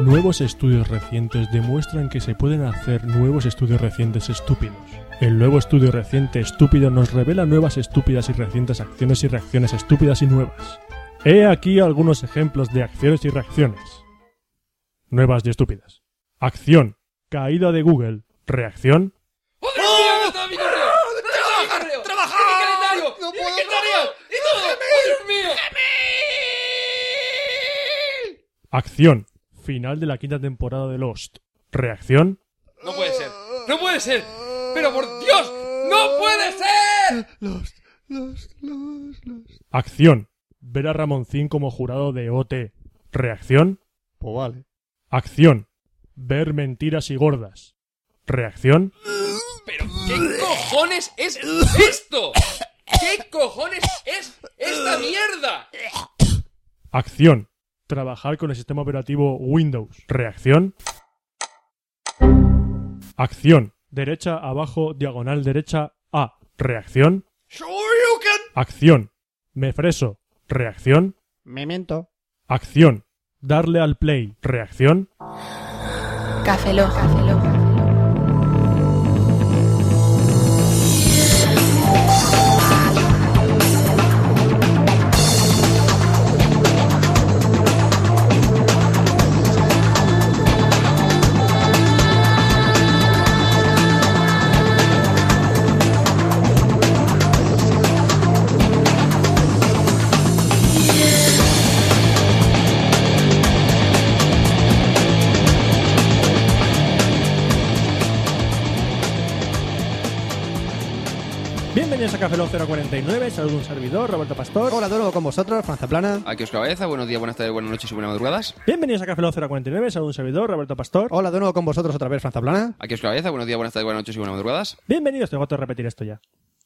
Nuevos estudios recientes demuestran que se pueden hacer nuevos estudios recientes estúpidos. El nuevo estudio reciente estúpido nos revela nuevas estúpidas y recientes acciones y reacciones estúpidas y nuevas. He aquí algunos ejemplos de acciones y reacciones. Nuevas y estúpidas. Acción. Caída de Google. Reacción. ¡Madre mía, me está mi correo! ¡Trabaja! ¡Trabaja! ¡Mi calendario! No ¡Mi puedo tareas! ¡Y todo! ¡Oh, Dios mío! Acción. Final de la quinta temporada de Lost. Reacción. ¡No puede ser! ¡No puede ser! ¡Pero por Dios! ¡No puede ser! Lost, lost, lost, lost. Acción. Ver a Ramoncín como jurado de OT. Reacción. Pues vale. Acción. Ver mentiras y gordas. Reacción. ¿Pero qué cojones es esto? ¿Qué cojones es esta mierda? Acción. Trabajar con el sistema operativo Windows. Reacción. Acción. Derecha abajo, diagonal derecha A. Reacción. Acción. Me freso. Reacción. Memento. Acción. Darle al play. Reacción. Café Lock. Café Lock. Bienvenidos a Café Lock 049. Saludo un servidor, Roberto Pastor. Hola de nuevo con vosotros, Franza Plana. Aquí os cabeza, buenos días, buenas tardes, buenas noches y buenas madrugadas. Bienvenidos a Café Lock 049. Saludo un servidor, Roberto Pastor. Hola de nuevo con vosotros otra vez, Franza Plana. Aquí os cabeza, buenos días, buenas tardes, buenas noches y buenas madrugadas. Bienvenidos. Tengo que repetir esto ya.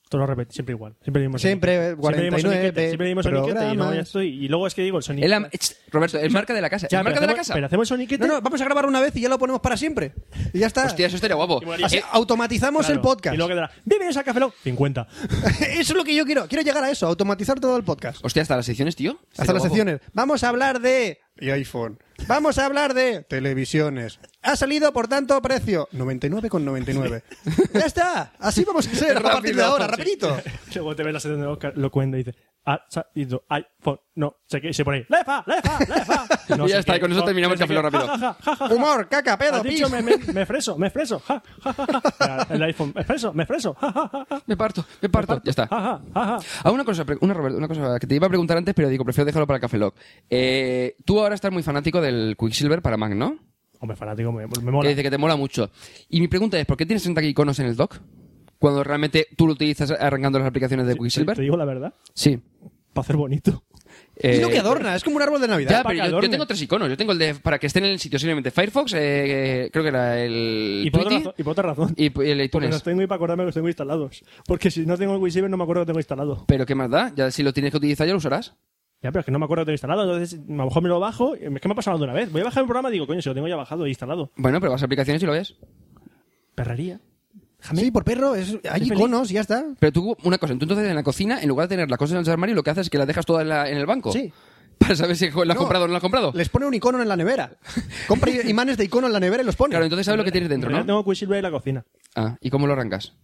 Esto lo repetí siempre igual. Siempre dimos Siempre, eh, 49 de Siempre dimos soniquete y luego ya programas. estoy. Y luego es que digo el soniquete. El am- Ch, Roberto, es marca de la casa. Ya, es pero marca de la hacemos- casa. Pero hacemos soniquete. No, no, vamos a grabar una vez y ya lo ponemos para siempre. Y ya está. Hostia, eso estaría guapo. Y molaría. Así Eh, automatizamos Claro. el podcast. Y luego quedará. Bienvenidos a Café Lock 50. eso es lo que yo quiero. Quiero llegar a eso, automatizar todo el podcast. Hostia, hasta las secciones, tío. Hasta Estaría las guapo. secciones. Vamos a hablar de y iPhone. Vamos a hablar de televisiones. Ha salido por tanto precio 99,99. ya está. Así vamos a ser a partir de Rápido. ahora, rapidito. luego te ves la sesión de Oscar, lo cuenta y dice. Ah, sa- y tú, iPhone, no, sé qué, y se pone ahí, lefa, lefa, lefa. No Y ya sé está, qué, y con eso no, terminamos no sé Café Lock qué. rápido. Ja, ja, ja, ja, ja. Humor, caca, pedo, Has dicho, pis. me, me, me freso, me freso. ja, ja, ja, ja. El iPhone, me freso, me freso. ja, ja, ja, ja. Me parto, me parto, Ya está. Ja, ja, ja, ja. Ah, una cosa, pre- una, Roberto, una cosa que te iba a preguntar antes, pero digo, prefiero dejarlo para el Café Lock. Eh, tú ahora estás muy fanático del Quicksilver para Mac, ¿no? Hombre, fanático, me, me Que mola. dice que te mola mucho. Y mi pregunta es, ¿por qué tienes 30 iconos en el dock? Cuando realmente tú lo utilizas arrancando las aplicaciones de Te, te Quicksilver. digo la verdad, Sí. para hacer bonito. Eh, Y lo que adorna, es como un árbol de Navidad. Ya, para que pero yo- yo, adorne. tengo tres iconos. Yo tengo el de para que estén en el sitio simplemente Firefox, eh, eh, creo que era el Y por, otra Tweety razón, y por otra razón. y, y el Porque los iTunes. tengo y para acordarme que los tengo instalados. Porque si no tengo el Quicksilver no me acuerdo que tengo instalado. Pero qué más da, ya si lo tienes que utilizar ya lo usarás. Ya, pero es que no me acuerdo que tengo instalado. Entonces, a lo mejor me lo bajo. Es que me ha pasado de una vez. Voy a bajar el programa y digo, coño, si lo tengo ya bajado e instalado. Bueno, pero vas a aplicaciones y lo ves. Perrería. Sí, por perro, es, hay feliz. iconos y ya está. Pero tú, una cosa, tú entonces en la cocina, en lugar de tener las cosas en el armario, lo que haces es que las dejas todas en, la- en el banco. Sí. Para saber si lo has No. comprado o no lo has comprado. Les pone un icono en la nevera. Compra imanes de icono en la nevera y los pone. Claro, entonces sabes lo que tienes dentro, Yo ¿no? tengo Quicksilver en la cocina. Ah, ¿y cómo lo arrancas?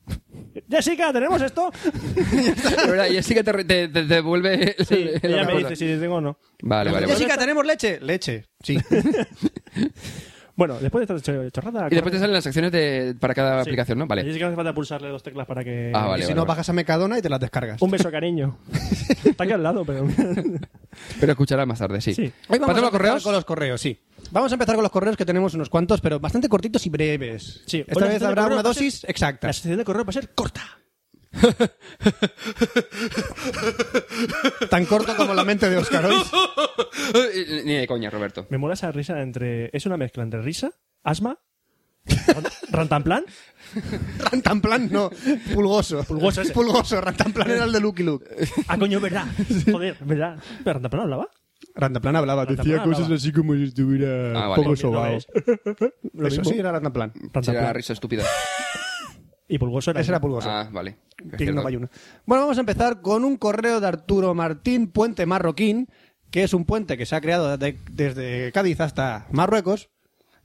Jessica, ¿tenemos esto? De verdad, y así que te, re- te- te devuelve. el- Sí, el- ella la me cosa. dice si tengo o no. Vale, vale, vale. Jessica, ¿tenemos leche? Leche, sí. Bueno, después de esta cho- chorrada... Y después te salen las secciones de, para cada Sí. aplicación, ¿no? A Vale. Jessica no hace falta pulsarle dos teclas para que... Ah, y vale, si vale, no, vale. bajas a Mercadona y te las descargas. Un beso, cariño. Está aquí al lado, pero... Pero escucharás más tarde, sí. Sí. Hoy vamos a ¿Pasamos a empezar correos? con los correos, sí. Vamos a empezar con los correos que tenemos unos cuantos, pero bastante cortitos y breves. Sí, hoy Esta la vez sección de habrá correo una va a ser- dosis exacta. La sección de correo va a ser corta. Tan corto como la mente de Oscar hoy. Eh, Ni de coña, Roberto. Me mola esa risa entre. Es una mezcla entre risa, asma, rantanplan. Rantanplan, no. Pulgoso. Pulgoso ese. Pulgoso. Rantanplan era el de Lucky Luke. Ah, coño, verdad. Joder, verdad. Pero rantanplan hablaba. Rantanplan hablaba, Rantanplan decía hablaba. cosas así como si estuviera Ah, vale. poco Lo sobao. es. Lo Eso mismo. sí, era Rantanplan. Sí, era Rantanplan. risa estúpida. Y pulgoso era. Ese era Pulgoso. Ah, vale. Es Digno cierto. Bayuno. Bueno, vamos a empezar con un correo de Arturo Martín Puente Marroquín, que es un puente que se ha creado de- desde Cádiz hasta Marruecos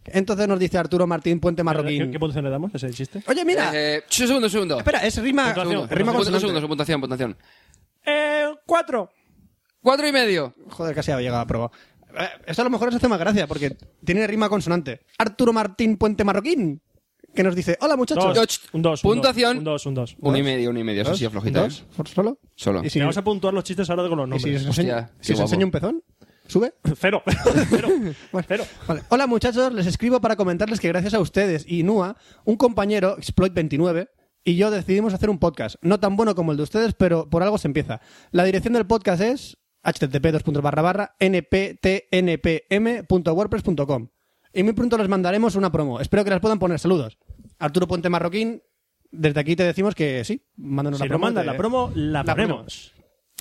Entonces nos dice Arturo Martín Puente ¿Qué, Marroquín. qué puntuación le damos a ese chiste? Oye, mira. Eh, ch- un segundo, un segundo. Espera, es rima. Puntuación, segundo, puntuación. rima un segundo, un consonante. segundo, puntuación, puntuación. Eh, cuatro. Cuatro y medio. Joder, casi había llegado a prueba. Eh, Esto a lo mejor nos hace más gracia porque tiene rima consonante. Arturo Martín Puente Marroquín. Que nos dice: Hola muchachos. Dos. Dos. Un dos. Puntuación. Un dos, un dos. Uno y medio, uno y medio. Eso sí, aflojita. ¿eh? ¿Dos? ¿Por ¿Solo? Solo. Si ¿Y si, vamos a puntuar los chistes ahora con los y si os nombres. enseña, Hostia, si os qué guapo. enseña un pezón? ¿Sube? Cero. Cero. Bueno, Cero. vale. Hola muchachos, les escribo para comentarles que gracias a ustedes y Nua, un compañero, Exploit29, y yo decidimos hacer un podcast. No tan bueno como el de ustedes, pero por algo se empieza. La dirección del podcast es http nptnpm.wordpress.com. Y muy pronto les mandaremos una promo. Espero que las puedan poner. Saludos. Arturo Puente Marroquín, desde aquí te decimos que sí, mándanos Si la no promo. mandas te- la promo, la, la ponemos.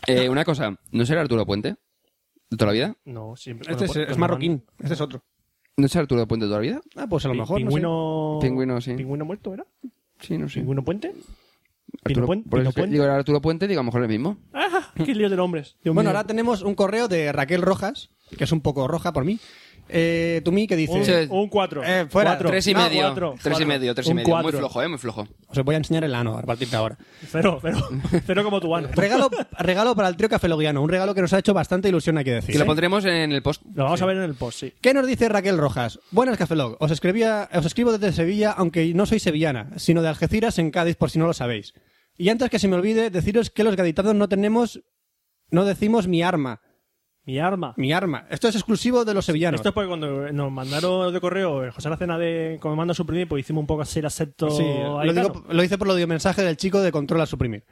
Eh, una cosa, ¿no será Arturo Puente? ¿De toda la vida? No, siempre. Este es, bueno, es pues, marroquín. Este es otro. ¿No será Arturo Puente de toda la vida? Ah, pues a lo Pi- mejor. no sé. Pingüino. Pingüino, sí. Pingüino muerto, ¿verdad? Sí, no sé. ¿Pingüino puente? Arturo- ¿Pino puente? por eso ¿Pino es que puente? digo, era Arturo Puente, digo, a lo mejor es el mismo. ¡Ah! ¡Qué líos de nombres! Dios Bueno, mío. ahora tenemos un correo de Raquel Rojas, que es un poco roja por mí. Eh, Tumi, que dice... Un- Sí. Un 4. Eh, fuera. Tres y No, medio. cuatro. tres y medio, tres y Un medio. Muy cuatro. flojo, eh, muy flojo. Os voy a enseñar el ano a partir de ahora. Cero, cero. Cero como tu mano. Regalo, regalo para el trío cafeloguiano, un regalo que nos ha hecho bastante ilusión, hay que decir. Que lo ¿eh? pondremos en el post. Lo vamos a ver en el post, sí. ¿Qué nos dice Raquel Rojas? Buenas, Cafelog. Os, escribía, os escribo desde Sevilla, aunque no soy sevillana, sino de Algeciras, en Cádiz, por si no lo sabéis. Y antes que se me olvide, deciros que los gaditados no tenemos... No decimos mi arma. Mi arma. Mi arma. Esto es exclusivo de los sevillanos. Esto es porque cuando nos mandaron de correo eh, José Aracena de Comando Suprimir, pues hicimos un poco así el acepto Sí, lo, aitano. digo- lo hice por lo de mensaje del chico de control al suprimir.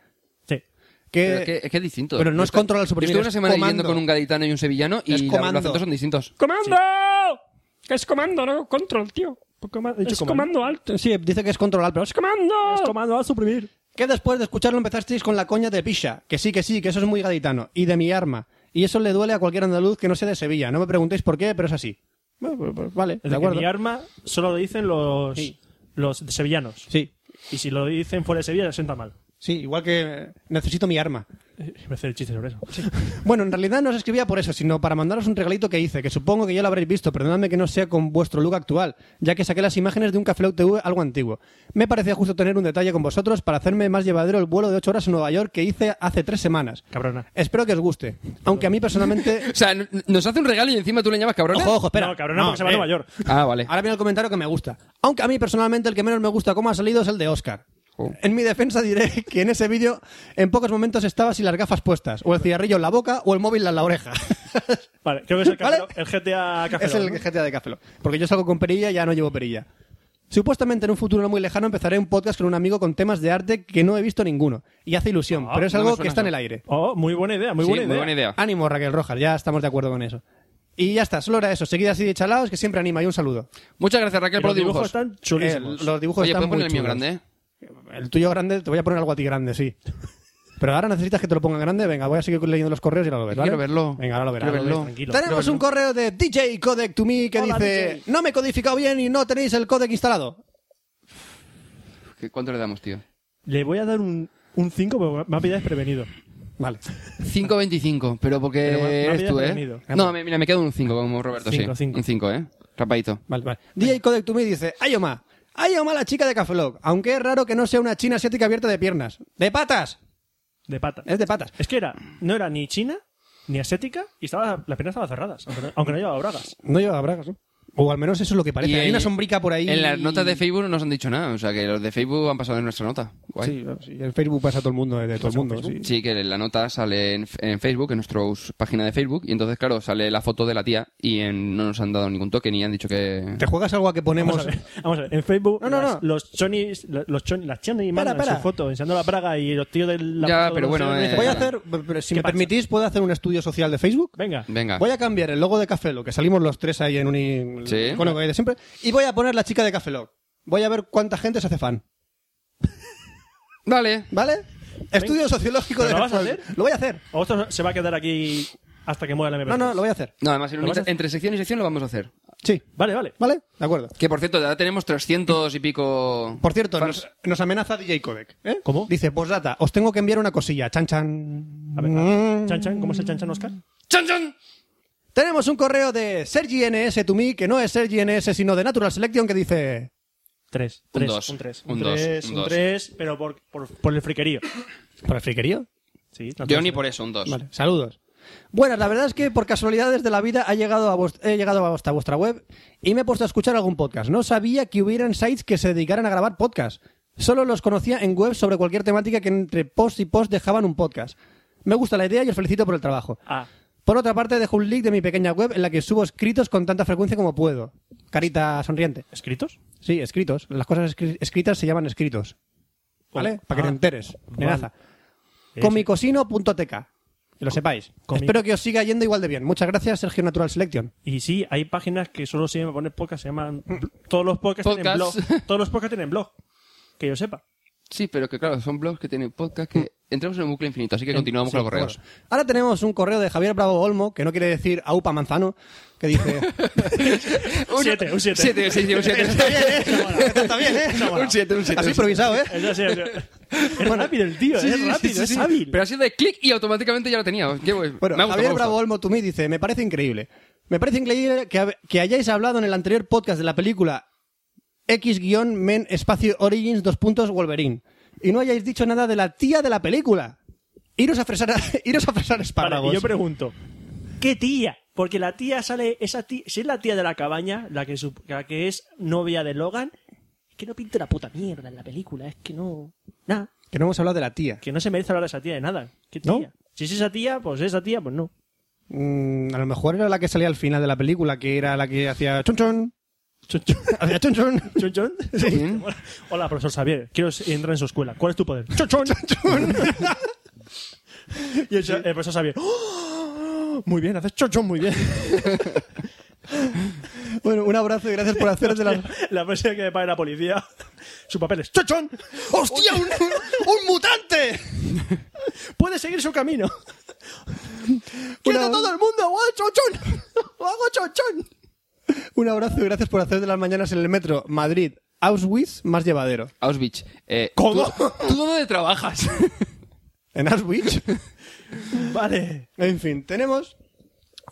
Sí. Pero es, Que, que, es que es distinto. Pero no Yo es estoy- control al suprimir, Yo estuve una es semana comando. viviendo con un gaditano y un sevillano Es y la- los comando. acentos son distintos. ¡Comando! Que es comando, no control, tío. ¿Por qué me has Es dicho comando? comando alto. sí, dice que es controlar, pero es como- ¡Comando! Es comando a suprimir. Que después de escucharlo empezasteis con la coña de Pisha. Que sí, que sí, que eso es muy gaditano. Y de mi arma. Y eso le duele a cualquier andaluz que no sea de Sevilla. No me preguntéis por qué, pero es así. Bueno, pues- pues vale, Es de de que acuerdo. mi arma solo lo dicen los, Sí. los sevillanos. Sí, Y si lo dicen fuera de Sevilla, se sienta mal. sí, igual que eh, necesito mi arma. Eh, Me hace el chiste sobre eso. Bueno, en realidad no os escribía por eso, sino para mandaros un regalito que hice, que supongo que ya lo habréis visto, perdonadme que no sea con vuestro look actual, ya que saqué las imágenes de un Café Lock TV algo antiguo. Me parecía justo tener un detalle con vosotros para hacerme más llevadero el vuelo de 8 horas a Nueva York que hice hace 3 semanas. Cabrona. Espero que os guste, aunque a mí personalmente... O sea, n- nos hace un regalo y encima tú le llamas cabrón. Ojo, ojo, espera. No, cabrona, porque se va a eh. Nueva York. Ah, vale. Ahora viene el comentario que me gusta. Aunque a mí personalmente el que menos me gusta cómo ha salido es el de Oscar. Oh. En mi defensa diré que en ese vídeo en pocos momentos estaba sin las gafas puestas, o el cigarrillo en la boca o el móvil en la oreja. Vale, creo que es el, ¿Vale? Café Lock- el GTA Café es Lock, el ¿no? GTA de Cafelo. Porque yo salgo con perilla y ya no llevo perilla. Supuestamente en un futuro no muy lejano empezaré un podcast con un amigo con temas de arte que no he visto ninguno. Y hace ilusión, Ah, pero es no me algo suena que está en eso. el aire. Oh, muy buena idea, muy Sí, buena idea. muy buena idea. Ánimo, Raquel Rojas, ya estamos de acuerdo con eso. Y ya está, solo era eso. Seguid así de chalaos, que siempre anima y un saludo. Muchas gracias, Y Raquel, por los los dibujos. dibujos están Eh, chulísimos. los dibujos Oye, ¿puedes están muy poner el mío chulos. grande? eh? El tuyo grande, te voy a poner algo a ti grande, sí. Pero ahora necesitas que te lo ponga grande. Venga, voy a seguir leyendo los correos y ahora lo ves, ¿vale? Quiero verlo. Venga, ahora lo verás. Quiero Ahora lo verlo. ves, tranquilo. Tenemos un correo de DJ Codec to me que Hola, dice: DJ. No me he codificado bien y no tenéis el codec instalado. ¿Qué- ¿Cuánto le damos, tío? Le voy a dar un 5 porque me ha pillado desprevenido. Vale. 5.25, pero porque Pero me- me eres había tú, ¿eh? prevenido. No, me- mira, me quedo un 5 como Roberto, Cinco, sí. cinco. Un 5, ¿eh? Rapadito. Vale, vale. DJ Codec to me dice, Ayoma, Ayoma la chica de Cafelog, aunque es raro que no sea una china asiática abierta de piernas. ¡De patas! De pata. Es de patas. Es que era, no era ni china, ni asiática, y estaba, las piernas estaban cerradas, aunque no, aunque no llevaba bragas. No lleva bragas, ¿no? O al menos eso es lo que parece. Y Hay en- una sombrica por ahí. En las notas de Facebook no nos han dicho nada, o sea que los de Facebook han pasado en nuestra nota. Guay. Sí, sí, en Facebook pasa a todo el mundo, de todo el mundo. Sí. Sí, que la nota sale en, en Facebook, en nuestra us- página de Facebook, y entonces, claro, sale la foto de la tía y en- no nos han dado ningún toque ni han dicho que... ¿Te juegas algo a que Vamos ponemos a ver, vamos a ver, en Facebook No, no, las- no. los chonis, los chon- las chianas y mandan espera. su foto enseñando la braga y los tíos de la Ya, foto pero de- bueno, eh, Voy a hacer, pero si ¿Qué me pasa? permitís, ¿puedo hacer un estudio social de Facebook? Venga, Venga. Voy a cambiar el logo de Café Lock, que salimos los tres ahí en un i- Sí. el icono que hay de siempre, y voy a poner la chica de Café Lock. Voy a ver cuánta gente se hace fan. Vale. ¿Vale? Estudio sociológico ¿Pero de lo vas a Café Lock. hacer? Lo voy a hacer. o esto se va a quedar aquí hasta que muera la MP3. No, no, lo voy a hacer. No, además, en un ¿Lo vas a inter- hacer? entre sección y sección lo vamos a hacer. Sí. Vale, vale. ¿Vale? De acuerdo. Que, por cierto, ya tenemos 300 y pico... Por cierto, fans. nos, nos amenaza DJ Codec. ¿eh? ¿Cómo? Dice, postdata, os tengo que enviar una cosilla. Chan, chan. Mm. A ver, a ver. Chan Chan, ¿cómo es el Chan Chan Oscar? ¡Chan, chan! Tenemos un correo de Sergi NS to me, que no es Sergi NS, sino de Natural Selection, que dice... Tres. Un tres, dos, Un tres. un dos, tres, un un dos. tres, pero por, por, por el friquerío. ¿Por el friquerío? Sí, Yo ni por eso, un 2. Vale, saludos. Bueno, la verdad es que por casualidades de la vida ha llegado a vuest- he llegado hasta vuestra web y me he puesto a escuchar algún podcast. No sabía que hubieran sites que se dedicaran a grabar podcast. Solo los conocía en webs sobre cualquier temática que entre post y post dejaban un podcast. Me gusta la idea y os felicito por el trabajo. Ah, Por otra parte, dejo un link de mi pequeña web en la que subo escritos con tanta frecuencia como puedo. Carita sonriente. ¿escritos? Sí, escritos. Las cosas escri- escritas se llaman escritos. ¿Vale? Oh, Para que ah, te enteres. vale. Nenaza Eh, comicosino.tk. Que lo sepáis. Comi- Espero que os siga yendo igual de bien. Muchas gracias, Sergio Natural Selection. Y sí, hay páginas que solo se llaman poner podcast, se llaman todos los podcasts tienen blog. Podcast. Todos los podcasts tienen blog. Que yo sepa. Sí, pero que claro, son blogs que tienen podcast que entramos en un bucle infinito, así que continuamos con los correos. Bueno, ahora tenemos un correo de Javier Bravo Olmo, que no quiere decir Aupa Manzano, que dice... Un siete, un siete. Siete, sí, sí, un siete. Está bien, ¿eh? Está bien, ¿eh? Un siete, un siete, Así un siete. improvisado, ¿eh? Es, así, es, es rápido el tío, ¿eh? Sí, es sí, sí, rápido, sí, es sí. hábil. Pero ha sido de clic y automáticamente ya lo tenía. Qué bueno, Bueno, me ha gustado, me Javier ha Bravo gustado. Olmo Tumí dice, me parece increíble. Me parece increíble que, hab- que hayáis hablado en el anterior podcast de la película X-Men Espacio Origins 2 puntos Wolverine y no hayáis dicho nada de la tía de la película. Iros a fresar, iros a fresar Vale, espárragos. y yo pregunto, ¿qué tía? Porque la tía sale, esa tía, si es la tía de la cabaña, la que, sup- la que es novia de Logan, es que no pinta la puta mierda en la película, es que no... Nada, Que no hemos hablado de la tía. que no se merece hablar de esa tía de nada. ¿Qué tía? ¿No? Si es esa tía, pues esa tía, pues no. Mm, a lo mejor era la que salía al final de la película, que era la que hacía chon chon. Chon, chon. Hacía chon chon. ¿Chon, chon? Sí. Hola, Hola, profesor Xavier, quiero entrar en su escuela. ¿Cuál es tu poder? Chon chon. Y el, el profesor Xavier, ¡oh! Muy bien, haces chon chon muy bien. bueno, un abrazo y gracias por hacer de las... la próxima que me pague la policía, su papel es ¡chon, chon! ¡Hostia, un, un mutante! ¡Puede seguir su camino! ¡Quieto todo el mundo! ¡Hago chochón! ¡Hago chochón! Un abrazo y gracias por hacer de las mañanas en el metro Madrid, Auschwitz, más llevadero. Auschwitz. Eh, ¿Cómo? ¿tú, tú dónde trabajas? ¿En Auschwitz? Vale. en fin, tenemos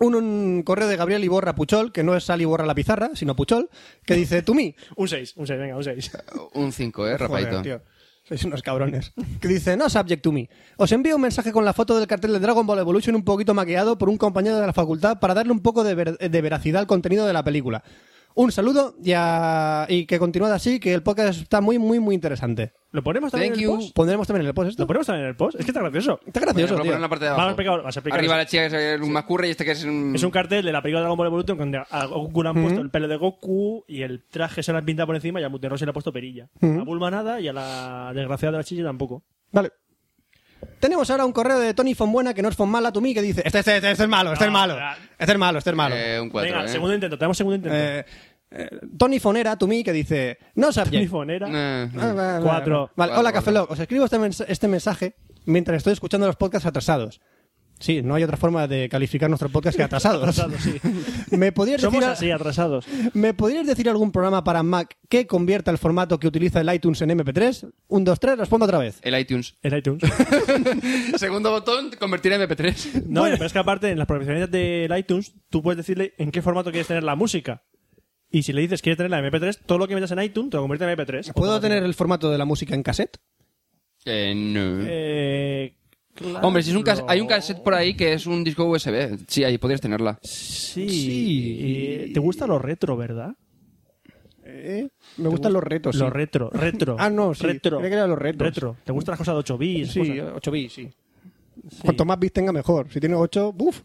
un, un correo de Gabriel Iborra Puchol, que no es Sal Iborra la pizarra, sino Puchol, que dice, tú mí. Un 6, un 6, venga, un 6. un 5, ¿eh, Joder, rapaito? tío. Sois unos cabrones. Que dice, no subject to me. Os envío un mensaje con la foto del cartel de Dragon Ball Evolution un poquito maqueado por un compañero de la facultad para darle un poco de, ver- de veracidad al contenido de la película. Un saludo y, a- y que continuad así, que el podcast está muy, muy, muy interesante. ¿Lo ponemos también Thank en el you. post? Pondremos también en el post esto. ¿Lo ponemos también en el post? Es que está gracioso. Está Bueno, gracioso, lo tío. pongo en la parte de Vamos a abajo. explicar- vas a explicar Arriba eso. la chica que es un macurre y este que es un... Es un cartel de la película Dragon Ball Evolution donde a Goku le han puesto el pelo de Goku y el traje se lo han pintado por encima y a Muterro se le ha puesto perilla. A Bulma nada y a la desgraciada de la chichi tampoco. Vale. Tenemos ahora un correo de Tony Fonbuena, que no es Fonmala, to me, que dice, este, este, este, este es malo, este No, es malo. ya. Este es malo, este es malo. Eh, un 4, Venga, ¿eh? segundo intento, tenemos segundo intento. Eh, eh, Tony Fonera, to me, que dice, no subject. Nifonera. Eh, Ah, va, va, Cuatro. va. Vale, Cuatro, hola, cuatro. Café Lock. Os escribo este, mens- este mensaje mientras estoy escuchando los podcasts atrasados. Sí, no hay otra forma de calificar nuestro podcast que atrasados. Atrasados, sí. ¿Me, podrías Somos decir a- así, atrasados. ¿Me podrías decir algún programa para Mac que convierta el formato que utiliza el iTunes en MP3? Un, dos, tres, respondo otra vez. El iTunes. En iTunes. Segundo botón, convertir en MP3. No, pero es que aparte, en las profesionalidades del iTunes, tú puedes decirle en qué formato quieres tener la música. Y si le dices quieres tenerla en MP3, todo lo que metas en iTunes te lo convierte en MP3. ¿Puedo tener el formato de la música en cassette? Eh, no. Eh, claro. Hombre, si es un cas- hay un cassette por ahí que es un disco USB. Sí, ahí podrías tenerla. Sí. Sí. ¿Te gusta lo retro, verdad? Me gustan los retos. Lo retro, retro. Ah, no, sí. Retro. Creía que eran los retros. Retro. ¿Te gustan las cosas de 8 bits? Sí, cosas- 8 bits, sí. Cuanto más bits tenga, mejor. Si tiene 8, ¡buf!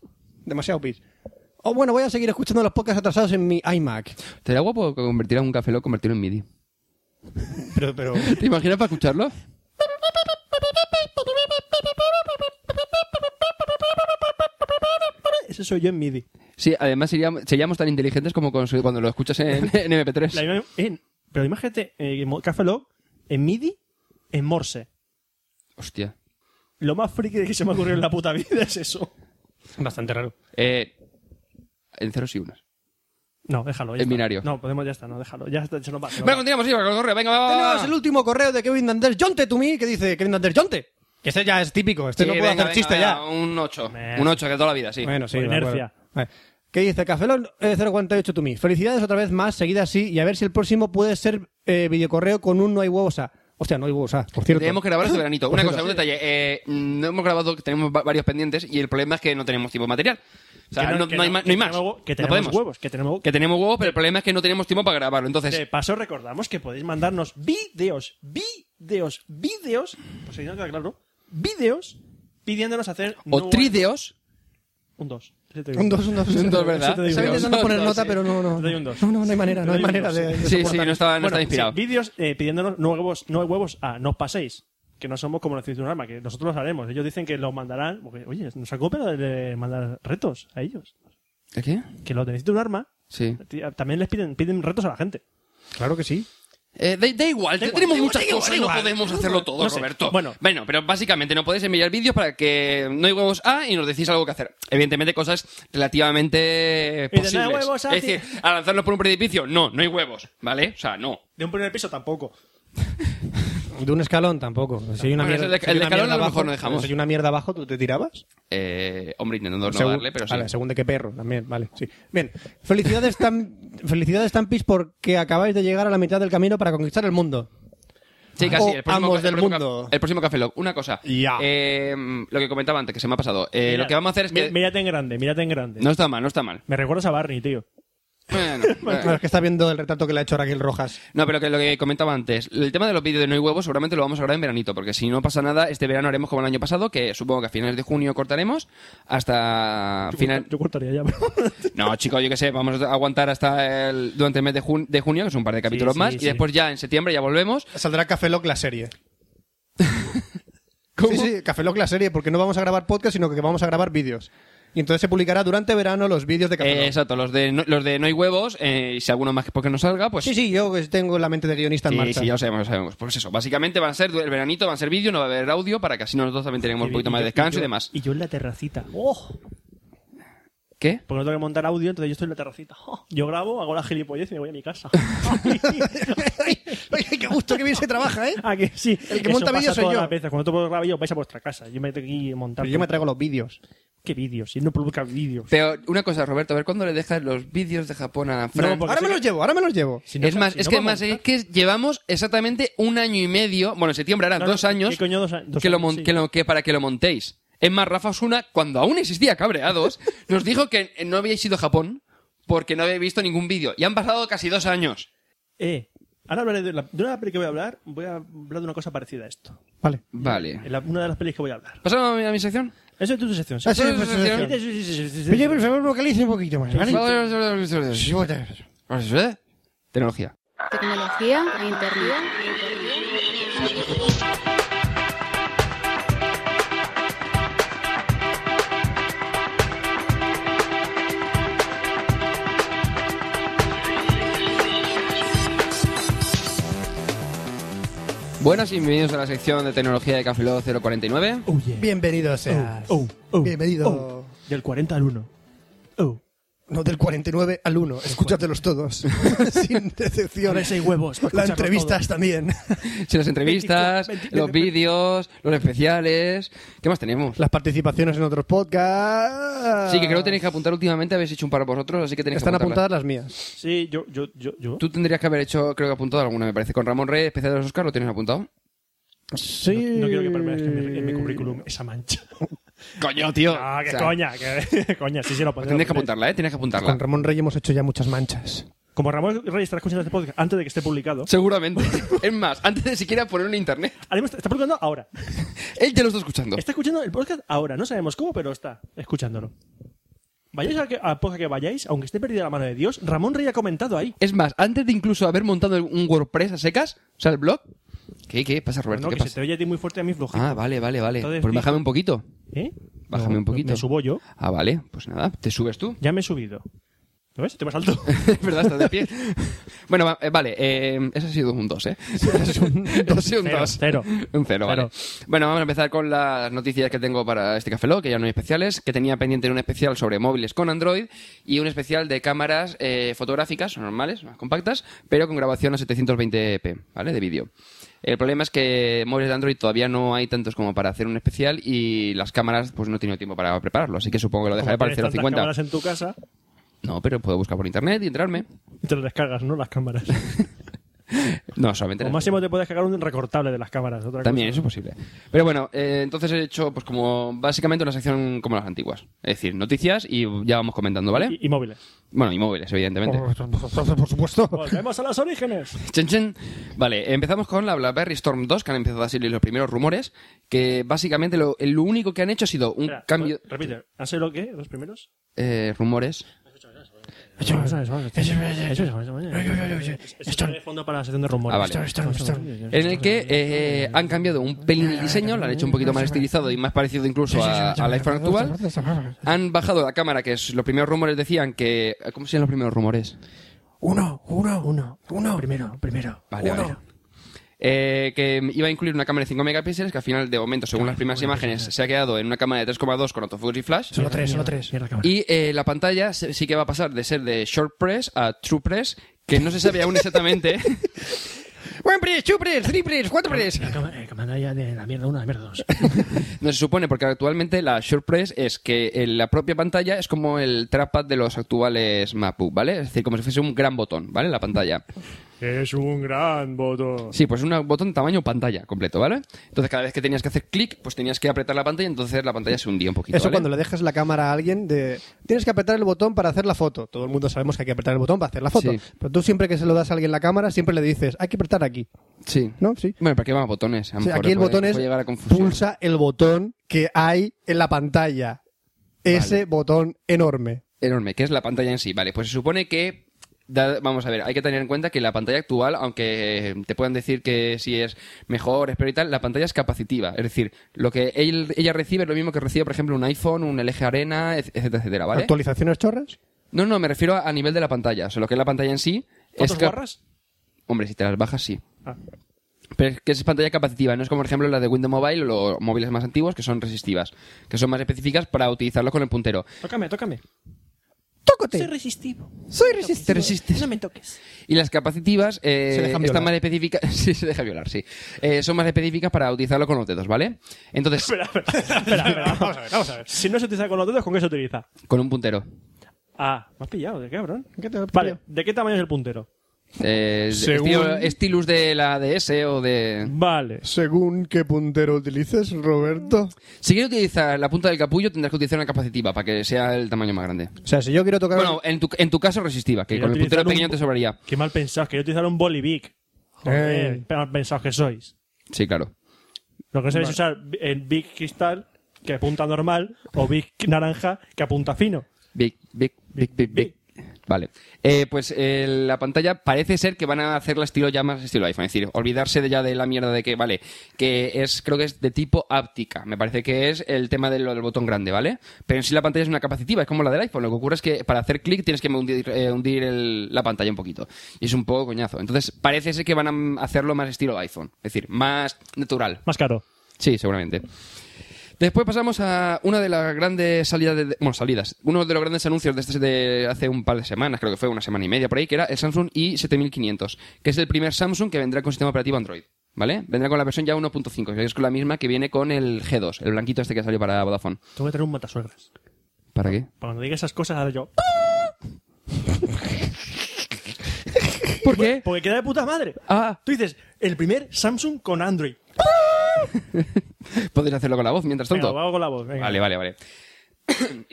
Demasiado bits. O bueno, voy a seguir escuchando los podcasts atrasados en mi iMac. ¿Te da guapo convertir a un café lo convertirlo en MIDI? Pero, pero... ¿Te imaginas para escucharlo? Ese soy yo en MIDI. Sí, además seríamos, seríamos tan inteligentes como con- cuando lo escuchas en, en MP3. La ima- en- pero imagínate, eh, Mo- Café Lock, en MIDI, en Morse. Hostia. Lo más friki que se me ha ocurrido en la puta vida es eso. Bastante raro. Eh, en ceros y unas. No, déjalo. ya En está. binario. No, podemos, ya está, no, déjalo. Ya está, se nos va. se nos Venga, va. continuamos, sí, con el correo. Venga, va, va, va. Tenemos el último correo de Kevin Danders Jonte to me, que dice Kevin Danders Jonte. Que este ya es típico, este Sí, no puede venga, hacer venga, chiste venga, ya. Un 8. Venga. Un 8 que toda la vida, sí. Bueno, sí, Por de acuerdo. inercia. Vale. que dice Cafelón eh, 048 to me. Felicidades otra vez más, seguida así, y a ver si el próximo puede ser eh, videocorreo con un no hay huevosa. Hostia, no hay huevosa, por cierto. Tenemos que grabar este veranito. Pues Una cosa, un detalle. Eh, mm, no hemos grabado, tenemos va- varios pendientes y el problema es que no tenemos tiempo de material. O sea, Que no, no- que no hay, no- ma- no que hay más. tenemos- que No tenemos podemos. huevos, que tenemos- que tenemos huevos, pero el problema es que no tenemos tiempo para grabarlo. Entonces, De paso, recordamos que podéis mandarnos vídeos, vídeos, vídeos, pues si no queda claro, vídeos pidiéndonos hacer... o no- trideos. Un dos. Un dos, un dos, Un dos, ¿verdad? Eso te digo. Estaba Sí, intentando un poner dos, nota, sí. pero no, no. Te doy un dos. No, no, no hay manera, no Te hay doy un manera dos. de. de Sí, sí, soportarlo. no estaba, no Bueno, estaba inspirado. sí, vídeos eh, pidiéndonos nuevos, no huevos a no os paséis. Que no somos como Naciones de un arma, que nosotros los haremos. Ellos dicen que los mandarán. porque, oye, nos sacó pero de mandar retos a ellos. ¿El qué? Que los de Necesito un arma Sí. tía, también les piden, piden retos a la gente. Claro que sí. Eh, da, da igual, Da te- igual, tenemos da igual, muchas da igual, cosas da y no igual. podemos hacerlo todo, No sé. Roberto. Bueno. pero básicamente no podéis enviar vídeos para que no hay huevos A y nos decís algo que hacer. Evidentemente, cosas relativamente Y de posibles. no hay huevos A, es decir, tío. a lanzarnos por un precipicio, no, no hay huevos, ¿vale? O sea, no. De un primer piso tampoco. De un escalón tampoco. Si hay una Bueno, mierda, el de- si hay el de una escalón mierda a lo abajo, mejor no dejamos. Si hay una mierda abajo, ¿tú te tirabas? Eh, hombre, intentando no Según- darle, pero sí. Vale, según de qué perro también, vale, sí. Bien, felicidades, tan, felicidades Tampis porque acabáis de llegar a la mitad del camino para conquistar el mundo. Sí, casi. O El próximo, amos el del próximo ca- mundo. el próximo Café Lock. Una cosa. Ya. Eh, lo que comentaba antes, que se me ha pasado. Eh, Mira, lo que vamos a hacer es mi- que... Mírate en grande, mírate en grande. No está mal, no está mal. Me recuerdas a Barney, tío. Bueno, Claro, bueno. es que está viendo el retrato que le ha hecho Raquel Rojas. No, pero que lo que comentaba antes, el tema de los vídeos de no hay huevos seguramente lo vamos a grabar en veranito, porque si no pasa nada, este verano haremos como el año pasado, que supongo que a finales de junio cortaremos, hasta Yo final... corta- Yo cortaría ya. pero- No, chicos, yo que sé, vamos a aguantar hasta el... durante el mes de, jun- de junio, que son un par de capítulos sí, más, sí. y después ya en septiembre ya volvemos. Saldrá Café Lock la serie. ¿Cómo? Sí, sí, Café Lock la serie, porque no vamos a grabar podcast, sino que vamos a grabar vídeos. Y entonces se publicará durante verano los vídeos de Café Eh, Lock. exacto, los de, no, los de no hay huevos, eh, y si alguno más que porque no salga, pues... Sí, sí, yo que tengo la mente de guionista en Sí, marcha. sí, ya lo sabemos, ya lo sabemos. Pues eso, básicamente van a ser el veranito, van a ser vídeo, no va a haber audio para que así nosotros también tenemos un poquito más de yo- descanso y yo- demás. Y yo en la terracita. ¡Oh! ¿Qué? Porque no tengo que montar audio, entonces yo estoy en la terracita. ¡Oh! Yo grabo, hago la gilipollez y me voy a mi casa. Oye, qué gusto que bien se trabaja, ¿eh? Ah, que sí. El que Eso monta pasa vídeos soy todas yo. las veces. Cuando tú grabas vídeos, vais a vuestra casa. Yo me tengo que ir a montar. Pero yo me traigo los vídeos. ¿Qué vídeos? Si él no publica vídeos. Pero una cosa, Roberto, a ver cuándo le dejas los vídeos de Japón a Fran. No, porque Ahora me sí los llevo, ahora me los llevo. Si no es sa- más, si es no que vamos a más eh, es montar- que llevamos exactamente un año y medio, bueno, en septiembre harán No, no, dos ¿qué años, coño dos a- dos que lo años? mon- Sí. que lo- que para que lo montéis. Es más, Rafa Osuna, cuando aún existía Cabreados, nos dijo que no habíais ido a Japón porque no había visto ningún vídeo. Y han pasado casi dos años. Eh, ahora hablaré de, la, de una peli que voy a hablar. Voy a hablar de una cosa parecida a esto. Vale. Vale. En la- una de las pelis que voy a hablar. ¿Pasamos a mi, a mi sección? Eso es tu sección. ¿sí? Ah, sí, Pero pues, eso es sí, sección. sí. Sí, sí, sí, sí, sí. Oye, por favor, vocalice un poquito más, ¿vale? Sí, bueno. Tecnología. Tecnología, e internet, Buenas y bienvenidos a la sección de tecnología de Café Lock 049. Oh, yeah. Bienvenido seas. Oh, oh, Bienvenido. oh. Del 40 al 1. Oh. No, del 49 al 1. Escúchatelos todos. Sin decepción. Con seis huevos. para Las escucharlo entrevistas también. Sí, las entrevistas, 24, los vídeos, los especiales. ¿Qué más tenemos? Las participaciones en otros podcasts. Sí, que creo que tenéis que apuntar últimamente. Habéis hecho un par vosotros, así que tenéis Están que apuntarlas. apuntadas las mías. todo. Sí, yo, yo, yo, yo. Tú tendrías que haber hecho, creo que apuntado alguna, me parece. Con Ramón Rey, especial de los Oscar, ¿lo tienes apuntado? Sí. No quiero que permanezca en mi, en mi currículum esa mancha. Coño, tío. Ah, que O sea, coña, que coña. Sí, sí, lo pondré. Tendrías que lo pondré. apuntarla, ¿eh? Tienes que Con apuntarla. Ramón Rey hemos hecho ya muchas manchas. Como Ramón Reyes estará escuchando este podcast antes de que esté publicado. Seguramente. es más, antes de siquiera ponerlo en internet, Ahora mismo Está está publicando ahora. él ya lo está escuchando. Está escuchando el podcast ahora. No sabemos cómo, pero está escuchándolo. Vayáis al que- al podcast que vayáis, aunque esté perdida la mano de Dios, Ramón Rey ha comentado ahí. Es más, antes de incluso haber montado un WordPress a secas, o sea, el blog. ¿Qué, qué pasa, Roberto? No, ¿Qué que se te pasa? oye a ti muy fuerte y a mí flojito. Ah, vale, vale, vale. Entonces, Pues dijo- bájame un poquito. ¿Eh? Bájame No, un poquito. Me subo yo. Ah, vale, pues nada, te subes tú. Ya me he subido. ¿Lo ves? Te vas alto. Es verdad, estás de pie. bueno, va- eh, vale, eh, ese ha sido un 2, ¿eh? Ha sido un Cero, 2. cero. Un 0, vale. Bueno, vamos a empezar con las noticias que tengo para este Café Lock, que ya no hay especiales, que tenía pendiente un especial sobre móviles con Android y un especial de cámaras eh, fotográficas normales, más compactas, pero con grabación a 720p, ¿vale? De vídeo. El problema es que móviles de Android todavía no hay tantos como para hacer un especial y las cámaras pues no he tenido tiempo para prepararlo, así que supongo que lo Como dejaré para el tienes tantas 050. cámaras en tu casa. No, pero puedo buscar por internet y entrarme. Y te lo descargas, ¿no? Las cámaras. No, solamente. o las- máximo te puedes cargar un recortable de las cámaras. Otra También, cosa. eso es posible. Pero bueno, eh, entonces he hecho, pues como básicamente una sección como las antiguas. Es decir, noticias y ya vamos comentando, ¿vale? Y, y móviles. Bueno, y móviles, evidentemente. Por supuesto. Volvemos a los orígenes. Chen, chen. Vale, empezamos con la BlackBerry Storm 2, que han empezado a salir los primeros rumores, que básicamente lo, lo único que han hecho ha sido un Espera, cambio... re- Repite, ¿han sido lo que? ¿Los primeros? Eh, rumores. Eso, eso, eso, eso, eso, eso, eso, eso, eso. Esto es de fondo para la sección de rumores. Ah, vale. En el que eh, han cambiado un pelín el diseño, lo han hecho un poquito más estilizado y más parecido incluso a- al iPhone actual. Han bajado la cámara, que es, los primeros rumores decían que... ¿Cómo se llaman los primeros rumores? Uno, uno, uno, uno. Primero, primero. Vale, vale. Eh, que iba a incluir una cámara de 5 megapíxeles que al final de momento según las primeras imágenes se ha quedado en una cámara de 3,2 con autofocus y flash Solo tres, solo tres. y eh, la pantalla se- sí que va a pasar de ser de short press a true press que no se sabe aún exactamente one press two press three press cuatro press cámara ya de la mierda uno, la mierda dos. no se supone porque actualmente la short press es que eh, la propia pantalla es como el trackpad de los actuales MacBook vale es decir como si fuese un gran botón vale la pantalla Es un gran voto. Sí, pues un botón tamaño pantalla completo, ¿vale? Entonces cada vez que tenías que hacer clic, pues tenías que apretar la pantalla, entonces la pantalla se hundía un poquito. Eso ¿vale? cuando le dejas la cámara a alguien de... Tienes que apretar el botón para hacer la foto. Todo el mundo sabemos que hay que apretar el botón para hacer la foto. Sí. Pero tú siempre que se lo das a alguien la cámara, siempre le dices, hay que apretar aquí. Sí. ¿No? Sí. Bueno, ¿para qué van a botones? A lo O sea, mejor aquí el puede- botón es puede llegar a confusión. pulsa el botón que hay en la pantalla. Ese botón enorme. Enorme, que es la pantalla en sí. Vale, pues se supone que. da- vamos a ver, hay que tener en cuenta que la pantalla actual, aunque te puedan decir que si es mejor, es peor y tal, la pantalla es capacitiva. Es decir, lo que él- ella recibe es lo mismo que recibe, por ejemplo, un iPhone, un LG Arena, et- etcétera, etcétera, ¿vale? ¿Actualizaciones chorras? No, no, me refiero a, a nivel de la pantalla. O sea, lo que es la pantalla en sí. ¿Fotos es cap- guarras? Hombre, si te las bajas, sí. Ah. Pero es que es pantalla capacitiva, no es como por ejemplo la de Windows Mobile o los móviles más antiguos que son resistivas, que son más específicas para utilizarlos con el puntero. Tócame, tócame. ¡Tócate! resistivo. Soy resistente. Te resistes. me toques. Y las capacitivas eh, Se dejan están violar. más específicas. sí, se deja violar, sí. Eh, son más específicas para utilizarlo con los dedos, ¿vale? Entonces, Espera, espera, espera, espera, Vamos a ver, vamos a ver. Si no se utiliza con los dedos, ¿con qué se utiliza? con un puntero. Ah, me has pillado, ¿de qué, cabrón? ¿Qué te- Vale, ¿de qué tamaño es el puntero? Eh, Según- estilo- Stylus de la DS o de. Vale. Según qué puntero utilices, Roberto. Si quieres utilizar la punta del capullo, tendrás que utilizar una capacitiva para que sea el tamaño más grande. O sea, si yo quiero tocar... Bueno, en tu, en tu caso, resistiva, que Quería con el puntero utilizar un- pequeño te sobraría. Qué mal pensado, que yo utilizar un bolivic. Ey. Joder, qué mal pensados que sois. Sí, claro. Lo que no sabéis es usar el big cristal, que apunta normal, o big naranja, que apunta fino. Big, big, big, big, big. Vale. Eh, pues eh, la pantalla parece ser que van a hacerla estilo ya más estilo iPhone. Es decir, olvidarse de ya de la mierda de que, vale, que es, creo que es de tipo áptica. Me parece que es el tema de lo del botón grande, ¿vale? Pero en sí la pantalla es una capacitiva, es como la del iPhone. Lo que ocurre es que para hacer clic tienes que hundir, eh, hundir el- la pantalla un poquito. Y es un poco coñazo. Entonces parece ser que van a hacerlo más estilo iPhone. Es decir, más natural. Más caro. Sí, seguramente. Después pasamos a una de las grandes salidas, de, bueno, salidas, uno de los grandes anuncios de, este, de hace un par de semanas, creo que fue una semana y media por ahí, que era el Samsung i7500, que es el primer Samsung que vendrá con sistema operativo Android, ¿vale? Vendrá con la versión ya 1.5, que es la misma que viene con el G2, el blanquito este que salió para Vodafone. Tengo que tener un matasuegras. ¿Para qué? Para cuando diga esas cosas, ahora yo. ¿Por qué? Porque queda de puta madre. Ah, Tú dices, el primer Samsung con Android. podéis hacerlo con la voz mientras Venga, tanto. lo hago con la voz. venga. Vale, vale, vale.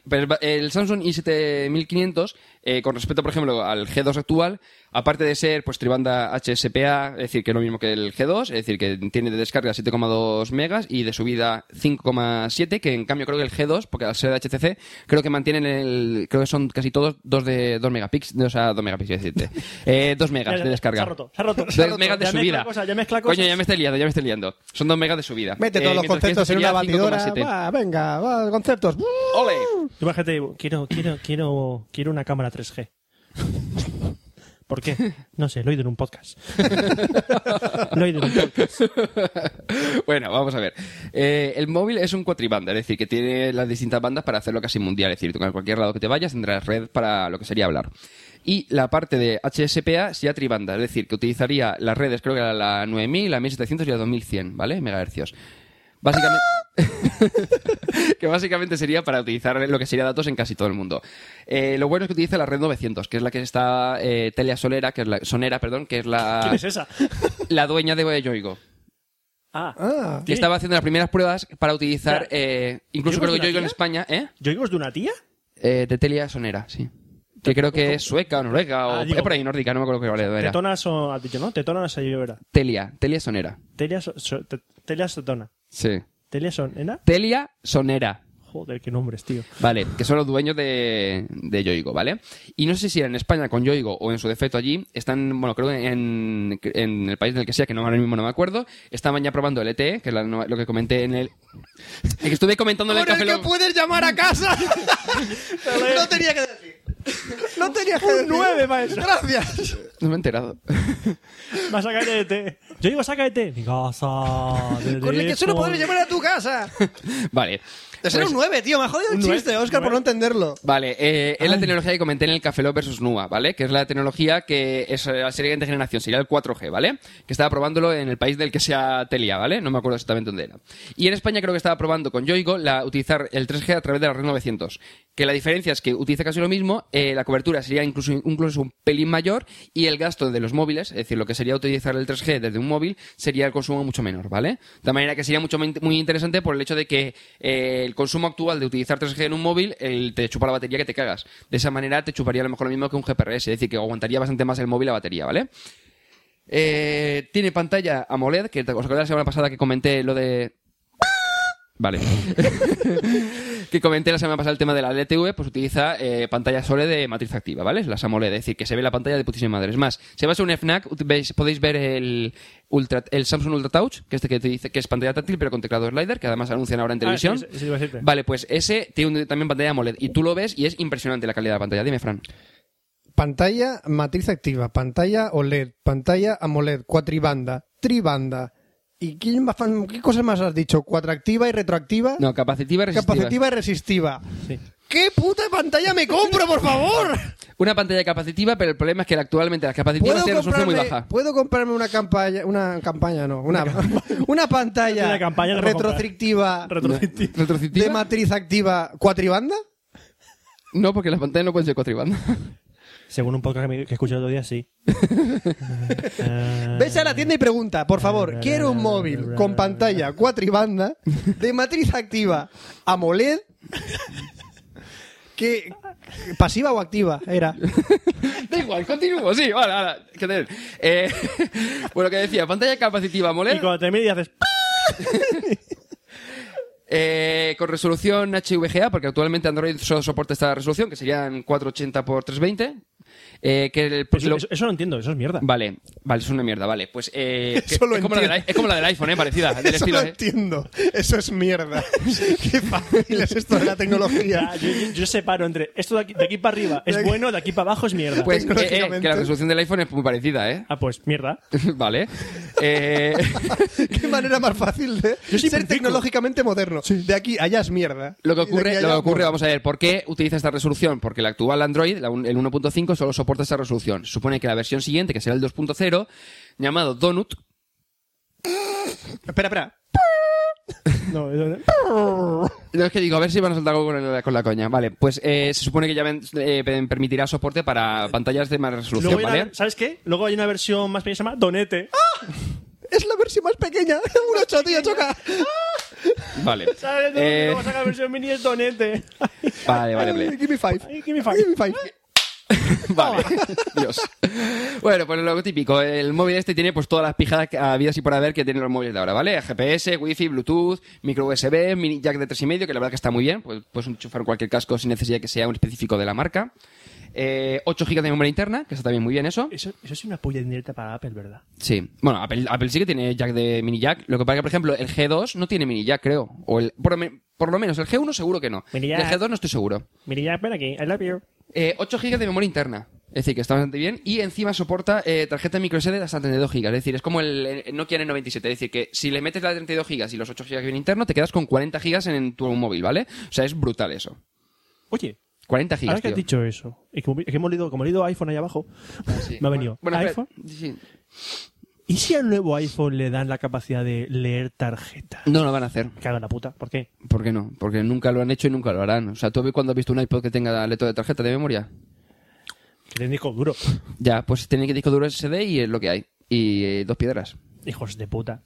Pero va- el Samsung i7500, eh, con respecto, por ejemplo, al G2 actual, aparte de ser pues tribanda HSPA, es decir, que es lo mismo que el G2, es decir, que tiene de descarga 7,2 megas y de subida 5,7, que en cambio creo que el G2, porque al ser de HTC, creo que mantienen el, creo que son casi todos 2 de 2 megapíxeles, o sea, 2 megapíxeles, decirte. Eh, 2 Ya, megas ya, de descarga. Se ha roto, se ha roto. se ha 2 roto. megas de Ya mezcla subida. cosas, ya mezcla cosas. Coño, ya me estoy liando, ya me estoy liando. Son 2 megas de subida. Mete todos Eh, los mientras que conceptos esto en una sería batidora. 5,7. Va, venga, va, conceptos. ¡Ole! Tú imagínate, digo, quiero, quiero, quiero, quiero una cámara 3G. ¿Por qué? No sé, lo he oído en un podcast. lo he oído en un podcast. bueno, vamos a ver. Eh, el móvil es un cuatribanda, es decir, que tiene las distintas bandas para hacerlo casi mundial. Es decir, tú a cualquier lado que te vayas tendrás red para lo que sería hablar. Y la parte de HSPA sería tribanda, es decir, que utilizaría las redes, creo que era la 9000, la 1700 y la 2100, ¿vale? Megahercios. Básicamente. que básicamente sería para utilizar lo que sería datos en casi todo el mundo. Eh, lo bueno es que utiliza la red 900, que es la que está eh, Telia Solera, que es la, Sonera, perdón, que es la, ¿Quién es esa? la dueña de Yoigo. Ah, Ah, Que estaba haciendo las primeras pruebas para utilizar, Espera. eh, incluso ¿Yoigo creo que es una Yoigo en tía? España, ¿eh? ¿yo digo es de una tía? Eh, de Telia Sonera, sí. Que creo que es sueca o noruega o Ah, digo- eh, por ahí nórdica, no me acuerdo qué vale era. Tetonas o... Has dicho, ¿no? Tetonas ahí, ¿verdad? Telia, Telia Sonera. Telia, so- so- te- telia Sotona. Sí. ¿Telia Sonena? Telia Sonera. Joder, qué nombres, tío. Vale, que son los dueños de, de Yoigo, ¿vale? Y no sé si en España con Yoigo o en su defecto allí, están, bueno, creo que en, en el país en el que sea, que no ahora mismo no me acuerdo, estaban ya probando el ETE, que es la nueva- lo que comenté en el... el que estuve comentando en el café... Lock. puedes llamar a casa! no tenía que decir. No tenía que decir. nueve, maestro. Gracias. No me he enterado. Va a sacar de té. Yo digo, saca de té. Mi casa. de Con el que teléfono. solo podrás llamar a tu casa. vale. De ser Pues- un 9, tío. Me ha jodido el Un nueve, chiste, Oscar, por no nueve. entenderlo. Vale, eh, es la tecnología que comenté en el Café Lock versus NUA, ¿vale? Que es la tecnología que es eh, la siguiente generación, sería el 4G, ¿vale? Que estaba probándolo en el país del que sea Telia, ¿vale? No me acuerdo exactamente dónde era. Y en España creo que estaba probando con Yoigo la, utilizar el 3G a través de la red 900. Que la diferencia es que utiliza casi lo mismo, eh, la cobertura sería incluso, incluso un pelín mayor y el gasto de los móviles, es decir, lo que sería utilizar el 3G desde un móvil, sería el consumo mucho menor, ¿vale? De manera que sería mucho men- muy interesante por el hecho de que eh, el consumo actual de utilizar 3G en un móvil el, te chupa la batería que te cagas. De esa manera te chuparía a lo mejor lo mismo que un GPRS, es decir, que aguantaría bastante más el móvil la batería, ¿vale? Eh, tiene pantalla AMOLED, que te- os acordáis la semana pasada que comenté lo de... Vale. que comenté la semana pasada el tema de la LTV, pues utiliza eh, pantalla sole de matriz activa, ¿vale? Las AMOLED, es decir, que se ve la pantalla de putísima madre. Es más, si vas a un FNAC, ut- veis- podéis ver el, Ultra- el Samsung Ultra Touch, que, este que, te dice, que es pantalla táctil, pero con teclado slider, que además anuncian ahora en televisión. Ah, sí, sí, sí, iba a decirte. vale, pues ese tiene un- también pantalla AMOLED. Y tú lo ves y es impresionante la calidad de la pantalla. Dime, Fran. Pantalla matriz activa, pantalla OLED, pantalla AMOLED, E cuatribanda, tribanda. ¿Y qué, más- qué cosas más has dicho? ¿Cuatractiva y retroactiva? No, capacitiva y resistiva. Capacitiva y resistiva. Sí. ¿Qué puta pantalla me compro, por favor? Una pantalla capacitiva, pero el problema es que actualmente las capacitivas ¿Puedo tienen una resolución muy comprarme, baja. puedo comprarme una campaña, una campaña no, una, una pantalla, Una campaña te puedo comprar. Ah, retroactiva Retrocití. ¿Retroactiva? de matriz activa cuatribanda? No, porque las pantallas no pueden ser cuatribanda. Según un podcast que, me- que escuché el otro día, sí. Eh, Ah. Ves a la tienda y pregunta, por favor, quiero un móvil con ah. pantalla cuatribanda de matriz activa AMOLED que pasiva o activa era. da igual, continúo, sí, vale, vale. que te- Eh, bueno, que decía, pantalla capacitiva Y moler cuando termina y haces... eh, con resolución HVGA, porque actualmente Android solo soporta esta resolución, que serían 480x320. Eh, que el, Pues lo- eso, eso no entiendo, eso es mierda. Vale, vale, es una mierda, vale. Pues eh, que- Eso lo es, como la del entiendo. i- es como la del iPhone, eh, parecida. Del Eso estilo, lo eh. entiendo. Eso es mierda. Qué fácil es esto de la tecnología. Ah, yo, yo- yo separo entre esto de aquí, de aquí para arriba De es aquí- bueno, de aquí para abajo es mierda. Pues eh, eh, que Tecnológicamente. la resolución del iPhone es muy parecida, ¿eh? Ah, pues mierda. vale. Eh, Qué manera más fácil de Yo soy ser puntico. tecnológicamente moderno. De aquí allá es mierda. Lo que Y de aquí ocurre, allá pues. lo que es ocurre mono. vamos a ver, ¿por qué utiliza esta resolución? Porque el actual Android, la un- el 1.5, solo soporta esta resolución. Se supone que la versión siguiente, que será el 2.0, llamado Donut, Espera, espera. No, eh, eso- no es que digo, a ver si van a saltar algo con, la- con la coña. Vale, pues eh, se supone que ya ven- eh, ven- permitirá soporte para pantallas de más Luego resolución, hay una- ¿vale? ¿Sabes qué? Luego hay una versión más pequeña que se llama Donete. pues, Es la versión más pequeña. Un 8, tío, choca. Vale. ¿Sabes? Eh, Luego saca la versión mini es Donete. vale, vale, vale. Give me five. Ay, give me five. Give me five. Vale, Dios. Bueno, pues lo típico, el móvil este tiene pues todas las pijadas que- habidas y por haber que tienen los móviles de ahora, ¿vale? GPS, wifi, bluetooth, micro USB, mini jack de 3,5, que la verdad que está muy bien, pues puedes enchufar cualquier casco sin necesidad que sea un específico de la marca. Eh, 8 GB de memoria interna, que está también muy bien eso. Eso, eso es una polla indirecta para Apple, ¿verdad? Sí. Bueno, Apple, Apple sí que tiene jack de mini jack, lo que pasa que, por ejemplo, el G2 no tiene mini jack, creo. O el, por, lo men- por lo menos, el G1 seguro que no. Mini Y El jack. G2 no estoy seguro. Mira, ya, ven aquí. I love you. Eh, 8 GB de memoria interna. Es decir, que está bastante bien. Y encima soporta eh, tarjeta microSD de hasta 32 GB. Es decir, es como el eh, Nokia N97. Es decir, que si le metes la de 32 GB y los 8 GB que viene interno, te quedas con 40 GB en tu móvil, ¿vale? O sea, es brutal eso. Oye, 40 GB. ahora que has dicho eso, y como, que hemos leído, como he leído iPhone ahí abajo, me ha venido. Bueno, espera, iPhone. sí. ¿Y si al nuevo iPhone le dan la capacidad de leer tarjetas? No lo van a hacer. Me Cago en la puta. ¿Por qué? ¿Por qué no? Porque nunca lo han hecho y nunca lo harán. O sea, ¿tú cuando has visto un iPod que tenga lector de tarjeta de memoria? Que tienen disco duro. Ya, pues tiene que disco duro SSD y es lo que hay. Y eh, dos piedras. Hijos de puta.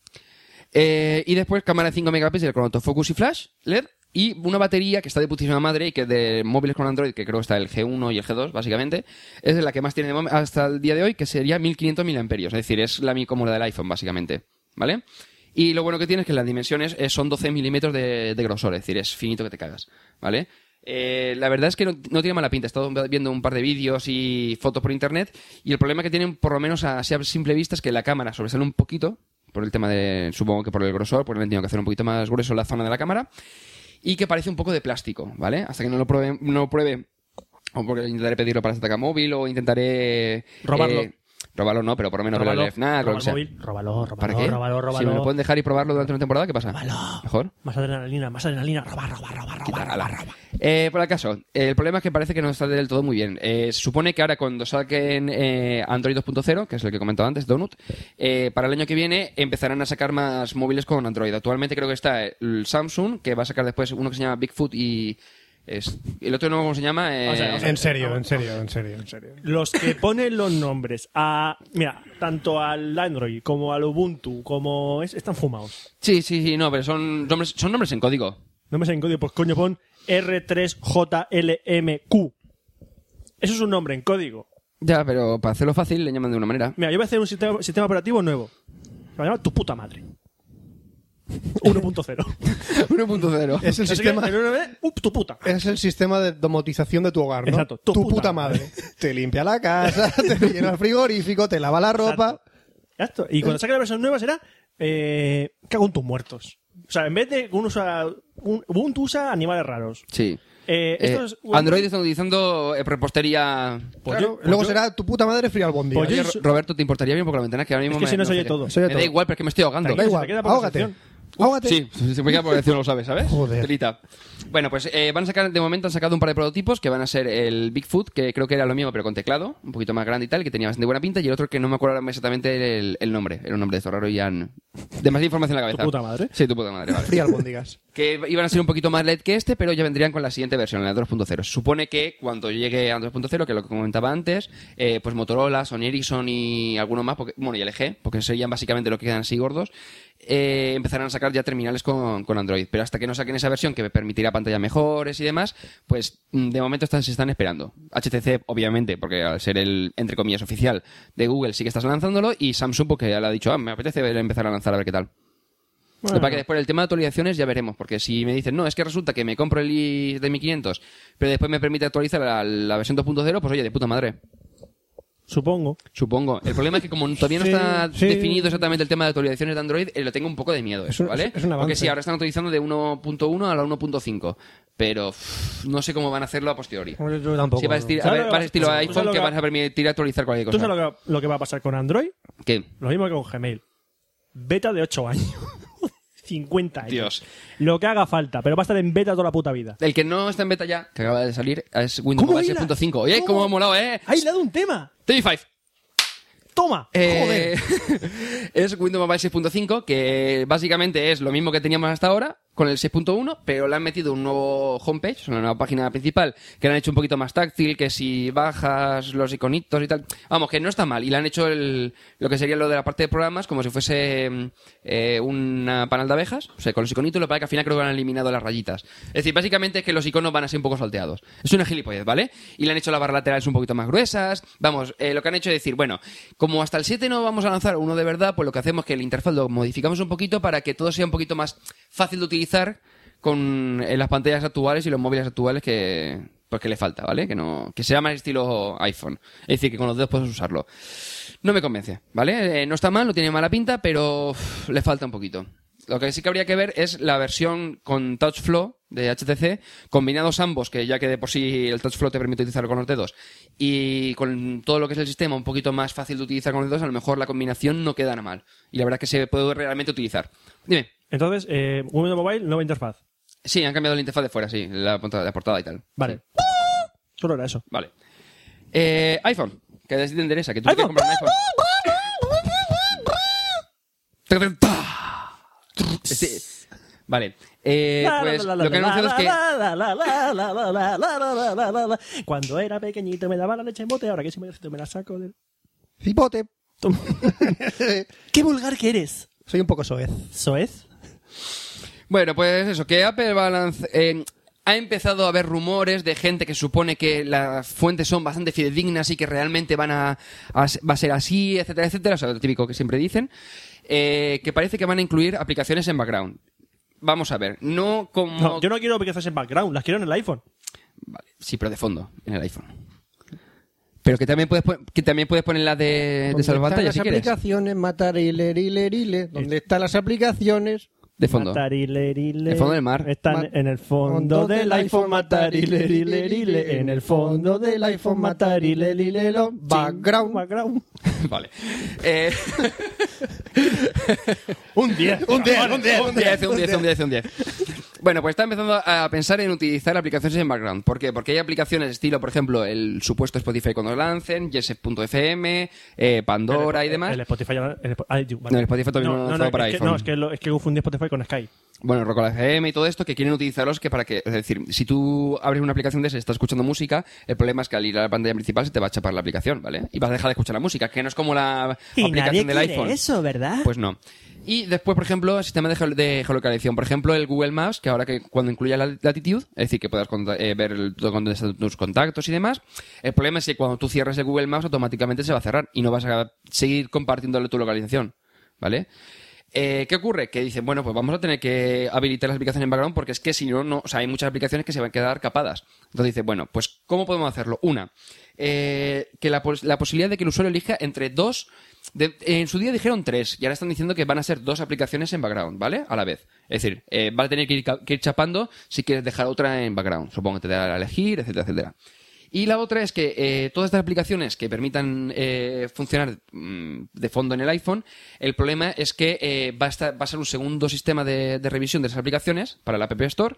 Eh, y después cámara de 5 megapíxeles con autofocus y flash, LED, y una batería que está de putísima madre y que de móviles con Android, que creo que está el G1 y el G2, básicamente, es de la que más tiene de mom- hasta el día de hoy, que sería 1500 miliamperios. Es decir, es la mi como la del iPhone, básicamente. ¿Vale? Y lo bueno que tiene es que las dimensiones eh, son 12 milímetros de, de grosor, es decir, es finito que te cagas. ¿Vale? Eh, la verdad es que no, no tiene mala pinta. He estado viendo un par de vídeos y fotos por internet y el problema que tienen, por lo menos así a simple vista, es que la cámara sobresale un poquito por el tema de, supongo que por el grosor, porque le han tenido que hacer un poquito más grueso la zona de la cámara y que parece un poco de plástico, ¿vale? Hasta que no lo pruebe, no lo pruebe o porque intentaré pedirlo para esta móvil o intentaré... Robarlo. eh, robarlo no, pero por lo menos robarlo en el FNAC Roba o lo que el sea. móvil. Róbalo, róbalo, ¿Para qué? róbalo, Si me róbalo. lo pueden dejar y probarlo durante una temporada, ¿qué pasa? Róbalo. Mejor. Más adrenalina, más adrenalina. Roba, roba, roba, roba, roba, roba. Eh, por acaso, el problema es que parece que no está del todo muy bien. Eh, se supone que ahora cuando saquen eh, Android 2.0, que es el que comentaba antes, Donut, eh, para el año que viene empezarán a sacar más móviles con Android. Actualmente creo que está el Samsung, que va a sacar después uno que se llama Bigfoot y... es- el otro no, ¿cómo se llama? Eh, O sea, o sea, En serio, en serio, en serio, en serio. Los que ponen los nombres a. Mira, tanto al Android como al Ubuntu, como. Es, están fumados. sí, sí, sí, no, pero son nombres, son nombres en código. Nombres en código, pues coño, pon R3JLMQ. Eso es un nombre en código. Ya, pero para hacerlo fácil le llaman de una manera. Mira, yo voy a hacer un sistema, sistema operativo nuevo. Lo llamo tu puta madre. 1.0. 1.0. Es el Así que, sistema. en una vez, up, tu puta. Es el sistema de domotización de tu hogar, ¿no? Exacto, tu puta madre. Te limpia la casa, te llena el frigorífico, te lava la ropa. Pues Exacto. Y cuando saque la versión nueva será eh, cago en tus muertos. O sea, en vez de uno usa un, Ubuntu usa animales raros. Sí. Eh, Eh, esto es- Android está utilizando eh, repostería... Pues Claro, yo- pues luego yo- será tu puta madre fría al bombilla. Pues yo- Oye, Ro- Roberto, ¿te importaría bien por la ventana? Que ahora mismo Es que me- si no se oye sé- todo. Se oye me todo. da igual, pero es que me estoy ahogando. da se igual, te queda por ahógate. sensación. Ahógate. Sí, se me queda por decirlo, lo sabes, ¿sabes? Joder. Telita. Bueno, pues eh, van a sacar, de momento han sacado un par de prototipos que van a ser el Bigfoot, que creo que era lo mismo pero con teclado, un poquito más grande y tal, que tenía bastante buena pinta, y el otro que no me acuerdo ahora exactamente el, el nombre, era un nombre de esto raro y han... Demasiada información en la cabeza. puta madre. Sí, tu puta madre, vale. Fría al albóndigas. Que iban a ser un poquito más LED que este, pero ya vendrían con la siguiente versión, la 2.0. Se supone que cuando llegue a 2.0, que es lo que comentaba antes, eh, pues Motorola, Sony Ericsson y alguno más, porque, bueno, y LG, porque serían básicamente los que quedan así gordos, eh, empezarán a sacar ya terminales con, con Android. Pero hasta que no saquen esa versión que permitirá pantallas mejores y demás, pues mm, de momento están, se están esperando. HTC, obviamente, porque al ser el, entre comillas, oficial de Google, sí que estás lanzándolo, y Samsung, porque ya le ha dicho, ah, me apetece ver- empezar a lanzar a ver qué tal. Bueno. Para que después el tema de actualizaciones ya veremos, porque si me dicen, no, es que resulta que me compro el i de 1500, pero después me permite actualizar la, la versión 2.0, pues oye, de puta madre, Supongo. supongo. El problema es que como todavía no Sí, está sí. definido exactamente el tema de actualizaciones de Android, eh, lo tengo un poco de miedo Es eso, un- ¿vale? es un avance. porque sí, ahora están actualizando de 1.1 a la 1.5, pero uff, no sé cómo van a hacerlo a posteriori. Pues Yo tampoco. Si va a esti- a ¿Sabes lo ver, que vas va- estilo tú sabes iPhone lo que que va- van a permitir actualizar cualquier ¿Tú cosa. sabes lo que, va- lo que va a pasar con Android? ¿Qué? Lo mismo que con Gmail. Beta de 8 años. 50 años. Dios. Lo que haga falta, pero va a estar en beta toda la puta vida. El que no está en beta ya, que acaba de salir, es Windows ¿Cómo Mobile hila? 6.5. Oye, ¿Cómo? ¿cómo? ha molado, eh? ¡Ahí le ha dado un tema! TV5. ¡Toma! Eh, es Windows Mobile 6.5, que básicamente es lo mismo que teníamos hasta ahora, con el 6.1, pero le han metido un nuevo homepage, una nueva página principal, que la han hecho un poquito más táctil, que si bajas los iconitos y tal. Vamos, que no está mal. Y le han hecho el, lo que sería lo de la parte de programas, como si fuese mm, eh, una panal de abejas, o sea, con los iconitos, lo que pasa es que al final creo que han eliminado las rayitas. Es decir, básicamente es que los iconos van a ser un poco salteados. Es una gilipollez, ¿vale? Y le han hecho las barras laterales un poquito más gruesas. Vamos, eh, lo que han hecho es decir, bueno, como hasta el 7 no vamos a lanzar uno de verdad, pues lo que hacemos es que la interfaz lo modificamos un poquito para que todo sea un poquito más fácil de utilizar con eh, las pantallas actuales y los móviles actuales que pues que le falta, ¿vale? Que no que sea más estilo iPhone. Es decir, que con los dedos puedes usarlo. No me convence, ¿vale? Eh, no está mal, no tiene mala pinta, pero uf, le falta un poquito. Lo que sí que habría que ver es la versión con Touch Flow de HTC, combinados ambos, que ya que de por sí el Touch Flow te permite utilizarlo con los dedos, y con todo lo que es el sistema un poquito más fácil de utilizar con los dedos, a lo mejor la combinación no queda nada mal. Y la verdad es que se puede realmente utilizar. Dime, Entonces, eh, Windows Mobile, nueva interfaz. sí, han cambiado la interfaz de fuera, sí, la, punta- la portada y tal. Vale. Solo era eso. Vale. Eh, iPhone, que a ti te interesa, que tú sí que iPhone. compras un iPhone. Este- Vale. Eh, La, la, pues la, la, lo que la, anuncio es la, que. la, la, la, la, la, la, la, la, la, la, la, la, la. Cuando era pequeñito me daba la leche en bote, ahora que soy mayorcito me la saco del. Cipote. Toma. ¡Qué vulgar que eres! Soy un poco soez. ¿Soez? Bueno, pues eso, que Apple va a lanz- eh, ha empezado a haber rumores de gente que supone que las fuentes son bastante fidedignas y que realmente van a, a s- va a ser así, etcétera, etcétera. O sea, lo típico que siempre dicen. eh, que parece que van a incluir aplicaciones en background. Vamos a ver, no como... No, yo no quiero aplicaciones en background, las quiero en el iPhone. Sí, pero de fondo, en el iPhone. Pero que también puedes, pon- que también puedes poner la de, de ¿Dónde salvapantalla, están si las quieres. aplicaciones, matar, hiler, hiler, hiler. ¿Dónde están las aplicaciones? De fondo. Matarilerile. El fondo del mar. Están Ma- en el fondo del iPhone, matarilerile. En el fondo del iPhone, matarilerilelo. Background. Background. vale. Eh, Un 10. Un 10, un 10, un 10, un 10, un 10, un 10. Bueno, pues está empezando a pensar en utilizar aplicaciones en background. ¿Por qué? Porque hay aplicaciones estilo, por ejemplo, el supuesto Spotify cuando lo lancen, Yeses.fm, eh, Pandora y demás. El Spotify. ya- el Spo- ah, yo- vale. No, el Spotify todavía no lo han lanzado es para que- iPhone. no, es que, lo- es que confundí Spotify con Sky. Bueno, Rocola FM y todo esto, que quieren utilizarlos que para que, es decir, si tú abres una aplicación de esa y estás escuchando música, el problema es que al ir a la pantalla principal se te va a chapar la aplicación, ¿vale? Y vas a dejar de escuchar la música, que no es como la aplicación del iPhone. ¿verdad? Pues no. Y después, por ejemplo, el sistema de, geo- de geolocalización. Por ejemplo, el Google Maps, que ahora que cuando incluya la latitud, es decir, que puedas conta- eh, ver el- todo dónde están tus contactos y demás, el problema es que cuando tú cierres el Google Maps automáticamente se va a cerrar y no vas a seguir compartiéndole tu localización. ¿Vale? Eh, ¿Qué ocurre? Que dicen, bueno, pues vamos a tener que habilitar las aplicaciones en background porque es que si no, no, o sea, hay muchas aplicaciones que se van a quedar capadas. Entonces dice, bueno, pues ¿cómo podemos hacerlo? Una, eh, que la, pos- la posibilidad de que el usuario elija entre dos, de- en su día dijeron tres y ahora están diciendo que van a ser dos aplicaciones en background, ¿vale? A la vez. Es decir, eh, va a tener que ir, ca- que ir chapando si quieres dejar otra en background. Supongo que te dará a elegir, etcétera, etcétera. Y la otra es que eh, todas estas aplicaciones que permitan eh, funcionar mm, de fondo en el iPhone, el problema es que eh, va, a estar- va a ser un segundo sistema de, de revisión de esas aplicaciones para la App Store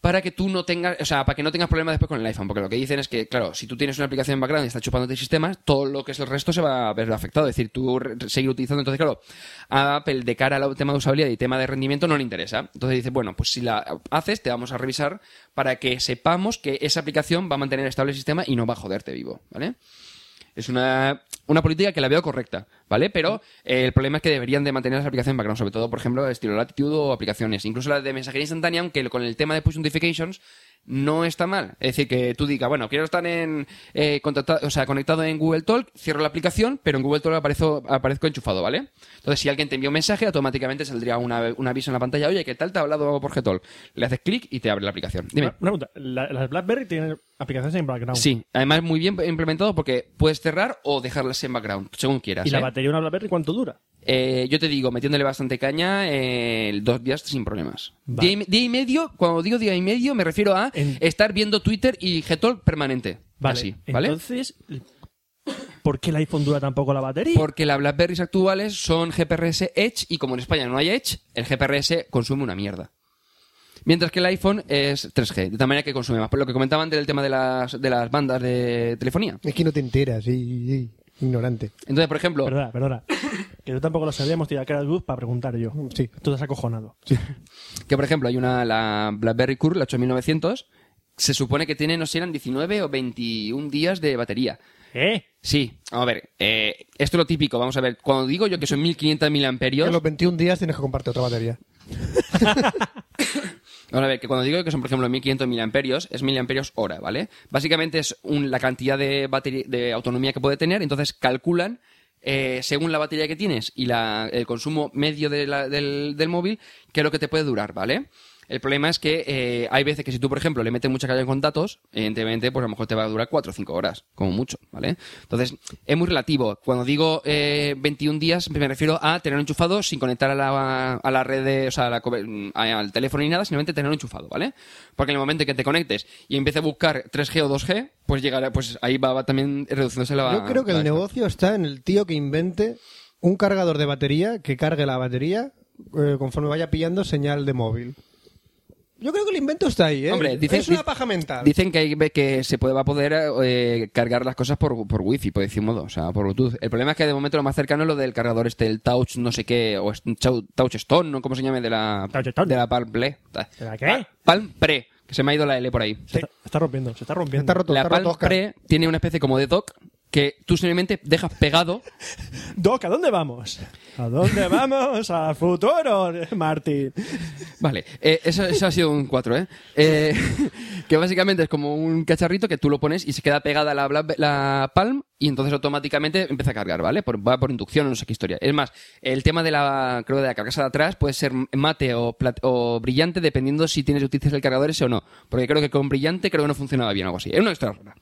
para que tú no tengas, o sea, para que no tengas problemas después con el iPhone, porque lo que dicen es que, claro, si tú tienes una aplicación en background y está chupándote sistemas, todo lo que es el resto se va a ver afectado, es decir, tú re- seguir utilizando, entonces, claro, a Apple de cara al tema de usabilidad y tema de rendimiento no le interesa, entonces dice, bueno, pues si la haces, te vamos a revisar para que sepamos que esa aplicación va a mantener estable el sistema y no va a joderte vivo, ¿vale? Es una, una política que la veo correcta, ¿vale? Pero eh, el problema es que deberían de mantener las aplicaciones en background, sobre todo, por ejemplo, estilo Latitude o aplicaciones. Incluso la de mensajería instantánea, aunque con el tema de push notifications no está mal. Es decir, que tú digas, bueno, quiero estar en eh, contacta- o sea, conectado en Google Talk, cierro la aplicación, pero en Google Talk aparezco, aparezco enchufado, ¿vale? Entonces, si alguien te envía un mensaje, automáticamente saldría una- un aviso en la pantalla, oye, ¿qué tal? Te ha hablado por Gtalk. Le haces clic y te abre la aplicación. Dime. Una pregunta. ¿la- ¿Las BlackBerry tienen aplicaciones en background? Sí, además muy bien implementado porque puedes cerrar o dejarlas en background, según quieras. ¿Y la ¿eh? batería de una BlackBerry cuánto dura? Eh, yo te digo, metiéndole bastante caña, eh, dos días sin problemas. Vale. Día, y, me- día y medio, cuando digo día y medio, me refiero a En- estar viendo Twitter y Gtalk permanente. Vale. Así, ¿vale? Entonces, ¿por qué el iPhone dura tan poco la batería? Porque las BlackBerries actuales son GPRS Edge y como en España no hay Edge, el GPRS consume una mierda. Mientras que el iPhone es 3G, de tal manera que consume más. Por lo que comentaban del tema de las, de las bandas de telefonía. Es que no te enteras, y, y- y- ignorante. Entonces, por ejemplo, Perdona, perdona. que yo tampoco lo sabíamos, tía, que era el bus para preguntar yo. Sí. Tú te has acojonado. Que por ejemplo hay una, la BlackBerry Curve, la 8900, se supone que tiene, no sé, eran 19 o 21 días de batería. ¿Eh? Sí, vamos a ver, eh, esto es lo típico, vamos a ver, cuando digo yo que son 1500 mil Que a amperios, los 21 días tienes que comprarte otra batería. vamos a ver, que cuando digo que son por ejemplo 1500 mil amperios, es mil amperios hora, ¿vale? Básicamente es un- la cantidad de, bateri- de autonomía que puede tener, entonces calculan eh, según la batería que tienes y la- el consumo medio de la- del, del móvil, qué es lo que te puede durar, ¿vale? El problema es que eh, hay veces que si tú, por ejemplo, le metes mucha calle con datos, evidentemente, pues a lo mejor te va a durar 4 o 5 horas, como mucho, ¿vale? Entonces, es muy relativo. Cuando digo eh, 21 días, me refiero a tenerlo enchufado sin conectar a la, a la red, de- o sea, a la cobe- a- al teléfono ni nada, simplemente tenerlo enchufado, ¿vale? Porque en el momento en que te conectes y empieces a buscar 3G o 2G, pues llegará, pues ahí va, va también reduciéndose la... Yo creo que la- el negocio está en el tío que invente un cargador de batería que cargue la batería eh, conforme vaya pillando señal de móvil. Yo creo que el invento está ahí, ¿eh? Hombre, dicen, es una dic- paja mental. Dicen que, hay- que se puede, va a poder eh, cargar las cosas por, por wifi, por decir un modo, o sea, por Bluetooth. El problema es que de momento lo más cercano es lo del cargador este, el Touch no sé qué, o es- Chau- Touch Stone, ¿no? ¿Cómo se llame? De la, Touch Stone. de la Palm Pre. Ta- ¿De la qué? Pa- Palm Pre, que se me ha ido la L por ahí. Se está, está rompiendo, se está rompiendo. Está roto, la está Palm roto, Oscar. Pre tiene una especie como de dock que tú simplemente dejas pegado Doc, ¿a dónde vamos? ¿A dónde vamos? Al futuro, Martín. Vale, eh, eso, eso ha sido un 4, ¿eh? Eh, Que básicamente es como un cacharrito que tú lo pones y se queda pegada la, Bla- la Palm y entonces automáticamente empieza a cargar, ¿vale? Por, va por inducción o no sé qué historia. Es más, el tema de la, creo, de la carcasa de atrás puede ser mate o, plat- o brillante dependiendo si tienes utilizas el cargador ese o no. Porque creo que con brillante creo que no funcionaba bien o algo así. Era una extra rara.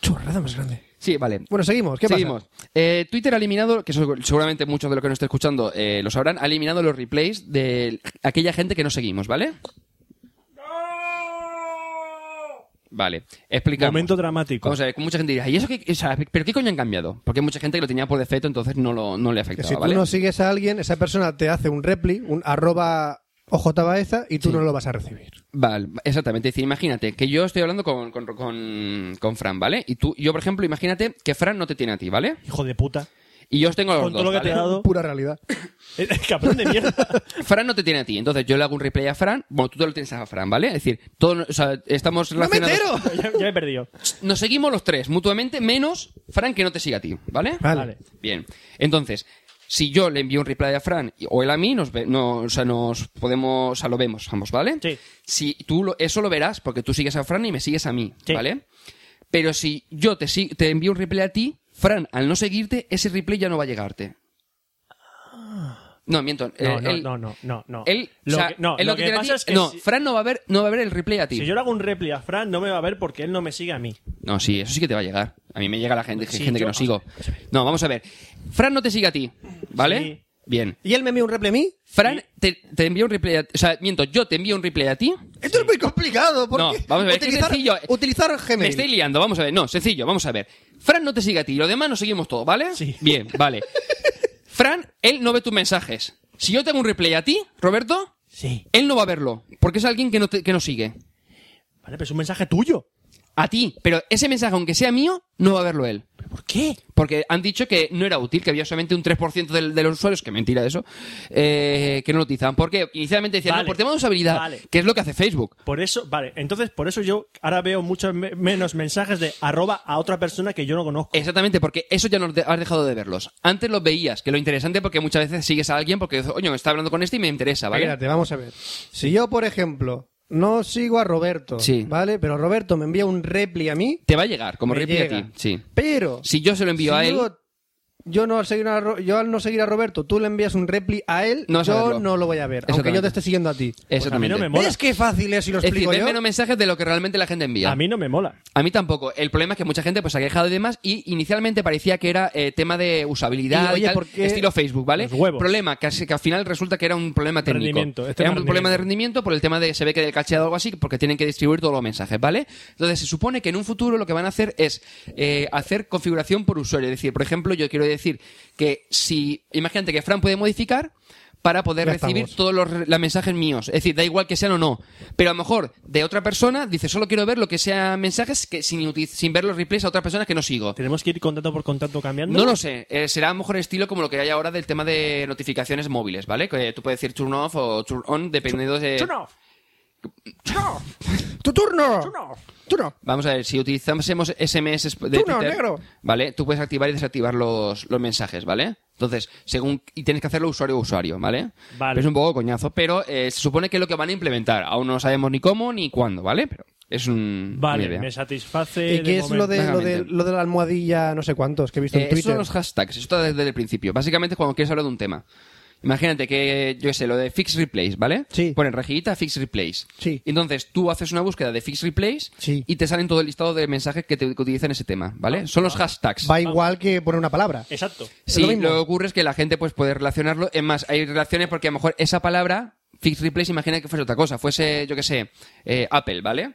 Chorrada más grande. Sí, vale. Bueno, seguimos. ¿Qué Seguimos. Eh, Twitter ha eliminado, que eso seguramente muchos de los que nos estén escuchando eh, lo sabrán, ha eliminado los replays de aquella gente que no seguimos, ¿vale? Vale, explicamos. Momento dramático. Vamos a ver, mucha gente dirá, ¿y eso qué, o sea, pero qué coño han cambiado? Porque hay mucha gente que lo tenía por defecto, entonces no, lo, no le Que afectaba, si tú ¿vale? no sigues a alguien, esa persona te hace un repli, un arroba ojbaeza, y tú no lo vas a recibir. Vale, exactamente. Es decir, imagínate que yo estoy hablando con, con, con, con Fran, ¿vale? Y tú, yo, por ejemplo, imagínate que Fran no te tiene a ti, ¿vale? Hijo de puta. Y yo os tengo a los Con todo dos, lo que te ¿vale? ha dado. Eh, Pura realidad. Cabrón de mierda. Fran no te tiene a ti, entonces yo le hago un replay a Fran. Bueno, tú te lo tienes a Fran, ¿vale? Es decir, todo, o sea, estamos relacionados. ya, ya me he perdido. Nos seguimos los tres mutuamente, menos Fran que no te siga a ti, ¿vale? Vale. Vale. Bien. Entonces, si yo le envío un reply a Fran y- o él a mí, nos, ve- no, o sea, nos podemos, o sea, lo vemos ambos, ¿vale? Sí. Si tú lo- eso lo verás porque tú sigues a Fran y me sigues a mí, Sí. ¿vale? Pero si yo te, si- te envío un replay a ti, Fran, al no seguirte, ese replay ya no va a llegarte. No, miento. Ah. No, eh, no, él- no, no, no, no. Él, Lo o sea, que- no, él lo lo que que tiene a pasa ti- es que no, si- Fran no va a ver, no va a ver el replay a ti. Si yo le hago un repli a Fran, no me va a ver porque él no me sigue a mí. No, sí, eso sí que te va a llegar. A mí me llega la gente, Sí, gente que yo- no sigo. No, vamos a ver. Fran no te sigue a ti, ¿vale? Sí. Bien. ¿Y él me envía un repli a mí? Fran te, te envía un replay a O sea, miento, yo te envío un replay a ti. Esto es muy complicado. ¿por No, qué? vamos a ver, es que es Utilizar, sencillo. utilizar Gmail. Me estoy liando, vamos a ver. No, sencillo, vamos a ver. Fran no te sigue a ti, lo demás nos seguimos todo, ¿vale? Sí. Bien, vale. Fran, él no ve tus mensajes. Si yo tengo un replay a ti, Roberto, Sí. él no va a verlo, porque es alguien que no, te- que no sigue. Vale, pero es un mensaje tuyo. A ti, pero ese mensaje, aunque sea mío, no va a verlo él. ¿Pero por qué? Porque han dicho que no era útil, que había solamente un 3% del- de los usuarios, que mentira eso, eh, que no lo utilizaban. Porque inicialmente decían, Vale. no, pues por tema de usabilidad, Vale. que es lo que hace Facebook. Por eso, vale, entonces por eso yo ahora veo muchos me- menos mensajes de arroba a otra persona que yo no conozco. Exactamente, porque eso ya no de- has dejado de verlos. Antes los veías, que lo interesante porque muchas veces sigues a alguien porque, oye, me está hablando con este y me interesa, ¿vale? Espérate, vamos a ver. Si yo, por ejemplo, no sigo a Roberto, Sí. ¿vale? Pero Roberto me envía un repli a mí, Te va a llegar, como me repli a llega. ti. Sí. Pero... Si yo se lo envío si a él, Yo, yo no al seguir a, Ro- yo al no seguir a Roberto, tú le envías un repli a él, No vas a yo verlo. no lo voy a ver, aunque yo Exactamente. te esté siguiendo pues a ti. exactamente. no me mola. ¿Ves qué fácil es si lo es decir, explico ven yo? menos mensajes de lo que realmente la gente envía. A mí no me mola. A mí tampoco. El problema es que mucha gente pues se ha quejado y demás y inicialmente parecía que era eh, tema de usabilidad Y, oye, y tal, ¿por qué estilo Facebook, ¿vale? los huevos? Problema que, as- que al final resulta que era un problema técnico. Rendimiento, este era un rendimiento. problema de rendimiento por el tema de se ve que del cacheado o algo así porque tienen que distribuir todos los mensajes, ¿vale? Entonces se supone que en un futuro lo que van a hacer es eh, hacer configuración por usuario. Es decir, por ejemplo, yo quiero decir que si imagínate que Fran puede modificar para poder Ya recibir estamos. todos los, los mensajes míos. Es decir, da igual que sean o no. Pero a lo mejor de otra persona dice, solo quiero ver lo que sea mensajes que sin, uti- sin ver los replays a otras personas que no sigo. Tenemos que ir contacto por contacto cambiando. No lo sé, Eh, será a lo mejor estilo como lo que hay ahora del tema de notificaciones móviles, ¿vale? Que tú puedes decir turn off o turn on dependiendo de... Turn off. ¡Tu turno! Turn off. ¡Tu turno! Vamos a ver, si utilizásemos SMS de Turn Twitter, on, negro. ¿vale? Tú puedes activar y desactivar los, los mensajes, ¿vale? Entonces, según... Y tienes que hacerlo usuario a usuario, ¿vale? Vale. Pero es un poco coñazo, pero eh, se supone que es lo que van a implementar. Aún no sabemos ni cómo ni cuándo, ¿vale? Pero es un... Vale, una idea. Eh, me satisface. ¿Y qué es lo de, lo, de, Vagamente. lo de la almohadilla no sé cuántos que he visto Eh, en esos Twitter? son los hashtags, esto está desde el principio. Básicamente cuando quieres hablar de un tema. Imagínate que, yo qué sé, lo de fix replays, ¿vale? Sí. Ponen rejillita fix replays. Sí. Entonces tú haces una búsqueda de fix replays Sí. y te salen todo el listado de mensajes que, te, que utilizan ese tema, Ah, ¿vale? Son los hashtags. Va igual que poner una palabra. Eh, Exacto. Sí, lo lo, mismo. que ocurre es que la gente pues puede relacionarlo. Es más, hay relaciones porque a lo mejor esa palabra, fix replays, imagina que fuese otra cosa. Fuese, yo qué sé, eh, Apple, ¿vale?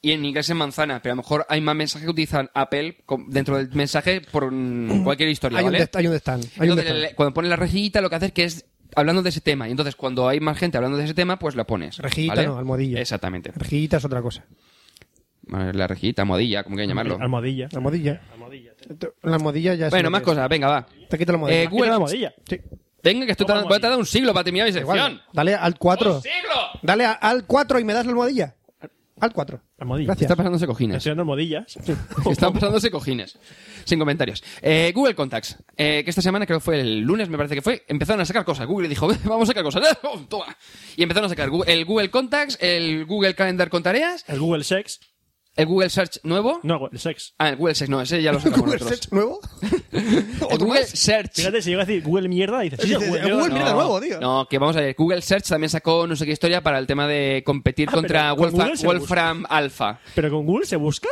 Y en inglés es manzana, pero a lo mejor hay más mensajes que utilizan Apple con- dentro del mensaje por mm, cualquier historia, hay, un ¿vale? dest- hay un stand. Hay un Entonces, stand. le- cuando pones la rejillita, lo que haces que es hablando de ese tema. Y entonces, cuando hay más gente hablando de ese tema, pues la pones. Rejillita ¿vale? no, almohadilla. Exactamente. Rejillita es otra cosa. Bueno, La rejita, modilla, como quieran llamarlo. Almohadilla. La almohadilla. La almohadilla ya es Bueno, lo más que es. cosas, venga, va. Te quita la almohadilla. Eh, Google- modilla. Sí. Venga, que estoy tardando- voy a tardar un siglo para terminar mi Igual, sección. dale al 4. ¡Un siglo! Dale a- al 4 y me das la almohadilla. Al 4. Almohadilla. Gracias. Está pasándose cojines. Estoy dando modillas. Están pasándose cojines. Sin comentarios. Eh, Google Contacts. eh, que esta semana, creo que fue el lunes, me parece que fue, empezaron a sacar cosas. Google dijo, vamos a sacar cosas. Oh, Toma. Y empezaron a sacar Gu- el Google Contacts, el Google Calendar con tareas, El Google Sex. el Google Search nuevo. No, el Sex. Ah, el Google Search, no, ese ya lo sacamos ¿Google nosotros. Search nuevo? El ¿Otro Google más? Search. Fíjate, si llega a decir Google mierda, dices. Sí, Dices, Google Google mierda. mierda nuevo, tío. No, que vamos a ver. Google Search también sacó no sé qué historia para el tema de competir Ah, contra pero con Wolfra- Google se Wolfram Alpha. ¿Pero con Google se busca?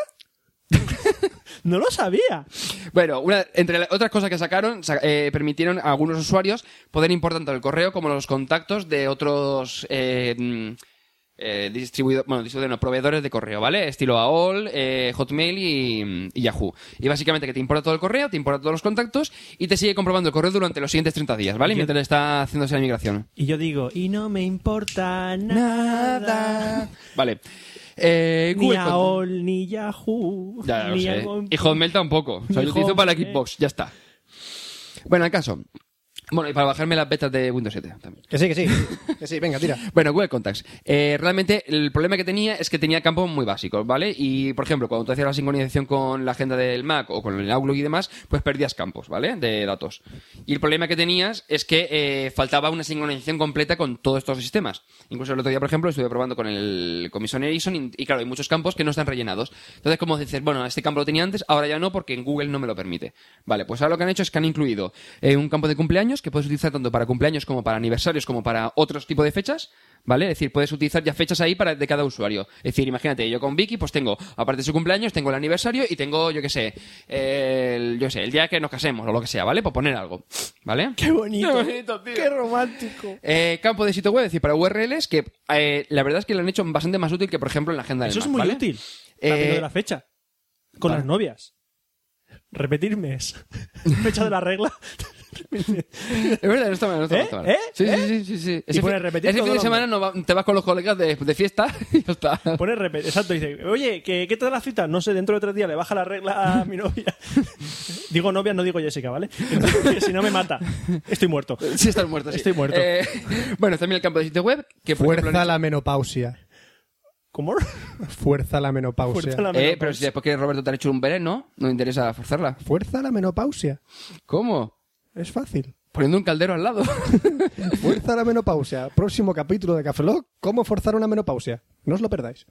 no lo sabía. Bueno, una- entre la- otras cosas que sacaron, sa- eh, permitieron a algunos usuarios poder importar tanto el correo como los contactos de otros eh, mm, eh, distribuido- bueno, distribuidores, no, proveedores de correo, ¿vale? Estilo AOL, eh, Hotmail y, y Yahoo. Y básicamente que te importa todo el correo, te importa todos los contactos y te sigue comprobando el correo durante los siguientes 30 días, ¿vale? Mientras está haciéndose la migración. Y yo digo, y no me importa nada. Vale. Eh, Ni Google Contact- AOL, ni Yahoo. Ya, ya lo ni sé. algo- Y Hotmail tampoco. O sea, Ni yo lo utilizo para la Hotmail. Xbox, ya está. Bueno, al caso. Bueno, y para bajarme las betas de Windows 7 también. Que sí, que sí. Que sí, venga, tira. Bueno, Google Contacts. Eh, realmente el problema que tenía es que tenía campos muy básicos, ¿vale? Y, por ejemplo, cuando tú hacías la sincronización con la agenda del Mac o con el Outlook y demás, pues perdías campos, ¿vale? De datos. Y el problema que tenías es que eh, faltaba una sincronización completa con todos estos sistemas. Incluso el otro día, por ejemplo, estuve probando con el Commission Ericsson y, y, claro, hay muchos campos que no están rellenados. Entonces, como dices, bueno, este campo lo tenía antes, ahora ya no porque en Google no me lo permite. Vale, pues ahora lo que han hecho es que han incluido eh, un campo de cumpleaños que puedes utilizar tanto para cumpleaños como para aniversarios como para otros tipos de fechas. ¿Vale? Es decir, puedes utilizar ya fechas ahí para de cada usuario. Es decir, imagínate, yo con Vicky, pues tengo, aparte de su cumpleaños, tengo el aniversario y tengo, yo qué sé, el, yo qué sé, el día que nos casemos o lo que sea, ¿vale? Por poner algo. ¿Vale? Qué bonito. Qué bonito, tío. Qué romántico. Eh, campo de sitio web, es decir, para URLs, que eh, la verdad es que lo han hecho bastante más útil que, por ejemplo, en la agenda del Eso es Mac, muy ¿vale? útil. Eh, También lo de la fecha. Con vale. las novias. Repetir mes. Fecha de la regla. Es verdad, no está mal, no está mal. ¿Eh? está mal. ¿Eh? Sí, ¿Eh? sí, sí, sí, sí. Ese, pones fin- repetir ese todo fin de el semana no va- te vas con los colegas de, de fiesta y ya está. Pone repetir. Exacto. Dice, oye, ¿qué, ¿qué tal la cita? No sé, dentro de tres días le baja la regla a mi novia. digo novia, no digo Jessica, ¿vale? Entonces, si no me mata, estoy muerto. Sí, estás muerto. sí. Estoy muerto. Eh, bueno, también el campo de sitio web, que por ejemplo, Fuerza han la menopausia. ¿Cómo? Fuerza la menopausia. Fuerza la pues, hecho- Eh, menopausia. pero si después que Roberto te han hecho un vereno, no me interesa forzarla. Fuerza la menopausia. ¿Cómo? Es fácil. Poniendo un caldero al lado. Fuerza la menopausia. Próximo capítulo de Café Lock, ¿Cómo forzar una menopausia? No os lo perdáis.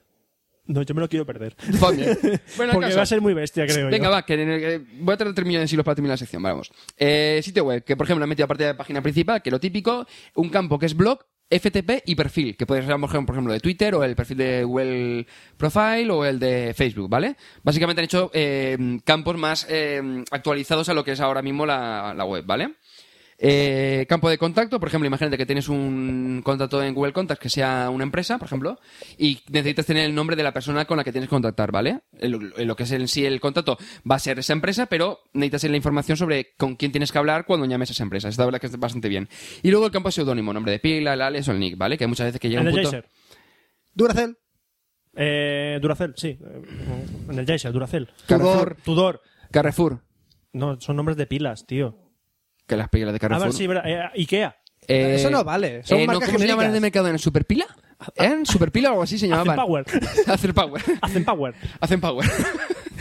No, yo me lo quiero perder. También. Bueno, el Porque caso. va a ser muy bestia, creo Venga, yo. va, que en el- eh, voy a tratar de terminar en siglos para terminar la sección, vamos. Eh, sitio web, que por ejemplo han metido aparte de la página principal, que lo típico, un campo que es blog, FTP y perfil, que puede ser a lo mejor, por ejemplo, de Twitter o el perfil de Google Profile o el de Facebook, ¿vale? Básicamente han hecho eh, campos más eh, actualizados a lo que es ahora mismo la, la web, ¿vale? Eh, campo de contacto, por ejemplo, imagínate que tienes un contacto en Google Contacts que sea una empresa, por ejemplo, y necesitas tener el nombre de la persona con la que tienes que contactar, ¿vale? El- el- lo que es en sí el contacto va a ser esa empresa, pero necesitas la información sobre con quién tienes que hablar cuando llames a esa empresa. Esta verdad que es bastante bien. Y luego el campo seudónimo, nombre de pila, el alias o el nick, ¿vale? Que hay muchas veces que llega En el un punto... Jaser. Duracell. Eh, Duracel, sí. Eh, En el Jaser, Duracel. Carrefour. Tudor. Carrefour. No, son nombres de pilas, tío. Que las pilas de A Carrefour. ver si... eh, Ikea. Eh, Eso no vale. Son eh, ¿no? marcas ¿Cómo se llaman el de genéricas. mercado? ¿En Superpila? ¿En Superpila o algo así se Hacen llamaban? power. Hacer power. Hacen power. Hacen power.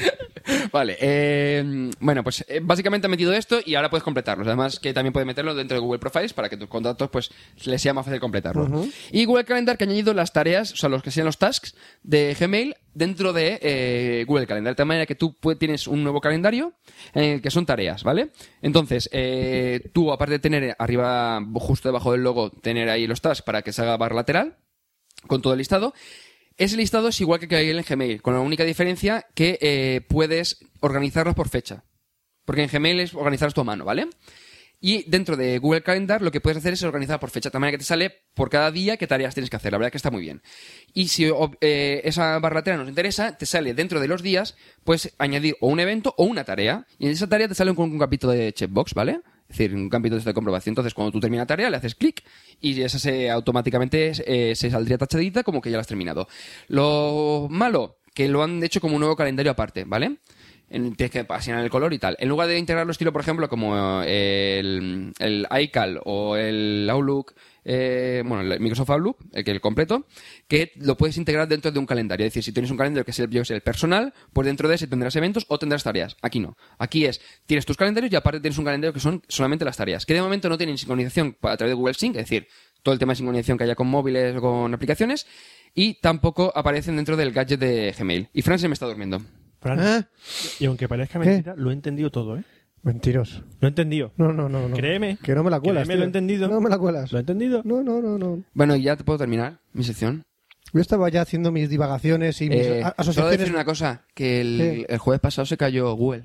vale. eh, bueno, pues eh, básicamente ha metido esto y ahora puedes completarlos. Además que también puedes meterlo dentro de Google Profiles para que tus contactos pues les sea más fácil completarlo. Y Google Calendar que ha añadido las tareas, o sea, los que sean los tasks de Gmail dentro de eh, Google Calendar. De tal manera que tú pue- tienes un nuevo calendario en el que son tareas, ¿vale? Entonces, eh, tú aparte de tener arriba, justo debajo del logo, tener ahí los tasks para que salga barra lateral, con todo el listado. Ese listado es igual que el que hay en el Gmail, con la única diferencia que eh, puedes organizarlos por fecha. Porque en Gmail es organizarlos tu mano, ¿vale? Y dentro de Google Calendar lo que puedes hacer es organizar por fecha, de tal manera que te sale por cada día qué tareas tienes que hacer. La verdad es que está muy bien. Y si ob- eh, esa barratera nos interesa, te sale dentro de los días, puedes añadir o un evento o una tarea. Y en esa tarea te sale con un capítulo de checkbox, ¿vale? Es Es decir, un campito de comprobación. Entonces, cuando tú terminas la tarea, le haces clic y esa se automáticamente eh, se saldría tachadita como que ya la has terminado. Lo malo, que lo han hecho como un nuevo calendario aparte, ¿vale? En- Tienes que asignar el color y tal. En lugar de integrarlo estilo, por ejemplo, como eh, el, el iCal o el Outlook, eh, bueno, el Microsoft Outlook, el, que el completo, que lo puedes integrar dentro de un calendario. Es decir, si tienes un calendario que es el, yo que sé, el personal, pues dentro de ese tendrás eventos o tendrás tareas. Aquí no. Aquí es, tienes tus calendarios y aparte tienes un calendario que son solamente las tareas, que de momento no tienen sincronización a través de Google Sync, es decir, todo el tema de sincronización que haya con móviles o con aplicaciones, y tampoco aparecen dentro del gadget de Gmail. Y Fran se me está durmiendo. Fran, Y aunque parezca ¿Eh? ¿Qué? mentira, lo he entendido todo, ¿eh? Mentiros. Lo he entendido. No, no, no, no. Créeme. Que no me la cuelas. Créeme, lo he tío. entendido. No me la cuelas. ¿Lo he entendido? No, no, no, no. Bueno, y ya te puedo terminar mi sección. Yo estaba ya haciendo mis divagaciones y mis Eh, a- solo asociaciones. decir una cosa, que el, Sí. el jueves pasado se cayó Google.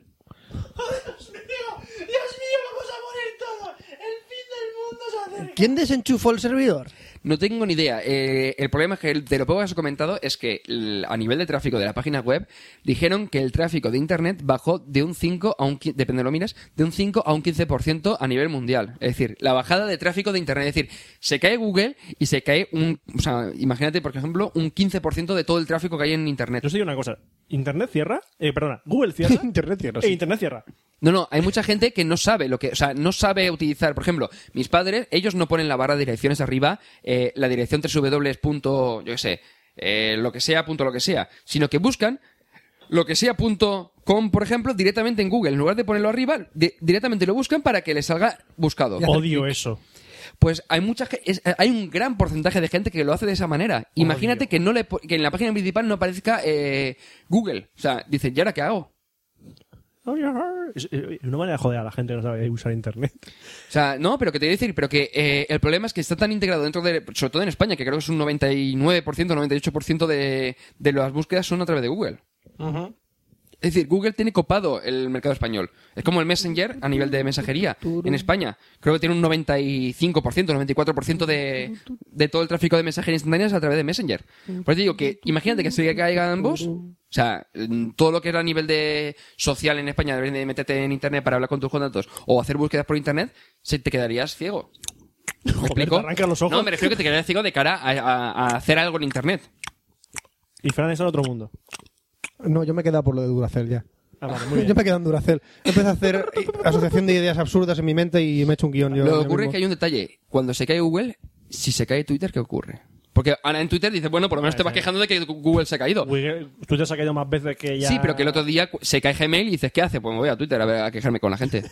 ¿Quién desenchufó el servidor? No tengo ni idea. Eh, el problema es que, el- de lo poco que has comentado, es que el- a nivel de tráfico de la página web, dijeron que el tráfico de Internet bajó de un 5 a un, qui- depende de lo mires, de un 5 a un 15% a nivel mundial. Es decir, la bajada de tráfico de Internet. Es decir, se cae Google y se cae un, o sea, imagínate, por ejemplo, un 15% de todo el tráfico que hay en Internet. Yo os digo una cosa. Internet cierra. Eh, perdona. Google cierra. Internet cierra, E sí. Internet cierra. No, no, hay mucha gente que no sabe lo que, o sea, no sabe utilizar, por ejemplo, mis padres, ellos no ponen la barra de direcciones arriba, eh, la dirección www. punto, yo qué sé, eh, lo que sea, punto lo que sea, sino que buscan lo que sea punto com, por ejemplo, directamente en Google, en lugar de ponerlo arriba, di- directamente lo buscan para que les salga buscado. Odio eso. Pues hay mucha ge- es- hay un gran porcentaje de gente que lo hace de esa manera. Imagínate que no le po- que en la página principal no aparezca eh, Google, o sea, dicen, ¿y ahora qué hago? Es eh, una manera de joder a la gente que no sabe usar Internet. O sea, no, pero que te voy a decir, pero que eh, el problema es que está tan integrado dentro de, sobre todo en España, que creo que es un 99%, 98% de, de las búsquedas son a través de Google. Es decir, Google tiene copado el mercado español. Es como el Messenger a nivel de mensajería en España. Creo que tiene un 95%, 94% de, de todo el tráfico de mensajería instantáneas a través de Messenger. Por eso te digo que imagínate que se caiga ambos. O sea, mm, todo lo que era a nivel de social en España, de meterte en Internet para hablar con tus contactos o hacer búsquedas por Internet, se te quedarías ciego. ¿Me explico? te arrancan los ojos. No, me refiero que te quedarías ciego de cara a, a- a hacer algo en Internet. Y Fran está en otro mundo. No, yo me he quedado por lo de Duracell ya. Ah, vale, muy Yo bien. me he quedado en Duracell. Empecé a hacer eh, asociación de ideas absurdas en mi mente y me he hecho un guión. yo Lo ahora que ocurre es mismo. que hay un detalle. Cuando se cae Google, si se cae Twitter, ¿qué ocurre? Porque ahora en Twitter dices, bueno, por lo menos te vas quejando de que Google se ha caído. Google, tú te has caído más veces que ya. Sí, pero que el otro día cu- se cae Gmail y dices, ¿qué hace? Pues me voy a Twitter a, ver, a quejarme con la gente.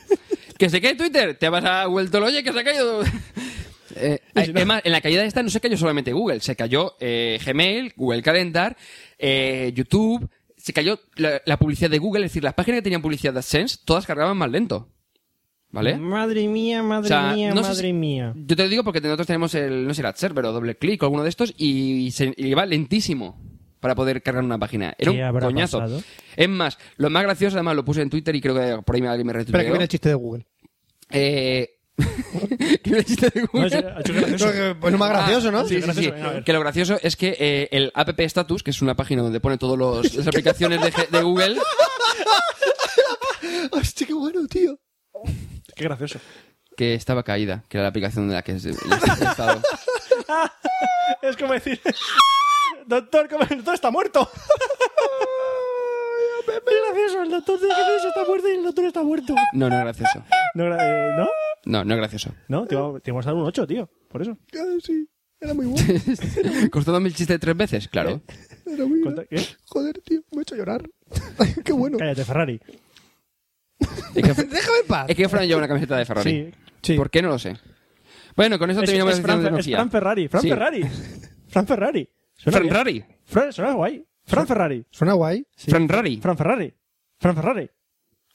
que se cae Twitter, te vas a vuelto oye que se ha caído. Eh, eh, es más, en la caída esta no se cayó solamente Google, se cayó eh, Gmail, Google Calendar, eh, YouTube, se cayó la, la publicidad de Google, es decir, las páginas que tenían publicidad de AdSense, todas cargaban más lento. ¿Vale? Madre mía, madre O sea, mía, no sé madre si- mía. Yo te lo digo porque nosotros tenemos el, no sé, el AdSense, pero doble clic o alguno de estos y, se, y va lentísimo para poder cargar una página. Era ¿Qué un habrá coñazo. pasado? Es más, lo más gracioso, además lo puse en Twitter y creo que por ahí alguien me Espera, que retuiteó. viene el chiste de Google. Eh... ¿Qué me dijiste de Google? No, sí, ha hecho gracioso. No, que- Bueno, más gracioso, Ah, ¿no? Sí, sí, Gracioso, sí. venga, a ver. Que lo gracioso es que eh, el app status, que es una página donde pone todas los- las aplicaciones de, G- de Google, Hostia, qué bueno, tío. Qué gracioso. que estaba caída, que era la aplicación de la que es- he estado. Es como decir, doctor, como el doctor está muerto. Qué gracioso, el doctor de gracioso está muerto y el doctor está muerto. No, no es gracioso. No, gra- eh, ¿no? No, no es gracioso. No, te vamos, te vamos a dar un 8, tío. Por eso. Ah, sí, era muy bueno. ¿Cortándome el chiste tres veces? Claro. Era muy bueno. Conta- ¿qué? Joder, tío, me he hecho llorar. qué bueno. Cállate, Ferrari. Es que, Déjame en paz. es que Fran lleva una camiseta de Ferrari. Sí. Sí. ¿Por qué no lo sé? Bueno, con eso Es, terminamos es la sección Fran, Fer- de es tecnología. Fran Ferrari. Fran Sí. Ferrari. Fran Ferrari. Suena Fran bien. Ferrari. Fran, suena guay. Fran Ferrari. Suena guay. Fran Ferrari. Fran Ferrari. Fran Ferrari.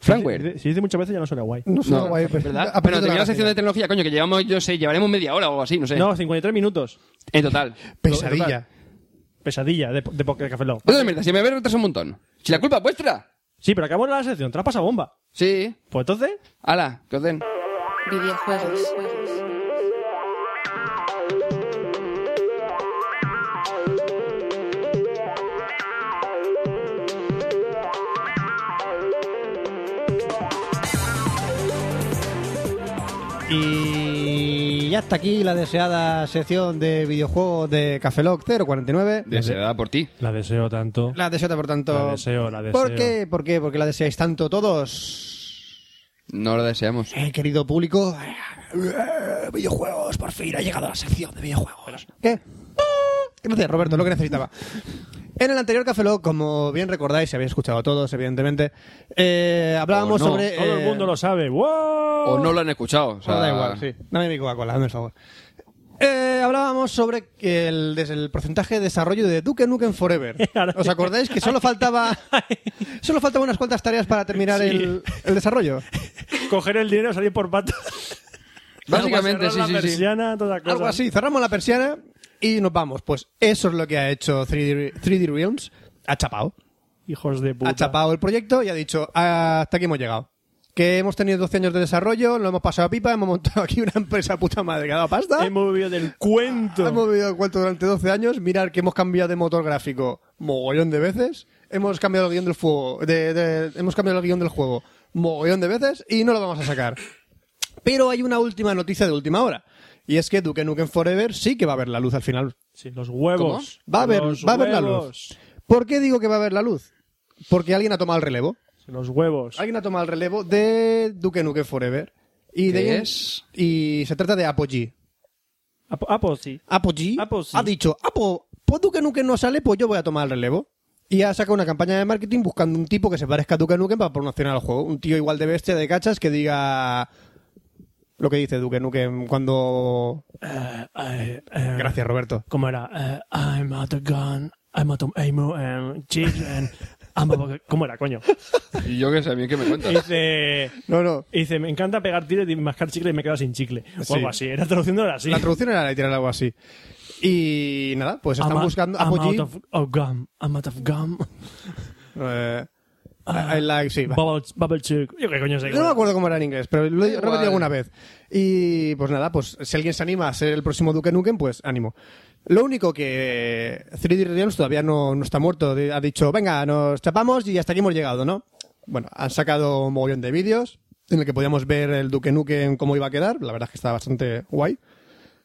Fran Si- Ware. Si, dice muchas veces ya no suena guay. No suena guay, pero. ¿Verdad? a Bueno, partir de la terminamos la sección gracia. de tecnología, coño, que llevamos, yo sé, llevaremos media hora o algo así, no sé. No, 53 minutos. En total. Pesadilla. Pesadilla de, de Poker Café Lock. Pues de mierda, si me veo retraso un montón. Si la culpa es vuestra. Sí, pero acabamos la sección. Trapas a bomba. Sí. Pues entonces, Ala, que os den. videojuegos, Y ya está aquí la deseada sección de videojuegos de Cafeloc 049. Deseada por ti. La deseo tanto. La deseada, por tanto. La deseo, la deseo. ¿Por qué? ¿Por qué? Porque la deseáis tanto todos. No lo deseamos. Eh, querido público. eh, Videojuegos, por fin ha llegado la sección de videojuegos. ¿Qué? Gracias, Roberto, lo que necesitaba. En el anterior Café Lock, como bien recordáis, si habéis escuchado todos, evidentemente, eh, hablábamos O no, sobre. Pues Todo el eh, mundo lo sabe. ¡Wow! O no lo han escuchado. O sea, da igual, sí. Dame mi Coca-Cola, dame el favor. Eh, hablábamos sobre que el, des- el porcentaje de desarrollo de Duke Nukem Forever. Ahora ¿Os sí. acordáis que solo faltaba solo faltaban unas cuantas tareas para terminar el, el desarrollo? Coger el dinero, salir por patas. Básicamente, sí, cerrar la sí, sí. persiana, toda cosa. Algo así, cerramos la persiana y nos vamos. Pues eso es lo que ha hecho 3D, Re- 3D Realms. Ha chapado. Hijos de Ha chapado el proyecto y ha dicho, hasta aquí hemos llegado. Que hemos tenido 12 años de desarrollo, lo hemos pasado a pipa, hemos montado aquí una empresa puta madre que ha dado pasta. Hemos vivido del cuento. Hemos vivido el cuento durante 12 años. Mirar que hemos cambiado de motor gráfico mogollón de veces. Hemos cambiado el guión del fuego. de- de- hemos cambiado el guión del juego mogollón de veces y no lo vamos a sacar. Pero hay una última noticia de última hora. Y es que Duke Nukem Forever sí que va a ver la luz al final. Sí, los huevos. Va a haber, Los va a ver la luz. huevos. ¿Por qué digo que va a ver la luz? Porque alguien ha tomado el relevo. Los huevos. Alguien ha tomado el relevo de Duke Nukem Forever. Y de ¿Qué ahí- es? Y se trata de Apogee. Apo- Apo, sí. Apo G Apo sí. ha dicho, Apo, pues Duke Nukem no sale, pues yo voy a tomar el relevo. Y ha sacado una campaña de marketing buscando un tipo que se parezca a Duke Nukem para promocionar el juego. Un tío igual de bestia, de cachas, que diga lo que dice Duke Nukem cuando... Eh, eh, Gracias, Roberto. ¿Cómo era? Eh, I'm at the gun, I'm at the ammo, and chicks, and I'm a- ¿Cómo era, coño? Eh, Y yo que sé, a mí que me cuentas. Dice, No, no. dice, me encanta pegar tiros y mascar chicle y me quedo sin chicle. O algo así. Era traduciendo era así. La traducción era literal algo así. Y nada, pues están I'm a- buscando... I'm Apo out G... of, of gum, I'm out of gum. eh, I- I like- sí, va. Bubble, bubble chick. Yo qué coño sé. No me acuerdo cómo era en inglés, pero lo he Igual. repetido alguna vez. Y pues nada, pues si alguien se anima a ser el próximo Duke Nukem, pues ánimo. Lo único que 3D Realms todavía no, no está muerto. De- Ha dicho, venga, nos chapamos y hasta aquí hemos llegado, ¿no? Bueno, han sacado un mogollón de vídeos en el que podíamos ver el Duke Nukem cómo iba a quedar. La verdad es que está bastante guay.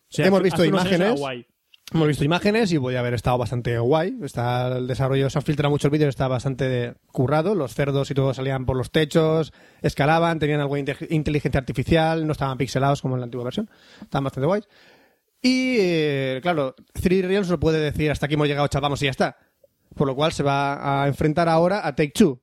Sí, Hemos hace- visto hace unos años imágenes. era guay. Hemos visto imágenes y podía haber estado bastante guay. Está el desarrollo, se han filtrado muchos vídeos, está bastante currado. Los cerdos y todo salían por los techos, escalaban, tenían algo de inte- inteligencia artificial, no estaban pixelados como en la antigua versión. Estaban bastante guays. Y eh, claro, 3D Realms no puede decir hasta aquí hemos llegado, chavamos y ya está. Por lo cual se va a enfrentar ahora a Take Two.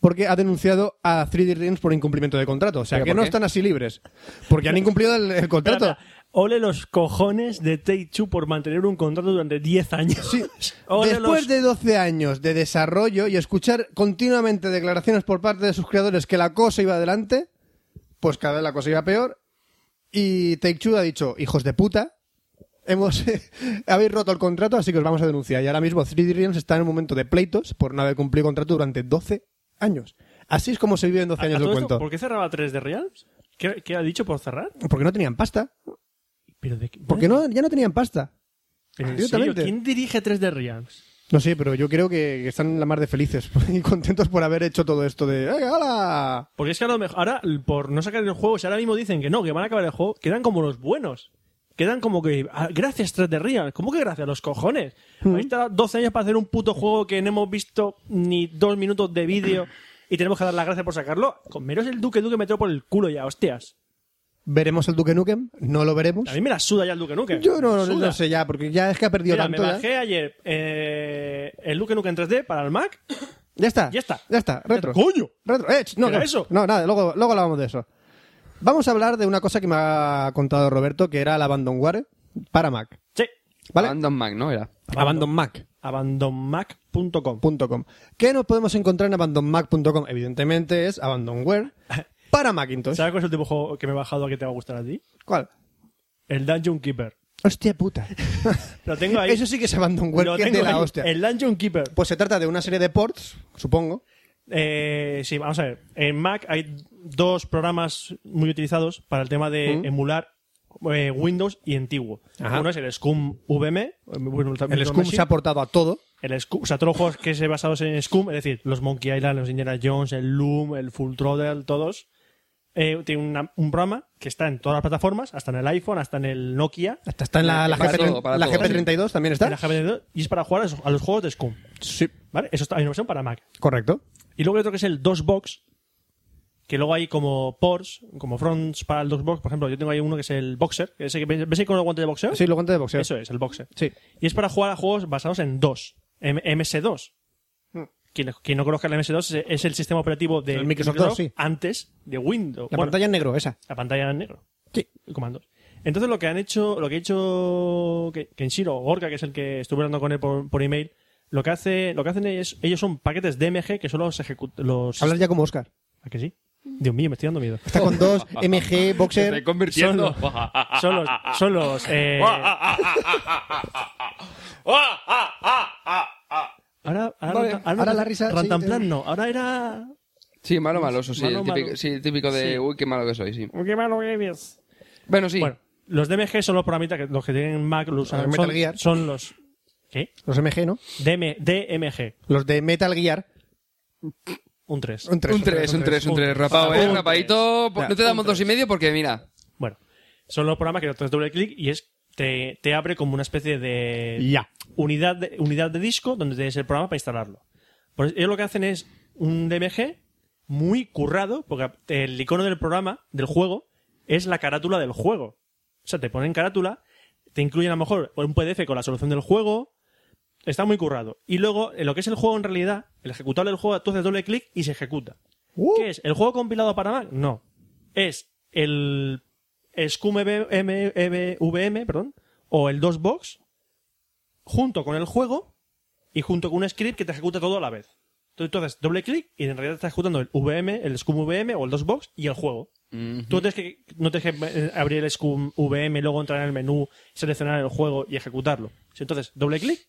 Porque ha denunciado a 3D Realms por incumplimiento de contrato. O sea ¿Pero que por no qué? están así libres. Porque han incumplido el, el contrato. Espera, espera. Ole los cojones de Teichu por mantener un contrato durante 10 años. Sí. Ole Después los- de 12 años de desarrollo y escuchar continuamente declaraciones por parte de sus creadores que la cosa iba adelante, pues cada vez la cosa iba peor. Y Take Two ha dicho, hijos de puta, hemos habéis roto el contrato, así que os vamos a denunciar. Y ahora mismo 3D Realms está en un momento de pleitos por no haber cumplido contrato durante 12 años. Así es como se vive en 12 ¿A- a años todo del esto, cuento. ¿Por qué cerraba 3 de Reals? ¿Qué, qué ha dicho por cerrar? Porque no tenían pasta. ¿Pero de qué- Porque no, ya no tenían pasta. ¿En serio? directamente. ¿Quién dirige 3 de Reals? No sé, pero yo creo que que están la mar de felices y contentos por haber hecho todo esto de ¡Venga, hala! Porque es que a lo mejor ahora, por no sacar el juego, si ahora mismo dicen que no, que van a acabar el juego, quedan como los buenos. Quedan como que, ah, gracias 3 de Real. ¿Cómo que gracias? Los cojones. Mm. Habéis tardado 12 años para hacer un puto juego que no hemos visto ni dos minutos de vídeo y tenemos que dar las gracias por sacarlo. Con menos el Duque Duque metió por el culo ya, hostias. ¿Veremos el Duque Nukem? ¿No lo veremos? A mí me la suda ya el Duque Nuque. Yo no, no, Suda. no sé ya, porque ya es que ha perdido Mira, me tanto. ya. bajé ayer eh, el Duque Nuque en 3D para el Mac. Ya está. Ya está. Ya está. Retro. ¡Coño! Retro. Eh, ch, no, ¿Era no. eso? No, nada, luego, luego hablamos de eso. Vamos a hablar de una cosa que me ha contado Roberto, que era el Abandonware para Mac. Sí. ¿Vale? Abandon Mac, ¿no? Era. Abandonmac. Abandonmac.com. .com. ¿Qué nos podemos encontrar en abandonmac.com? Evidentemente es Abandonware para Macintosh. ¿Sabes cuál es el dibujo que me he bajado que te va a gustar a ti? ¿Cuál? El Dungeon Keeper. Hostia puta. Lo tengo ahí. Eso sí que es abandonware, Lo que es tengo de la ahí. hostia. El Dungeon Keeper. Pues se trata de una serie de ports, supongo. Eh, sí, vamos a ver. En Mac hay dos programas muy utilizados para el tema de emular eh, Windows y antiguo. Mm. Ajá. Uno es el Scum VM. eh, bueno, El Windows Scum Machine. se ha portado a todo. El Scum- o sea, todos los juegos que se basados en Scum, es decir, los Monkey Island, los Indiana Jones, el Loom, el Full Throttle, todos, eh, tiene una- un programa que está en todas las plataformas, hasta en el iPhone, hasta en el Nokia, Hasta está en la, la Para GP, todo, para la todo. GP32 también en está. la GB2, y es para jugar a, esos- a los juegos de Scum. Sí, ¿Vale? Eso está, hay una versión para Mac. correcto. Y luego hay otro que es el DOSBox, que luego hay como ports, como fronts para el DOSBox. Por ejemplo, yo tengo ahí uno que es el Boxer. Que ese que- ¿Ves ahí con el guante de boxeo? Sí, lo cuento de boxeo. Eso es, el Boxer. Sí. Y es para jugar a juegos basados en DOS, M- MS2. Quien, quien no conozca el MS2 es, es el sistema operativo de Hmm. El Microsoft DOS, sí. antes de Windows. La Bueno, pantalla en negro, esa. la pantalla en negro. Sí. Y comandos. Entonces lo que han hecho, lo que ha hecho Ke- Kenshiro, Gorka, que es el que estuve hablando con él por, por email, lo que hace, lo que hacen es, ellos son paquetes DMG que solo los ejecutan los Hablas ya como Oscar. ¿A que sí? Dios mío, me estoy dando miedo. Está con dos, MG, Se está Boxer. convirtiendo. Son los, son los, eh, ahora, ahora, Vale, ranta- ahora la risa, sí, Rantanplan te- no, ahora era Sí, malo, maloso, sí. Malo, el típico, malo. sí, el típico de, Sí. uy, qué malo que soy, sí. qué malo que eres. Bueno, sí. Bueno, los DMG son los programitas que los que tienen Mac, los Los usan, Metal son, Gear. son los ¿qué? Los MG, ¿no? DM, DMG, Los de Metal Gear. un 3. Un 3. un 3, un 3, un 3. Rapado, Un eh, tres. rapadito. Po- Ya, No te un damos dos y medio porque, mira, Bueno, son los programas que tú haces doble clic y es te, te abre como una especie de Ya. unidad de, unidad de disco donde tienes el programa para instalarlo. Por eso, ellos lo que hacen es un DMG muy currado, porque el icono del programa, del juego, es la carátula del juego. O sea, te ponen carátula, te incluyen a lo mejor un PDF con la solución del juego. Está muy currado. Y luego, en lo que es el juego en realidad, el ejecutable del juego, tú haces doble clic y se ejecuta. ¿Qué es? ¿El juego compilado para Mac? No. Es el Scum E VM, E perdón, o el DOSBox, junto con el juego y junto con un script que te ejecuta todo a la vez. Entonces tú haces doble clic y en realidad estás ejecutando el VM, el Scum VM o el DOSBox y el juego. Tú tienes que, no tienes que eh, abrir el Scum VM, luego entrar en el menú, seleccionar el juego y ejecutarlo. Entonces, doble clic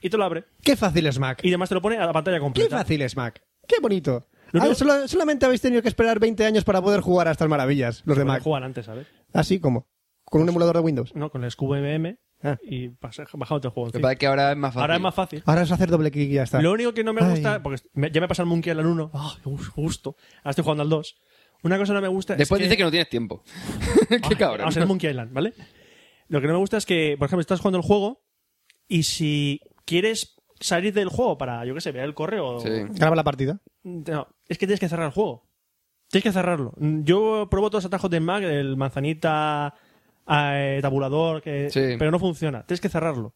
y te lo abre. Qué fácil es Mac. Y además te lo pone a la pantalla Qué completa. fácil es Mac. Qué bonito. Lo Ah, único- solo- solamente habéis tenido que esperar 20 años para poder jugar a estas maravillas, los de Para Mac. jugar antes, ¿sabes? Así como. Con Pues- un emulador de Windows. No, con el Scum VM Ah. y pasa- bajándote el juego. lo que encima. pasa es que ahora es más fácil. Ahora es más fácil. Ahora es hacer doble clic y ya está. Lo único que no me Ay. gusta, porque me- ya me pasa el Monkey Island 1, ah, qué gus- gusto. Ahora estoy jugando al 2. Una cosa que Ah, no me gusta Después es dice que no tienes tiempo. qué Ay, cabrón. Vamos a hacer Monkey Island, ¿vale? Lo que no me gusta es que, por ejemplo, estás jugando el juego y si quieres salir del juego para, yo qué sé, ver el correo. Sí. Graba la partida. No, es que tienes que cerrar el juego. Tienes que cerrarlo. Yo probo todos los atajos de Mac, el manzanita, eh, tabulador, que, Sí. pero no funciona. Tienes que cerrarlo.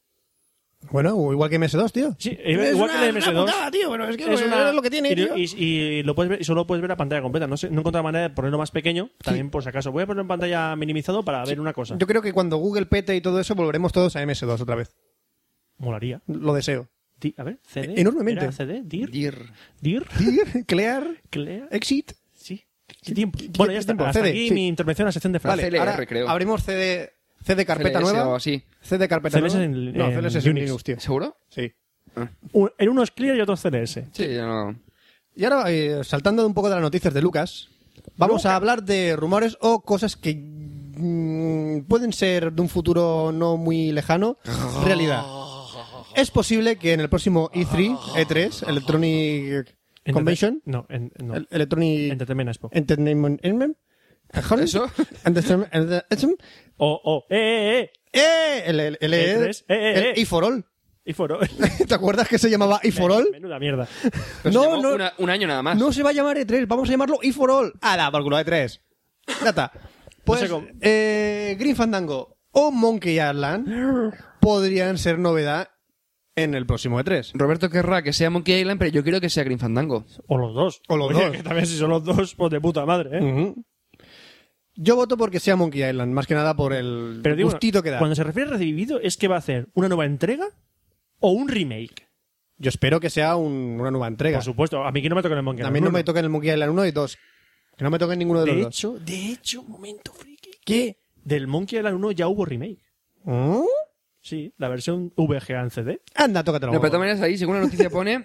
Bueno, o igual que MS2, tío. Sí, igual que el MS2. tío, pero es que Es una- es lo que tiene, y, tío. y- y lo puedes ver, y solo puedes ver la pantalla completa. No, sé, no he encontrado manera de ponerlo más pequeño. También, por si acaso. Voy a ponerlo en pantalla minimizado para ver una cosa. Yo creo que cuando Google pete y todo eso, volveremos todos a MS2 otra vez. Molaría. Lo deseo. Di- A ver, CD. E- enormemente. ¿Era CD? ¿Dir? Dir. ¿Dir? Clear, Clear, ¿Clea? Exit. Sí. ¿Qué tiempo? Bueno, ya está. tiempo? Hasta CD, aquí sí. mi intervención a la sección de Vale. Francia. CLR, ahora creo. abrimos CD, CD carpeta CLS nueva. o así. CD carpeta CLS nueva. en- no, en CLS es en Unix. Linux, tío. ¿Seguro? Sí. Un- en uno es Clear y otro es CDS. Sí, yo no. Y ahora, eh, saltando un poco de las noticias de Lucas, vamos a hablar de rumores o cosas que mm, pueden ser de un futuro no muy lejano realidad. Es posible que en el próximo E E3, E3, Electronic Enterte- Convention, No, en, no. el- Electronic Entertainment Expo. Entertainment, Entertainment, ¿Eso? Entertainment- Entertainment- Oh, oh. ¡Eh, eh, eh! eh, el- el- el- E3, eh, eh, el eh. E for All. Y foro. ¿Te acuerdas que se llamaba E for All? Menuda mierda. Pero se No, llevó no. Pues una- un año nada más. No se va a llamar E3, vamos a llamarlo E for All. Ala, por culo E3. Ya está. Pues, No sé cómo. eh, Green Fandango o Monkey Island podrían ser novedad en el próximo E E3. Roberto querrá que sea Monkey Island, pero yo quiero que sea Green Fandango. O los dos. O los Oye, dos. que también si son los dos, pues de puta madre, ¿eh? Ujú. Yo voto porque sea Monkey Island, más que nada por el Pero digo, gustito que da. Cuando se refiere a revivido, ¿es que va a hacer una nueva entrega o un remake? Yo espero que sea un- una nueva entrega. Por supuesto, a mí que no me toca el Monkey A Island mí no uno. me toquen el Monkey Island 1 y 2. Que no me toquen ninguno de, De los dos. hecho, de hecho, un momento, friki. ¿Qué? Del Monkey Island 1 ya hubo remake. ¿Mm? Sí, la versión VGA en CD. Anda, tócatelo. No, pero de todas maneras, ahí, según la noticia pone,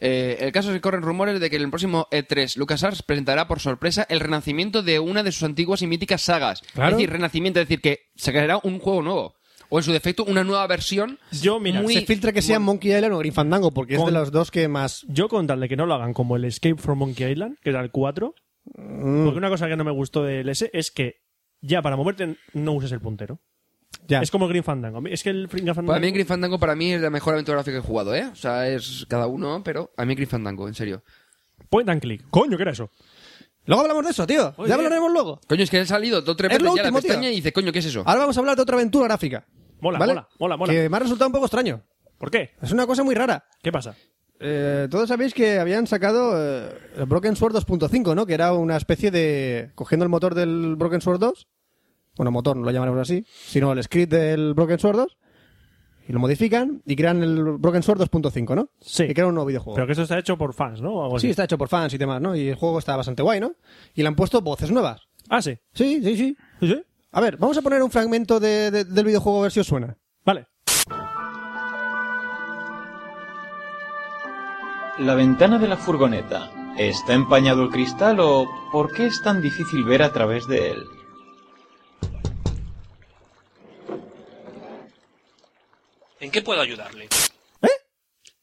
eh, el caso se corren rumores de que en el próximo E3 LucasArts presentará por sorpresa el renacimiento de una de sus antiguas y míticas sagas. Claro. Es decir, renacimiento, es decir, que se creará un juego nuevo. O en su defecto, una nueva versión. Yo, mira, muy- se filtra que sea Monkey Island o Green Fandango, porque es Con- de los dos que más yo con tal de que no lo hagan como el Escape from Monkey Island, que era el 4, Mm. Porque una cosa que no me gustó del S es que ya para moverte no uses el puntero. Ya. Es como el Green Fandango. Es que el Green Fandango. Pues a mí Green Fandango para mí es la mejor aventura gráfica que he jugado, ¿eh? O sea, es cada uno, pero a mí Green Fandango, en serio. Point and click. Coño, ¿qué era eso? Luego hablamos de eso, tío. Oye. ya hablaremos luego. Coño, es que he salido dos tres Es veces lo ya a la último, tío. Ah. pestaña y dices, coño, ¿qué es eso? Ahora vamos a hablar de otra aventura gráfica. Mola, ¿vale? mola, mola, mola. Que me ha resultado un poco extraño. ¿Por qué? Es una cosa muy rara. ¿Qué pasa? Eh, todos sabéis que habían sacado eh, el Broken Sword 2.5, ¿no? Que era una especie de... Cogiendo el motor del Broken Sword 2. Bueno, motor, no lo llamaremos así. Sino el script del Broken Sword 2. Y lo modifican y crean el Broken Sword 2.5, ¿no? Sí. Y crean un nuevo videojuego. Pero que eso está hecho por fans, ¿no? O algo Oh. Sí, así. está hecho por fans y demás, ¿no? Y el juego está bastante guay, ¿no? Y le han puesto voces nuevas. Ah, sí. Sí, sí, sí. ¿Sí? sí. A ver, vamos a poner un fragmento de- de- del videojuego a ver si os suena. Vale. La ventana de la furgoneta. ¿Está empañado el cristal o por qué es tan difícil ver a través de él? ¿En qué puedo ayudarle?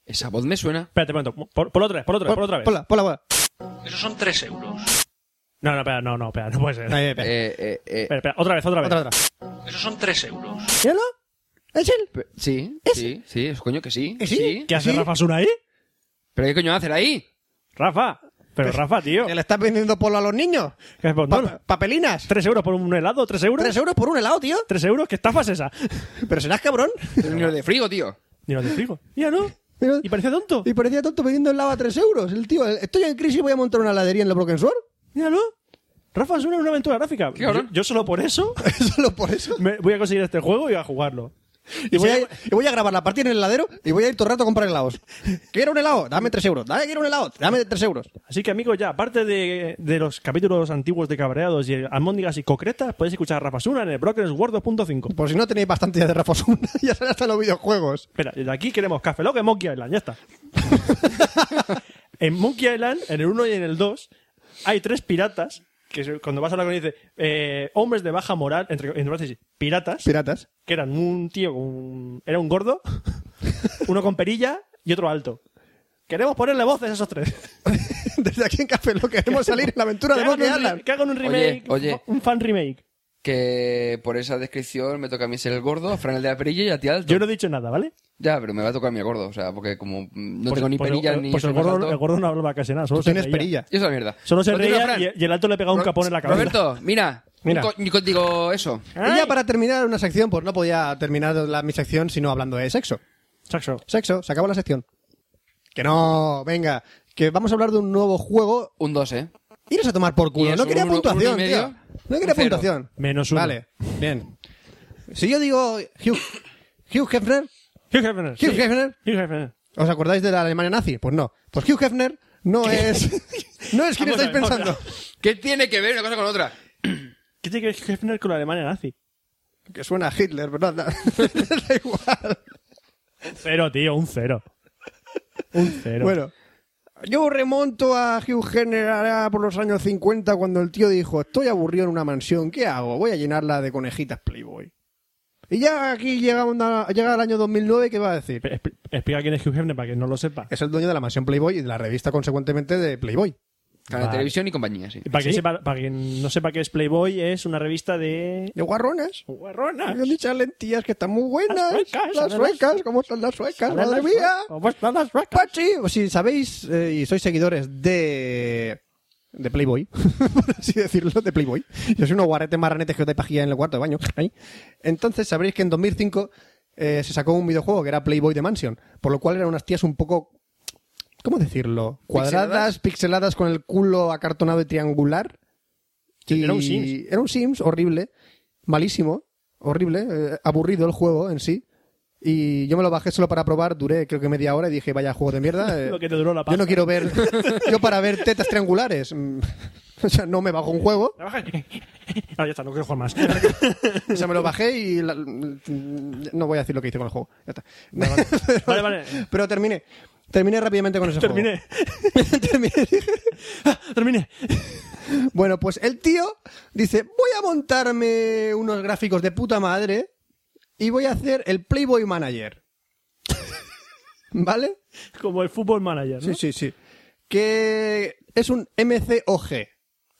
Esa voz me suena. Espérate un momento. Por, por otra vez, por Oh, otra vez, por otra vez. Ponla, ponla, ponla. Esos son 3 euros. No, no, espera, no, no, espera, no puede ser. Ahí, espera. Eh, eh, eh, Espera, espera, otra vez, otra vez. Otra, otra. Esos son 3 euros. ¿Míralo? ¿Es él? pe- sí, sí, sí, es coño que sí. ¿Que sí? sí. ¿Qué hace ¿Sí? Rafa Suna ahí? ¿Pero qué coño hacer ahí? Rafa. Pues, Pero Rafa, tío. ¿Que le estás vendiendo polo a los niños? ¿Qué haces? No, Pa- Pues no. ¿Papelinas? ¿Tres euros por un helado? ¿Tres euros? ¿Tres euros por un helado, tío? ¿Tres euros? ¿Qué estafa es esa? ¿Pero serás cabrón? Es un niño de frío, tío. Ni lo digo. Mira, ¿no? Mira. Y parece tonto. Y parecía tonto vendiendo helado a tres euros. El tío, estoy en crisis y voy a montar una heladería en la Broken Sword. Míralo. Rafa Suna en una aventura gráfica. Qué cabrón. Yo, yo solo por eso Solo por eso. me- voy a conseguir este juego y voy a jugarlo. Y voy, a ir- y voy a grabar la partida en el heladero y voy a ir todo el rato a comprar helados. Quiero un helado, dame tres euros. Dame, quiero un helado, dame tres euros. Así que, amigos, ya, aparte de, de los capítulos antiguos de Cabreados y Almóndigas y Concretas, podéis escuchar a Rafa Suna en el Broken Sword 2.5. Por si no tenéis bastante ya de Rafosuna, ya salen hasta los videojuegos. Espera, de aquí queremos Café Lock en Monkey Island, ya está. en Monkey Island, en el 1 y en el 2, hay tres piratas que se- cuando vas a hablar con ellos dice eh, hombres de baja moral, entre, entre paréntesis, piratas, Piratas. que eran un tío, con un, era un gordo, uno con perilla y otro alto. Queremos ponerle voces a esos tres. Desde aquí en Café lo queremos salir en la aventura de Que hagan Monkey un re- Island. que hagan un remake, oye. un fan remake. Que por esa descripción me toca a mí ser el gordo, a Fran el de la perilla y a ti alto. Yo no he dicho nada, ¿vale? Ya, pero me va a tocar a mí el gordo, o sea, porque como mm, no Pues- tengo ni pues perilla el- ni pues el soy más gordo, alto. el gordo no hablaba casi nada, solo Tú se tienes reía. perilla. Y esa mierda. Solo se Continúa, reía Fran. y, y el alto le pegaba un Ro- capón en la cabeza. Roberto, mira. Mira. Un co- digo eso. Y ya para terminar una sección, pues no podía terminar la, mi sección sino hablando de sexo. Saxo. Sexo, se acabó la sección. Que no, venga, que vamos a hablar de un nuevo juego. Un 2, ¿eh? Iros a tomar por Y culo, es no un quería uno- puntuación, uno y tío. medio, No quería un cero. puntuación. Menos uno. Vale, bien. Si yo digo Hugh, Hugh Hefner, Hugh Hefner. Hugh sí. Hefner, Hugh Hefner. ¿os acordáis de la Alemania nazi? Pues no. Pues Hugh Hefner no es no es quien Vamos a estáis ver, vamos a pensando. ¿Qué tiene que ver una cosa con otra? ¿Qué tiene que ver Hefner con la Alemania nazi? Que suena a Hitler, ¿verdad? da igual. Cero, tío, un cero. Un cero. Bueno, yo remonto a Hugh Hefner allá por los años 50 cuando el tío dijo, estoy aburrido en una mansión, ¿qué hago? Voy a llenarla de conejitas Playboy. Y ya aquí llega, una- llega el año 2009, ¿qué va a decir? Espe- espe- Explica quién es Hugh Hefner para que no lo sepa. Es el dueño de la mansión Playboy y de la revista, consecuentemente, de Playboy. Canal Vale. de televisión y compañía, sí. Y Para, que ¿Sí? sepa- para quien no sepa qué es Playboy, es una revista de... De guarronas. ¡Guarrona! Yo dichas lentillas que están muy buenas. Las suecas, Las además. suecas, ¿cómo están las suecas? Ahora Madre las mía. sue- ¿Cómo están las suecas? Pachi, Pues si sabéis eh, y sois seguidores de de Playboy, por así decirlo, de Playboy. Yo soy unos guarretes marranetes que os dais pajilla en el cuarto de baño. Ahí. Entonces sabréis que en 2005 eh, se sacó un videojuego que era Playboy de Mansion, por lo cual eran unas tías un poco, ¿cómo decirlo? Cuadradas, pixeladas, con el culo acartonado y triangular. Y Era un Sims. Era un Sims horrible, malísimo, horrible, eh, aburrido el juego en sí. Y yo me lo bajé solo para probar, duré creo que media hora y dije, vaya juego de mierda. eh, Lo que te duró la yo no paja. quiero ver, yo para ver tetas triangulares, mm, o sea, no me bajo un juego. Trabaja- Ah, ya está, no quiero jugar más. O sea, me lo bajé y la- mm, no voy a decir lo que hice con el juego. Ya está. vale, vale. Pero terminé, terminé rápidamente con ese juego. Terminé. Terminé. Terminé. Bueno, pues el tío dice, voy a montarme unos gráficos de puta madre y voy a hacer el Playboy Manager. ¿Vale? Como el fútbol manager, ¿no? Sí, sí, sí. Que es un MCOG.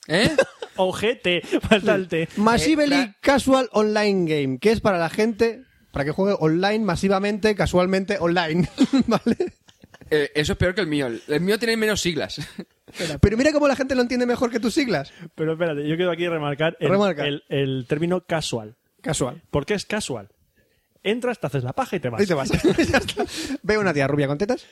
¿Eh? Ojete, falta el té. Massively Eh, la- Casual Online Game, que es para la gente, para que juegue online, masivamente, casualmente, online. ¿Vale? Eh, eso es peor que el mío. El mío tiene menos siglas. Pero mira cómo la gente lo entiende mejor que tus siglas. Pero espérate, yo quiero aquí remarcar el, Remarca. el- el término casual. Casual. ¿Por qué es casual? Entras, te haces la paja y te vas. Ahí te vas. Ya está. Veo una tía rubia con tetas.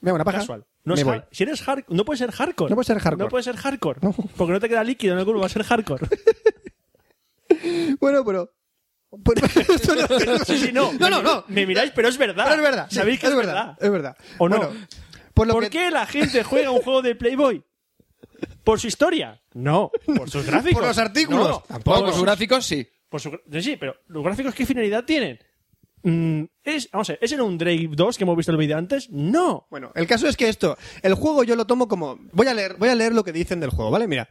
Veo una paja. Casual. No me es voy. hard- si eres hard- no puede ser hardcore. No puede ser hardcore. No puede ser hardcore. Porque no te queda líquido en el culo, va a ser hardcore. Bueno, pero... pero- esto no- Sí, sí, no. No, no, no. Me miráis, pero es verdad. Pero es verdad. sí, Sabéis que es, verdad. Es verdad. ¿O no? Bueno, por lo ¿Por que- qué la gente juega un juego de Playboy? ¿Por su historia? No. ¿Por sus gráficos? Por los artículos. No, Tampoco. Poco, sus gráficos sí. Por su, sí, pero ¿los gráficos qué finalidad tienen? Mm, es, vamos a ver, ¿es en un Drake 2 que hemos visto el vídeo antes? No. Bueno, el caso es que esto, el juego yo lo tomo como. Voy a leer, voy a leer lo que dicen del juego, ¿vale? Mira.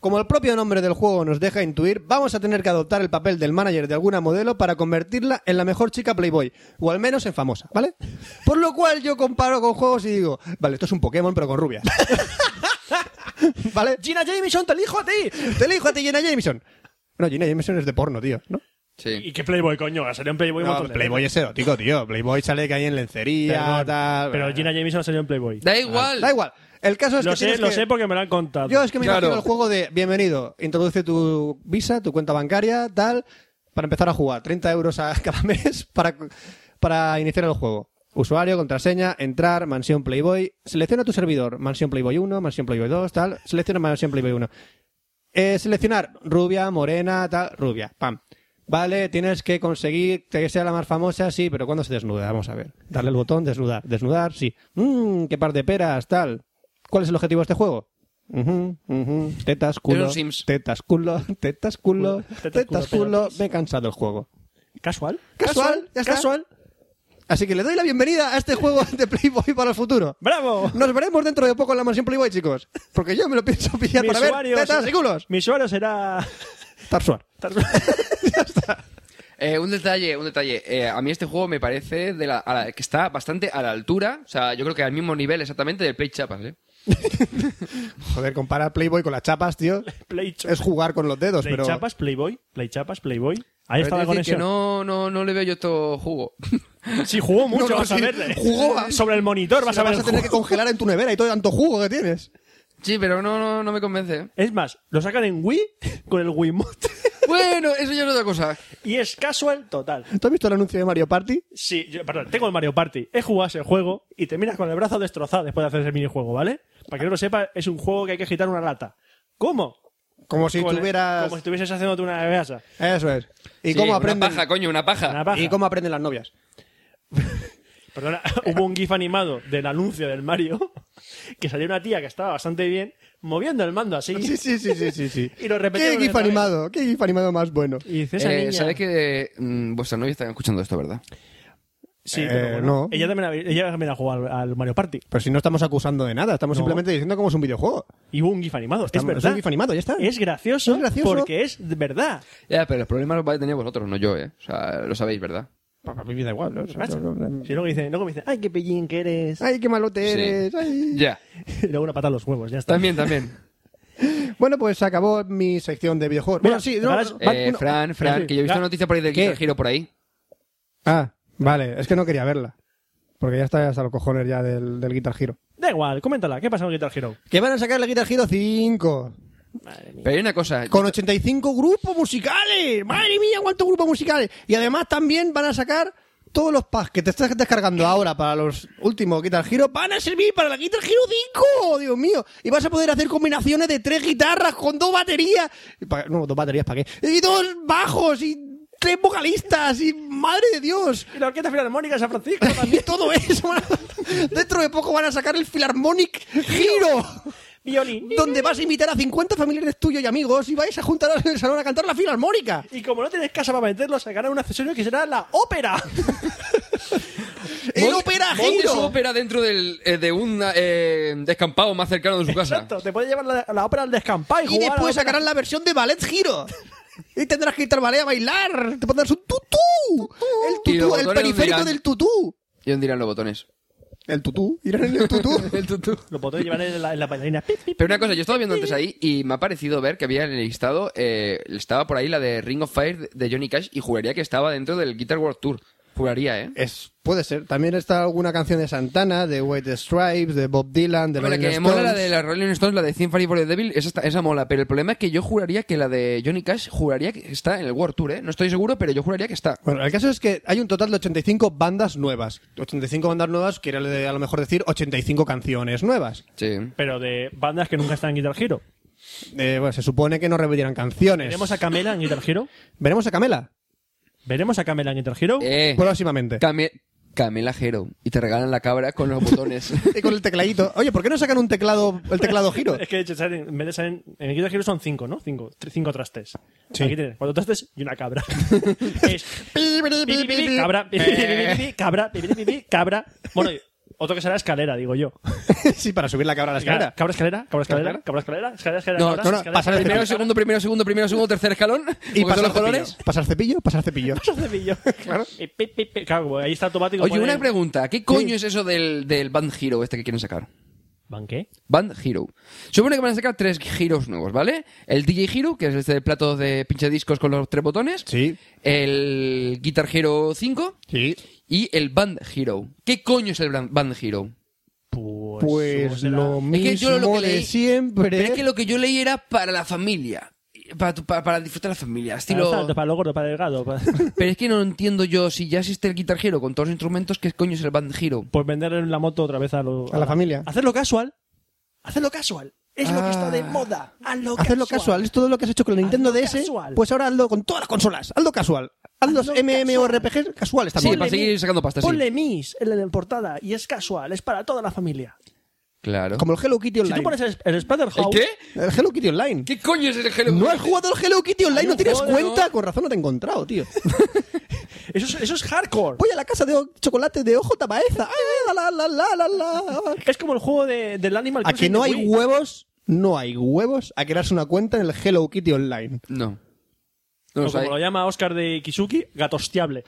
Como el propio nombre del juego nos deja intuir, vamos a tener que adoptar el papel del manager de alguna modelo para convertirla en la mejor chica Playboy, o al menos en famosa, ¿vale? Por lo cual yo comparo con juegos y digo, vale, esto es un Pokémon pero con rubias. ¿Vale? Gina Jameson, te elijo a ti. Te elijo a ti, Gina Jameson. No, Gina Jameson es de porno, tío, ¿no? Sí. ¿Y qué Playboy, coño? Salió en Playboy un No, montón de Playboy es erótico, tío. Playboy sale que hay en lencería, Perdón, tal. eh, Pero Gina Jameson salió en Playboy. Da igual. Da igual. El caso es Lo que sé, tienes lo que- sé porque me lo han contado. Yo es que me Claro. imagino el juego de bienvenido, introduce tu visa, tu cuenta bancaria, tal, para empezar a jugar. 30 euros a cada mes para, para iniciar el juego. Usuario, contraseña, entrar, mansión Playboy. Selecciona tu servidor, mansión Playboy 1, mansión Playboy 2, tal. Selecciona mansión Playboy 1. Eh, seleccionar rubia, morena, tal, rubia, pam. Vale, tienes que conseguir que sea la más famosa, sí, pero ¿cuándo se desnuda? Vamos a ver. Darle el botón, desnudar. Desnudar, sí. Mmm, qué par de peras, tal. ¿Cuál es el objetivo de este juego? Ujú, ujú, Tetas, culo. un Sims. Tetas, culo, tetas, culo, Tetas, tetas, culo, culo. Me he cansado del juego. ¿Casual? Casual, ya está. Casual. Así que le doy la bienvenida a este juego de Playboy para el futuro. ¡Bravo! Nos veremos dentro de poco en la mansión Playboy, chicos. Porque yo me lo pienso pillar Mi para ver usuario tetas será- y culos. Mi usuario será... Tarsuar. Eh, un detalle, un detalle. Eh, a mí este juego me parece de la, a la- que está bastante a la altura. O sea, yo creo que al mismo nivel exactamente del Play Chapas, ¿eh? Joder, comparar Playboy con las chapas, tío. Play Es jugar con los dedos, Play pero... Chapas, Playboy. Play Chapas, Playboy. Ahí Pero está la quiero decir conexión. que no, no, no le veo yo esto jugo. Sí, jugó mucho, No, no, vas a sí, verle. jugó a- Sobre el monitor, Vas vas a, a ver. vas a el tener que juego. congelar en tu nevera y todo tanto jugo que tienes. Sí, pero no, no, no me convence. ¿eh? Es más, lo sacan en Wii con el Wiimote. Bueno, eso ya es otra cosa. Y es casual total. ¿Tú has visto el anuncio de Mario Party? Sí, yo- perdón, tengo el Mario Party. He jugado ese juego y te miras con el brazo destrozado después de hacer ese minijuego, ¿vale? Para que no lo sepa, es un juego que hay que agitar una lata. ¿Cómo? Como si Como le- tuvieras... Como si estuvieses haciéndote una beasa. Eso es. ¿Y Sí, cómo Una aprenden? paja, coño, una paja. Una paja. Ah, ¿Y cómo aprenden las novias? Perdona, hubo un gif animado del anuncio del Mario que salió una tía que estaba bastante bien moviendo el mando así. Sí, sí, sí, sí, sí. sí. Y lo ¿Qué repetieron gif otra vez. animado? ¿Qué gif animado más bueno? Y dice esa Eh, niña... Sabes que mm, vuestra novia está escuchando esto, ¿verdad? Sí, Eh, pero bueno, no. Ella también, ha, ella también ha jugado al, al Mario Party. Pero si no estamos acusando de nada, estamos No. simplemente diciendo cómo es un videojuego. Y hubo un gif animado. Estamos- es es verdad. un gif animado, ya está. Es gracioso, Es gracioso. porque es de verdad. Ya, pero los problemas los vais a tener vosotros, no yo, ¿eh? O sea, lo sabéis, ¿verdad? A mí me da igual. ¿no? Macho. Si luego dice, luego me dice, ay, qué pellín que eres. Ay, qué malote Sí. eres. ay. Ya. Y luego una patada a los huevos, ya está. También, también. Bueno, pues se acabó mi sección de videojuegos. Mira, Bueno, sí, ¿te no, acuerdas? va- Eh, bueno. Fran, Fran, que yo he visto Ya. una noticia por ahí de ah, ¿Qué? Guitar Hero por ahí. Ah, vale, es que no quería verla. Porque ya está hasta los cojones ya del, del Guitar Hero. Da igual, coméntala. ¿Qué pasa con Guitar Hero? Que van a sacar el Guitar Hero 5. Pero hay una cosa. Con 85 grupos musicales. Madre mía, cuántos grupos musicales. Y además también van a sacar todos los packs que te estás descargando ahora para los últimos Guitar Hero. Van a servir para la Guitar Hero 5. Dios mío. Y vas a poder hacer combinaciones de tres guitarras con dos baterías. Y pa- No, dos baterías para qué. Y dos bajos y tres vocalistas. Y madre de Dios. Y la Orquesta Filarmónica de San Francisco Y también. todo eso. van a- Dentro de poco van a sacar el Philharmonic Giro. Violín. Donde vas a invitar a 50 familiares tuyos y amigos y vais a juntaros en el salón a cantar la filarmónica. Y como no tienes casa para meterlo, sacarán un accesorio que será la ópera. ¡El ópera Monte su giro! ópera dentro del, eh, de un eh, descampado más cercano de su casa. Exacto, te puedes llevar la, la ópera al descampado y, Y jugar a la después ópera. sacarán la versión de ballet giro. Y tendrás que irte al ballet a bailar. Te pondrás un tutú. El Y los tutú, el botones periférico dirán- del tutú. Y dónde irán los botones. El tutú. Irán en el tutú. El tutú. Lo podré llevar en la, en la bailarina. Pip, pip. Pero una cosa, yo estaba viendo antes ahí y me ha parecido ver que había en el listado, eh, estaba por ahí la de Ring of Fire de Johnny Cash y juraría que estaba dentro del Guitar World Tour. Juraría, ¿eh? Es, puede ser. También está alguna canción de Santana, de White Stripes, de Bob Dylan, de Bueno, la Rolling que mola la Stones. de la Rolling Stones, la de Symphony for the Devil, esa, está- esa mola. Pero el problema es que yo juraría que la de Johnny Cash juraría que está en el World Tour, ¿eh? No estoy seguro, pero yo juraría que está. Bueno, el caso es que hay un total de 85 bandas nuevas. 85 bandas nuevas quiere a lo mejor decir 85 canciones nuevas. Sí. Pero de bandas que nunca están en Guitar Hero. Eh, bueno, se supone que no repetirán canciones. ¿Veremos a Camela en Guitar Hero? Veremos a Camela ¿Veremos a Camela en Guitar Hero? Eh, próximamente. Came- Camelajero. Y te regalan la cabra con los botones. Y con el tecladito. Oye, ¿por qué no sacan un teclado, el teclado giro? Es que de hecho, salen- en vez de salen- en el Guitar Hero son cinco, ¿no? Cinco, tr- cinco trastes. Aquí tienes cuatro trastes y una cabra. es pi, pi, pi, cabra, pi, pi, pi, pi, Eh. pi, cabra, pi, pi, pi, pi, cabra. Bueno, y otro que será escalera, digo yo. sí, para subir la cabra a la Cabra, escalera. cabra escalera, cabra escalera, cabra escalera, escalera escalera. No, cabra, no, no, escalera, pasar el escalera, primero, segundo, primero, segundo, primero, segundo, tercer escalón. Y porque son pasar los colores. cepillo. Pasar cepillo, pasar cepillo. escalera. Claro. Y pi, pi, pi. Claro, como ahí está automático. Oye, ponen- una pregunta. ¿Qué coño es eso del, del Band Hero este que quieren sacar? ¿Van qué? Band Hero. Supone que van a sacar tres giros nuevos, ¿vale? El DJ Hero, que es este plato de pinche discos con los tres botones. Sí. El Guitar Hero 5 Sí. y el Band Hero. ¿Qué coño es el Band Band Hero? Pues, Pues será- lo Es mismo que yo lo que de leí- siempre. Pero es que lo que yo leí era para la familia. Para, tu- para- para disfrutar la familia. Para Estilo... tanto, Ah, para lo gordo, para delgado. Pues para- Pero es que no entiendo yo, si ya existe el Guitar Hero con todos los instrumentos, ¿qué coño es el Band Hero? Por vender la moto otra vez a, lo- A la familia. Hacerlo casual. Hacerlo casual. Es lo que está de moda. Hazlo Hazlo casual. Es todo lo que has hecho con la Nintendo Hazlo DS. casual. Pues ahora hazlo con todas las consolas. Hazlo casual. Haz los Hazlo MMORPGs casuales Sí, también. para seguir sacando pasta, sí. Ponle Miss en la portada y es casual, es para toda la familia. Claro. Como el Hello Kitty Si Online. tú pones el, el Splatterhouse, ¿Qué? El Hello Kitty Online. ¿Qué coño es el Hero? ¿No has jugado al Hello Kitty Online? Hay ¿No un tienes juego, cuenta? ¿no? Con razón no te he encontrado, tío. eso, es, eso es hardcore. Voy a la casa de o- chocolate de Ojo Tapaeza. Ah, la, la, la, la, la. Es como el juego de- del Animal A que Crossing no de hay Wii. huevos, no hay huevos a crearse una cuenta en el Hello Kitty Online. No. No O los hay. como lo llama Oscar de Kisuki, gatostiable.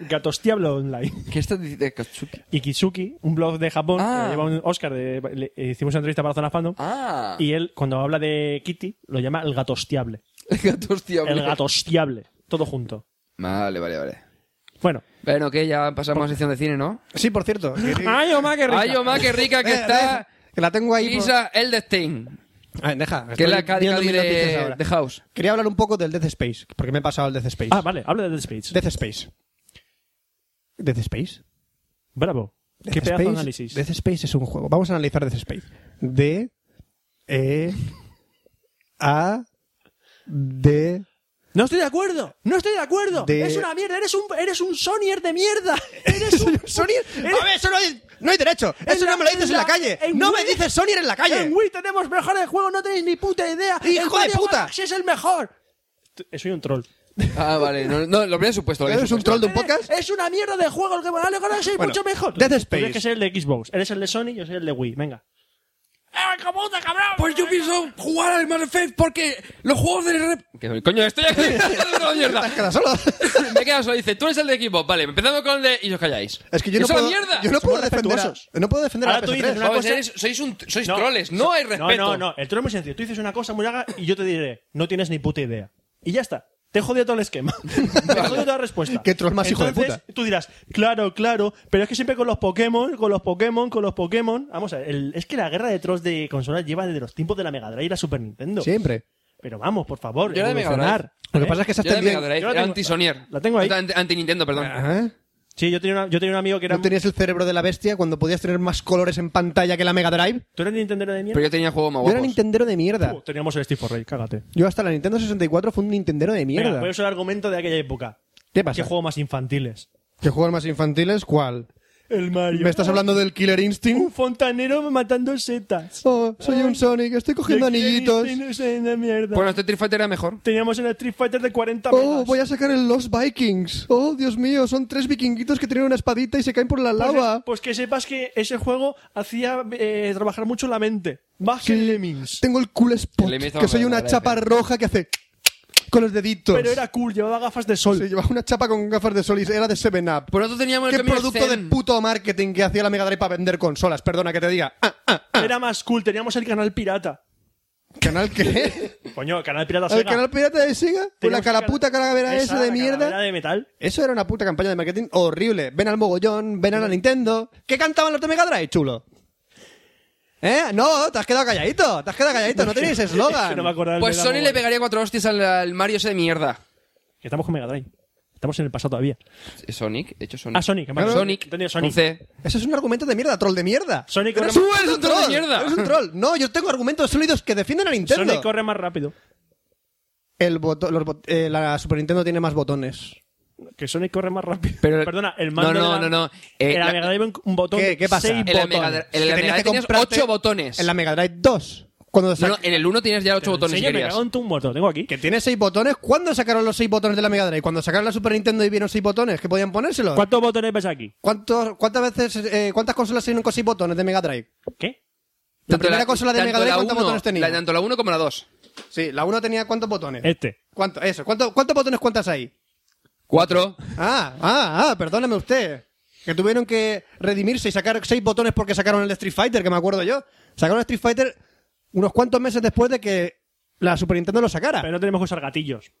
gatostiable online. ¿Qué estás diciendo? Katsuki? Y Kisuki, un blog de Japón, que Ah. lleva un Oscar de. le- eh, hicimos una entrevista para Zona Fandom. Ah. Y él, cuando habla de Kitty, lo llama el gatostiable. El gato hostiable. El gatostiable. Todo junto. Vale, vale, vale. Bueno. Bueno, que ya pasamos a sección de cine, ¿no? Sí, Ah, por cierto. ¡Ay, Oma, qué rica! Ay, Omar, qué rica que Eh, está. deja, que la tengo ahí. por- Isa Eldestein, Ah, deja. que estoy es la Cadi viendo Cadi mis noticias de, ahora. de House. Quería hablar un poco del Death Space, porque me he pasado al Death Space. Ah, vale, habla de Dead Space. Death Space. Death Space. Bravo. Death Qué pedazo de Space- análisis. Death Space es un juego. Vamos a analizar Death Space. D E A D No estoy de acuerdo. No estoy de acuerdo. De- Es una mierda. Eres un, eres un Sonyer de mierda. Eres un Sony, a ver, eso no hay, no hay derecho. Eso la- no me lo dices en en la la- calle. en No me Wii- dices Sony en la calle. En Wii tenemos mejores juegos. No tenéis ni puta idea. ¡Hijo El de Mario puta! Galaxy es el mejor. T- Eh, Soy un troll. Ah, vale. No, no, lo había supuesto. lo había ¿Eres un supuesto. troll de un podcast? Es una mierda de juego. El que Mario Galaxy es Bueno, mucho mejor. Dead Tú Space. Tienes que ser el de Xbox. Eres el de Sony. Yo soy el de Wii. Venga. Pues yo pienso jugar al Mass Effect porque los juegos del... rep- Que, coño, estoy aquí. Una mierda. Queda solo. Me quedas solo. Dice, tú eres el de equipo. Vale, empezando con el de... Y os calláis. Es que yo no ¡Es una puedo, mierda! yo no puedo Somos defender a, respetuosos. no puedo defender a la Ahora tú PS3. dices una Vamos, cosa- eres- sois, un, sois troles. No hay respeto. No, no, no. El troll es muy sencillo. Tú dices una cosa muy larga y yo te diré, no tienes ni puta idea. Y ya está. Te he jodido todo el esquema. Te he jodido toda la respuesta. Qué troll más hijo de Entonces, puta. Tú dirás, claro, claro, pero es que siempre con los Pokémon, con los Pokémon, con los Pokémon. Vamos a ver, el- es que la guerra de trolls de consolas lleva desde los tiempos de la Mega Drive a Super Nintendo. Siempre. Pero vamos, por favor, Yo era de Mega evolucionar. Lo que ¿eh? pasa es que se ha Yo la extendido. Mega Drive, Yo la era tengo- anti-Sonier. la tengo ahí. Anti- Anti-Nintendo, perdón. Ajá. Sí, yo tenía, una- yo tenía un amigo que era. ¿No tenías el cerebro de la bestia cuando podías tener más colores en pantalla que la Mega Drive? ¿Tú eres Nintendero de Pero mierda? yo tenía juegos más Yo era guapos. Nintendero de mierda. Uh, teníamos el Steve Forrey, cágate. Yo hasta la Nintendo 64 fue un Nintendero de Venga, mierda. pues eso es el argumento de aquella época. ¿Qué pasa? ¿Qué juego más infantiles? ¿Qué juegos más infantiles? ¿Cuál? El Mario. ¿Me estás hablando del Killer Un Instinct? fontanero matando setas. Oh, soy un Sonic, estoy cogiendo De anillitos. Kirby, no sé, de mierda. Bueno, este Street Fighter era mejor. Teníamos una Street Fighter de 40 Oh, megas. voy a sacar el Los Vikings. Oh, Dios mío, son tres vikinguitos que tienen una espadita y se caen por la pues, lava. eh, pues que sepas que ese juego hacía eh, trabajar mucho la mente. Más Sí. que Lemmings. Tengo el cool spot, El Lemmy estaba que soy mal, una la chapa verdad. roja que hace... con los deditos. Pero era cool, llevaba gafas de sol. Se llevaba una chapa con gafas de sol y era de 7-Up. Por nosotros teníamos el ¿Qué camino producto Zen. del puto marketing que hacía la Mega Drive para vender consolas? Perdona que te diga. Ah, ah, ah. Era más cool, teníamos el canal pirata. ¿Canal qué? Coño, el canal pirata ¿El Sega. canal pirata de Sega? Con la Teníamos calaputa calavera esa de la mierda. calavera de metal. Eso era una puta campaña de marketing horrible. Ven al mogollón, ven a la Nintendo. ¿Qué cantaban los de Mega Drive, chulo? ¿Eh? No, te has quedado calladito. Te has quedado calladito. No tenéis Es que no me eslogan. acordaba el Pues verano, Sony le bueno. pegaría cuatro hostias al, al Mario ese de mierda. Que Estamos con Mega Drive. Estamos en el pasado todavía. Eh, Sonic, he hecho Sonic. Ah, Sonic. vale. Sonic. Entendido, Con Sonic. C. Eso es un argumento de mierda, troll de mierda. Sonic Pero corre, ¡Tú más- eres un troll de mierda! Eres un troll. No, yo tengo argumentos sólidos que defienden a Nintendo. Sonic corre más rápido. El boto- los bot- eh, la Super Nintendo tiene más botones. Que Sonic corre más rápido. Pero- Perdona, el mando. No, no, de la- no, no. Eh, en la la- Mega Drive un botón. ¿Qué- de qué pasa? seis En En la botones. Mega Dra- en la Que Mega Drive tenías comprarte ocho botones. En la Mega Drive 2. Cuando No, sac- no, en el 1 tenías ya ocho botones si Enséñame, querías. cago en tu muerto. Lo tengo aquí. Que tiene seis botones. ¿Cuándo sacaron los seis botones de la Mega Drive? Cuando sacaron la Super Nintendo y vieron seis botones, que podían ponérselos. ¿Cuántos botones ves aquí? ¿Cuántos- ¿Cuántas veces, eh, cuántas consolas tienen con seis botones de Mega Drive? ¿Qué? La primera consola de tanto Mega Drive, la ¿cuántos uno- botones tenía? la- tanto la 1 como la 2. Sí, la 1 tenía cuántos botones. Este. ¿Cuánto, eso, ¿cuánto- ¿Cuántos botones cuántas hay? 4. Ah, ah, ah, perdóname usted. Que tuvieron que redimirse y sacar seis botones porque sacaron el Street Fighter, que me acuerdo yo. Sacaron el Street Fighter unos cuantos meses después de que la Super Nintendo lo sacara. Pero no tenemos que usar gatillos.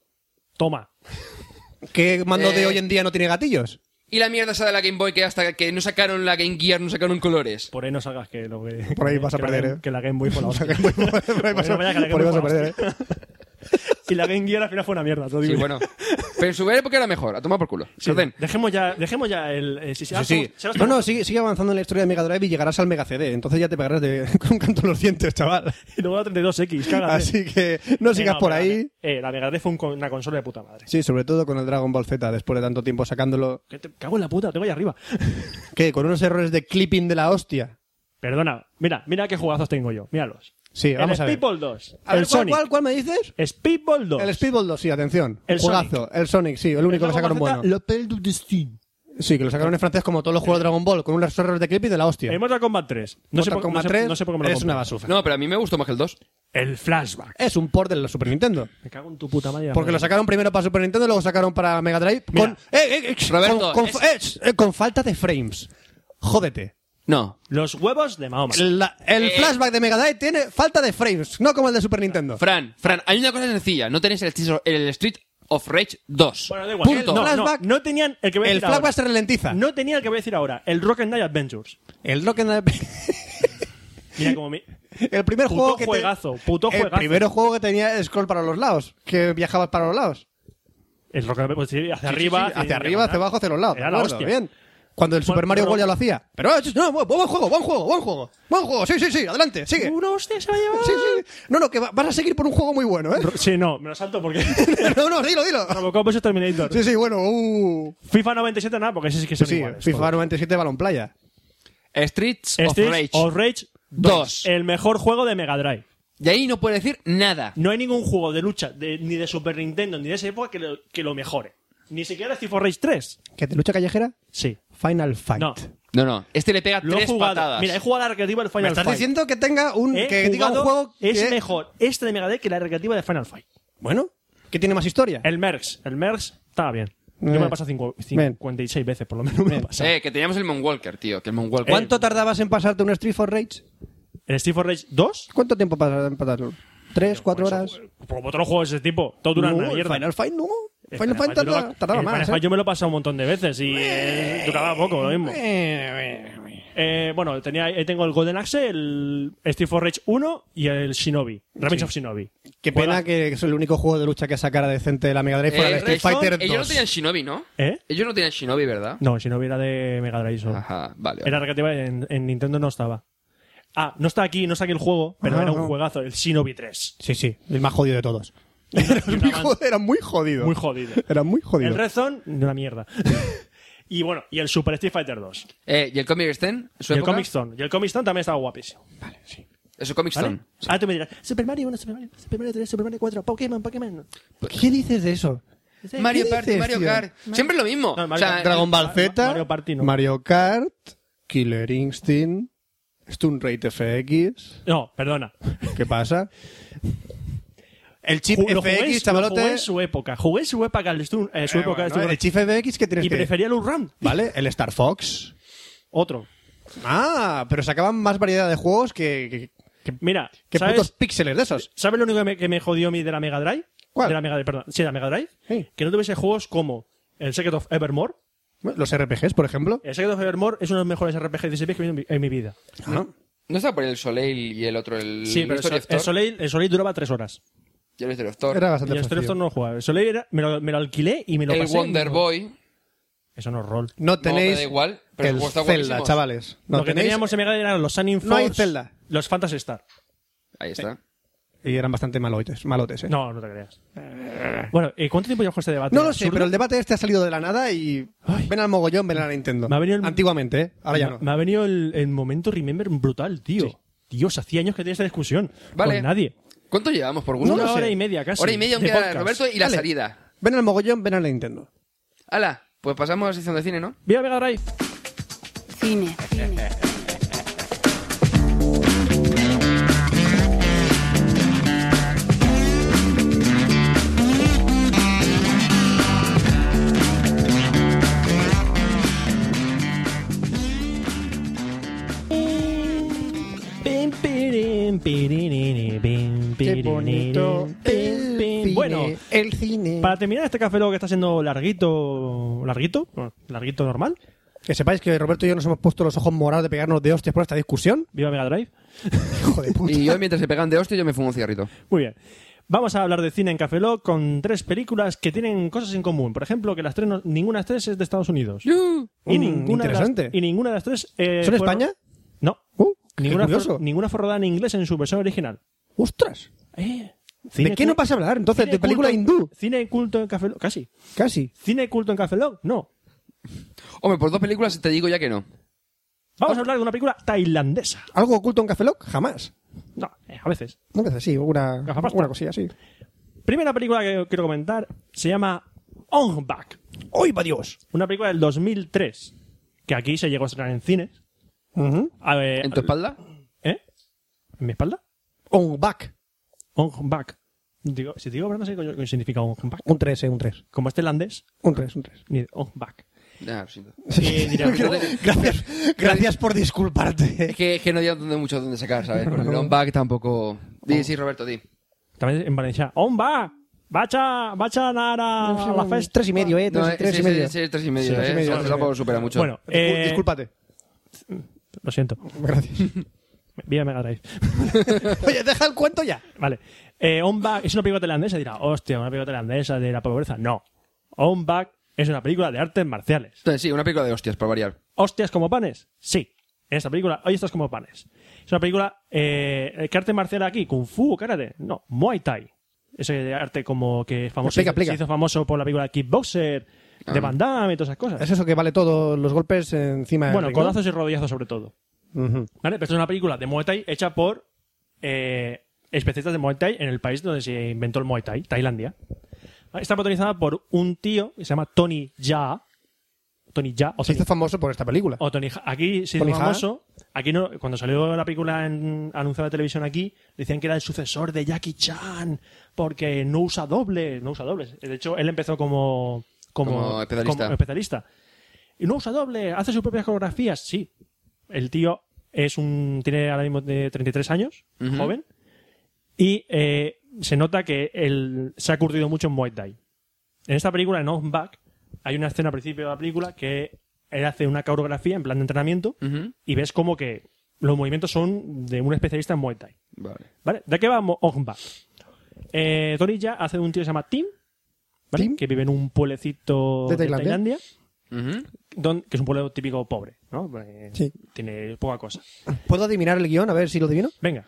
Toma. ¿Qué mando de Eh. hoy en día no tiene gatillos? Y la mierda esa de la Game Boy que hasta que no sacaron la Game Gear, no sacaron colores. Por ahí no salgas que lo que. Por ahí vas a que la perder, Game- eh. Que la Game Boy fue la hostia. Por ahí vas a- Bueno, vaya, que la Game por Boy ahí vas a fue la perder, ¿eh? hostia. Y la Game Gear al final fue una mierda. Te lo digo Sí, yo. bueno. Pero en su época era mejor. A tomar por culo. Pues, Sí, Sartén. dejemos ya, dejemos ya el. eh, si se Sí, sí. se las- No, no, sigue, sigue avanzando en la historia de Mega Drive y llegarás al Mega CD. Entonces ya te pegarás de, con un canto en los dientes, chaval. Y luego la 32X, cágate. Así que no Eh, sigas por pero ahí. la- Eh, la Mega Drive fue un con- una consola de puta madre. Sí, sobre todo con el Dragon Ball Z, después de tanto tiempo sacándolo. ¿Qué te cago en la puta? Tengo ahí arriba. ¿Qué? Con unos errores de clipping de la hostia. Perdona, mira, mira qué jugazos tengo yo. Míralos. Sí, vamos el a ver. Speedball 2. A ver, el ¿cuál- Sonic. cuál- ¿Cuál me dices? Speedball 2. El Speedball 2, sí, atención. El Juegazo. El Sonic, sí, el único que sacaron bueno. Pel du Destin. Sí, que lo sacaron en francés como todos los juegos de Dragon Ball, con unos errores de clip y de la hostia. El Mortal Kombat 3. No Eh, sé Mortal por- Kombat no sé- 3 no sé por qué me lo es compré. una basura. No, pero a mí me gustó más que el 2. El Flashback. Es un port de la Super Nintendo. Me cago en tu puta madre. Porque lo sacaron primero para Super Nintendo y luego sacaron para Mega Drive. Mira. Con, eh, eh, eh, Roberto, con, con- eh, eh, con falta de frames. Jódete. No. Los huevos de Mahoma. La- el Eh. flashback de Mega Drive tiene falta de frames, no como el de Super Nintendo. Fran, Fran, hay una cosa sencilla. No tenéis el, Street- el Street of Rage 2. Bueno, da igual. ¿eh? Punto. No, no, Flashback- no tenían el que voy a El decir ahora. flashback se ralentiza. No tenía el que voy a decir ahora. El Rock and Die Adventures. El Rock and Mira como mi... El primer Puto juego que te- juegazo, puto el juegazo. primer juego que tenía scroll para los lados, que viajabas para los lados. El Rock and Die pues, sí, hacia Sí, arriba. sí, sí, hacia arriba, hacia abajo, hacia los lados. Era de la acuerdo, hostia. Bien. Cuando el Super Bueno, Mario pero- World ya lo hacía. Pero eh, no, bu- buen juego, buen juego, buen juego. Buen juego, sí, sí, sí, adelante, sigue. Una hostia se va a llevar. Sí, sí. No, no, que va- vas a seguir por un juego muy bueno, ¿eh? Sí, no, me lo salto porque. no, no, dilo, dilo. Robocop vs Terminator. Sí, sí, bueno, uh. FIFA 97, nada, porque ese sí que son Sí, iguales. FIFA todos. 97 Balón Playa. Streets, Streets of Rage. of Rage 2. El mejor juego de Mega Drive. Y ahí no puede decir nada. No hay ningún juego de lucha, de- ni de Super Nintendo, ni de esa época que lo, que lo mejore. Ni siquiera Streets of Rage 3. ¿Que te lucha callejera? Sí. Final Fight. No. No, no. Este le pega Lo he tres jugado. patadas. Mira, he jugado a la recreativa del Final Me estás Fight. diciendo que tenga un, He que diga un jugado- juego es que... mejor este de Mega Drive que la recreativa de Final Fight. Bueno, que tiene más historia. El Merx. El Merx estaba bien. Yo Bien. me lo he pasado cincu- Eh, Bien. 56 veces, por lo menos me lo he pasado. Eh, que teníamos el Moonwalker, tío. Que el Moonwalker. Eh, ¿Cuánto tardabas en pasarte un Street for Rage? ¿El Streets of Rage 2? ¿Cuánto tiempo pasabas en pasarlo? ¿Tres, cuatro Eso, horas? Como otros juegos pues de ese tipo, todo dura No, una el mierda. Final Fight no. El Final Fight Fight tarda- duraba- tardaba el más. Final Fight ¿eh? yo me lo he pasado un montón de veces y eh, duraba poco lo mismo. Eh, bueno, tenía, ahí tengo el Golden Axe, el Street for Rage 1 y el Shinobi, Revenge of Shinobi. Qué pena que es el único juego de lucha que sacara decente de la Mega Drive fuera Eh, de Street Rexon, Fighter Ellos no 2. tenían Shinobi, ¿no? ¿Eh? Ellos no tenían Shinobi, ¿verdad? No, el Shinobi era de Mega Drive solo. Ajá, vale. vale. Era recreativa en, en Nintendo no estaba. Ah, no está aquí, no está aquí el juego, pero Ajá, era un ajá. juegazo, el Shinobi 3. Sí, sí, el más jodido de todos. Y Muy una jod- Era muy jodido. Muy jodido. Era muy jodido. El Red Zone, una mierda. y bueno, y el Super Street Fighter 2. Eh, ¿Y el Comic Stone? Y el Comic Stone. Y el Comic Stone también estaba guapísimo. Eso Comic ¿Vale? Stone. Ah, tú me dirás, Super Mario 1, Super Mario, 2, Super Mario 3, Super Mario 4, Pokémon, Pokémon. ¿Qué dices de eso? Mario ¿Qué Party, dices, Mario tío? Kart. Siempre lo mismo. No, o Mario sea, Kart. Dragon Ball Ma- Z, Mario Party no. Mario Kart, Killer Instinct, Stunrate FX. No, perdona. ¿Qué pasa? El chip Ju- lo jugué en- Lo FX, jugué chavalote. en su época. Jugué en su época al Stun- eh, su Eh, época al bueno, Stun- el chip FX que tienes Y que... prefería el Urram. ¿Vale? El Star Fox. Otro. Ah, pero sacaban más variedad de juegos que... que, que- Mira, que ¿sabes, putos píxeles de esos. ¿sabes lo único que me, que me jodió a mí de la Mega Drive? ¿Cuál? De la Mega Drive, perdón. Sí, de la Mega Drive. Sí. Que no tuviese juegos como el Secret of Evermore. Bueno, Los RPGs, por ejemplo. El Secret of Evermore es uno de los mejores RPGs de SPX que he visto en mi- en mi vida. ¿No estaba por el Soleil y el otro, el Sí, pero el, History Sol- of el Thor? Soleil, el Soleil duraba tres horas. Y el History of Thor. Era Y bastante el Story of Thor fastidio. no lo jugaba. El Soleil era- me, lo, me lo alquilé y me lo el pasé. Wonder Boy. Eso no es rol. No No, tenéis me da igual, pero el el juego está Zelda, buenísimo. chavales. No lo que tenéis- teníamos en Mega Drive eran los Sun Force, No hay Zelda. los Fantasy Star. Ahí está. Y eran bastante malotes, malotes ¿eh? No, no te creas. Bueno, ¿eh, ¿cuánto tiempo llevamos con este debate? No lo sé, Absurdo. pero el debate este ha salido de la nada y... Ven al mogollón, ven a la Nintendo. Me ha venido el- Antiguamente, ¿eh? Ahora ya Me- no. Me ha venido el, el momento Remember brutal, tío. Dios, hacía años que tenía esta discusión. Vale. Con nadie. ¿Cuánto llevamos por gusto? Una hora y media casi. Hora y media, de aunque era podcast. Roberto y la Dale. salida. Ven al mogollón, ven a la Nintendo. Hala, pues pasamos a la sección de cine, ¿no? Viva Mega Drive. Cine, cine. Pim, pirim, piririri, pim, Qué piririri, bonito. pim, pim. Bueno, el cine. para terminar este café, lo que está siendo larguito. ¿Larguito? Bueno, larguito normal. Que sepáis que Roberto y yo nos hemos puesto los ojos morados de pegarnos de hostias por esta discusión. Viva Mega Drive. Hijo de puta. Y yo, mientras se pegan de hostia, yo me fumo un cigarrito. Muy bien. Vamos a hablar de cine en Café Lock con tres películas que tienen cosas en común. Por ejemplo, que las tres no- ninguna de las tres es de Estados Unidos. Y, Mm, ninguna de las- interesante. y ninguna de las tres. eh, ¿Son fueron- España? No. Uh, qué Ninguna curioso. fue, ninguna fue rodada en inglés en su versión original. ¡Ostras! Eh, ¿De cine qué no cul- vas a hablar? Entonces, cine de película culto- hindú. Cine culto en Café Lock. Casi. Casi. Cine culto en Café Lock. No. Hombre, por dos películas te digo ya que no. Eh, Ah. Vamos a hablar de una película tailandesa. ¿Algo oculto en Café Lock? Jamás. No, eh, a veces. No me hace así, una, Gafapasta. una cosilla así. Primera película que quiero comentar se llama On Back. ¡Ay, va Dios! Una película del 2003. Que aquí se llegó a estrenar en cines. A ver, ¿En tu espalda? ¿Eh? ¿En mi espalda? On back. On back. Digo, si te digo, verdad, no sé qué coño significa on back. Un 3, eh, un 3. Como es tailandés, Un 3, un 3. ni on back. Ah, lo siento. Eh, dirá, Gracias, gracias por Es disculparte. que, es que no había donde- mucho donde sacar, ¿sabes? Con el on back tampoco. Di, sí, Roberto, di. También en valenciano, on back. Bacha, bacha nara, a la festa. 3 y medio, eh. 3, No, eh, tres sí, y medio. sí, sí, tres y medio, Sí, tres y eh. medio, Eso tres y tampoco medio. supera mucho. Bueno, Discul- eh, Discúlpate. lo siento. Gracias. Vía Mega Drive. Oye, deja el cuento ya. Vale. Eh, on back es una película tailandesa. Dirá, hostia, una película tailandesa de la pobreza. No. On back es una película de artes marciales. Entonces, sí, una película de hostias, para variar. ¿Hostias como panes? Sí. En esta película, hoy estás como panes. Es una película. Eh, ¿Qué arte marcial aquí? ¿Kung Fu? ¿Karate? No, Muay Thai. Ese arte como que es famoso. Explica, explica. Ah. Se hizo famoso por la película Kickboxer, de Van Damme y todas esas cosas. Es eso que vale todo, los golpes encima del bueno, ring, ¿no? codazos y rodillazos sobre todo. Ujú. ¿Vale? Pero esto es una película de Muay Thai hecha por eh, especialistas de Muay Thai en el país donde se inventó el Muay Thai, Tailandia. ¿Vale? Está protagonizada por un tío que se llama Tony Ya. Tony Ya. O Se Tony hizo famoso por esta película. O Tony Ha- Aquí se hizo Tony Ha. famoso. Aquí no, cuando salió la película en- anunciada en televisión aquí, decían que era el sucesor de Jackie Chan, porque no usa dobles, no usa dobles. De hecho, él empezó como, como, Como especialista. como especialista. Y no usa dobles, hace sus propias coreografías, sí. El tío es un, tiene ahora mismo eh, de 33 años, Ujú. joven, y eh, se nota que él se ha curtido mucho en Muay Thai. En esta película, en Off Back, hay una escena al principio de la película que él hace una coreografía en plan de entrenamiento Ujú. y ves como que los movimientos son de un especialista en Muay Thai. Vale. ¿Vale? ¿De qué va Mo- Off Back? Eh, Torilla hace de un tío que se llama Tim, ¿vale? Tim. que vive en un pueblecito De de Tailandia. Tailandia Ujú. don- que es un pueblo típico pobre, ¿no? Porque Sí. Tiene poca cosa. ¿Puedo adivinar el guión? A ver si lo adivino. Venga.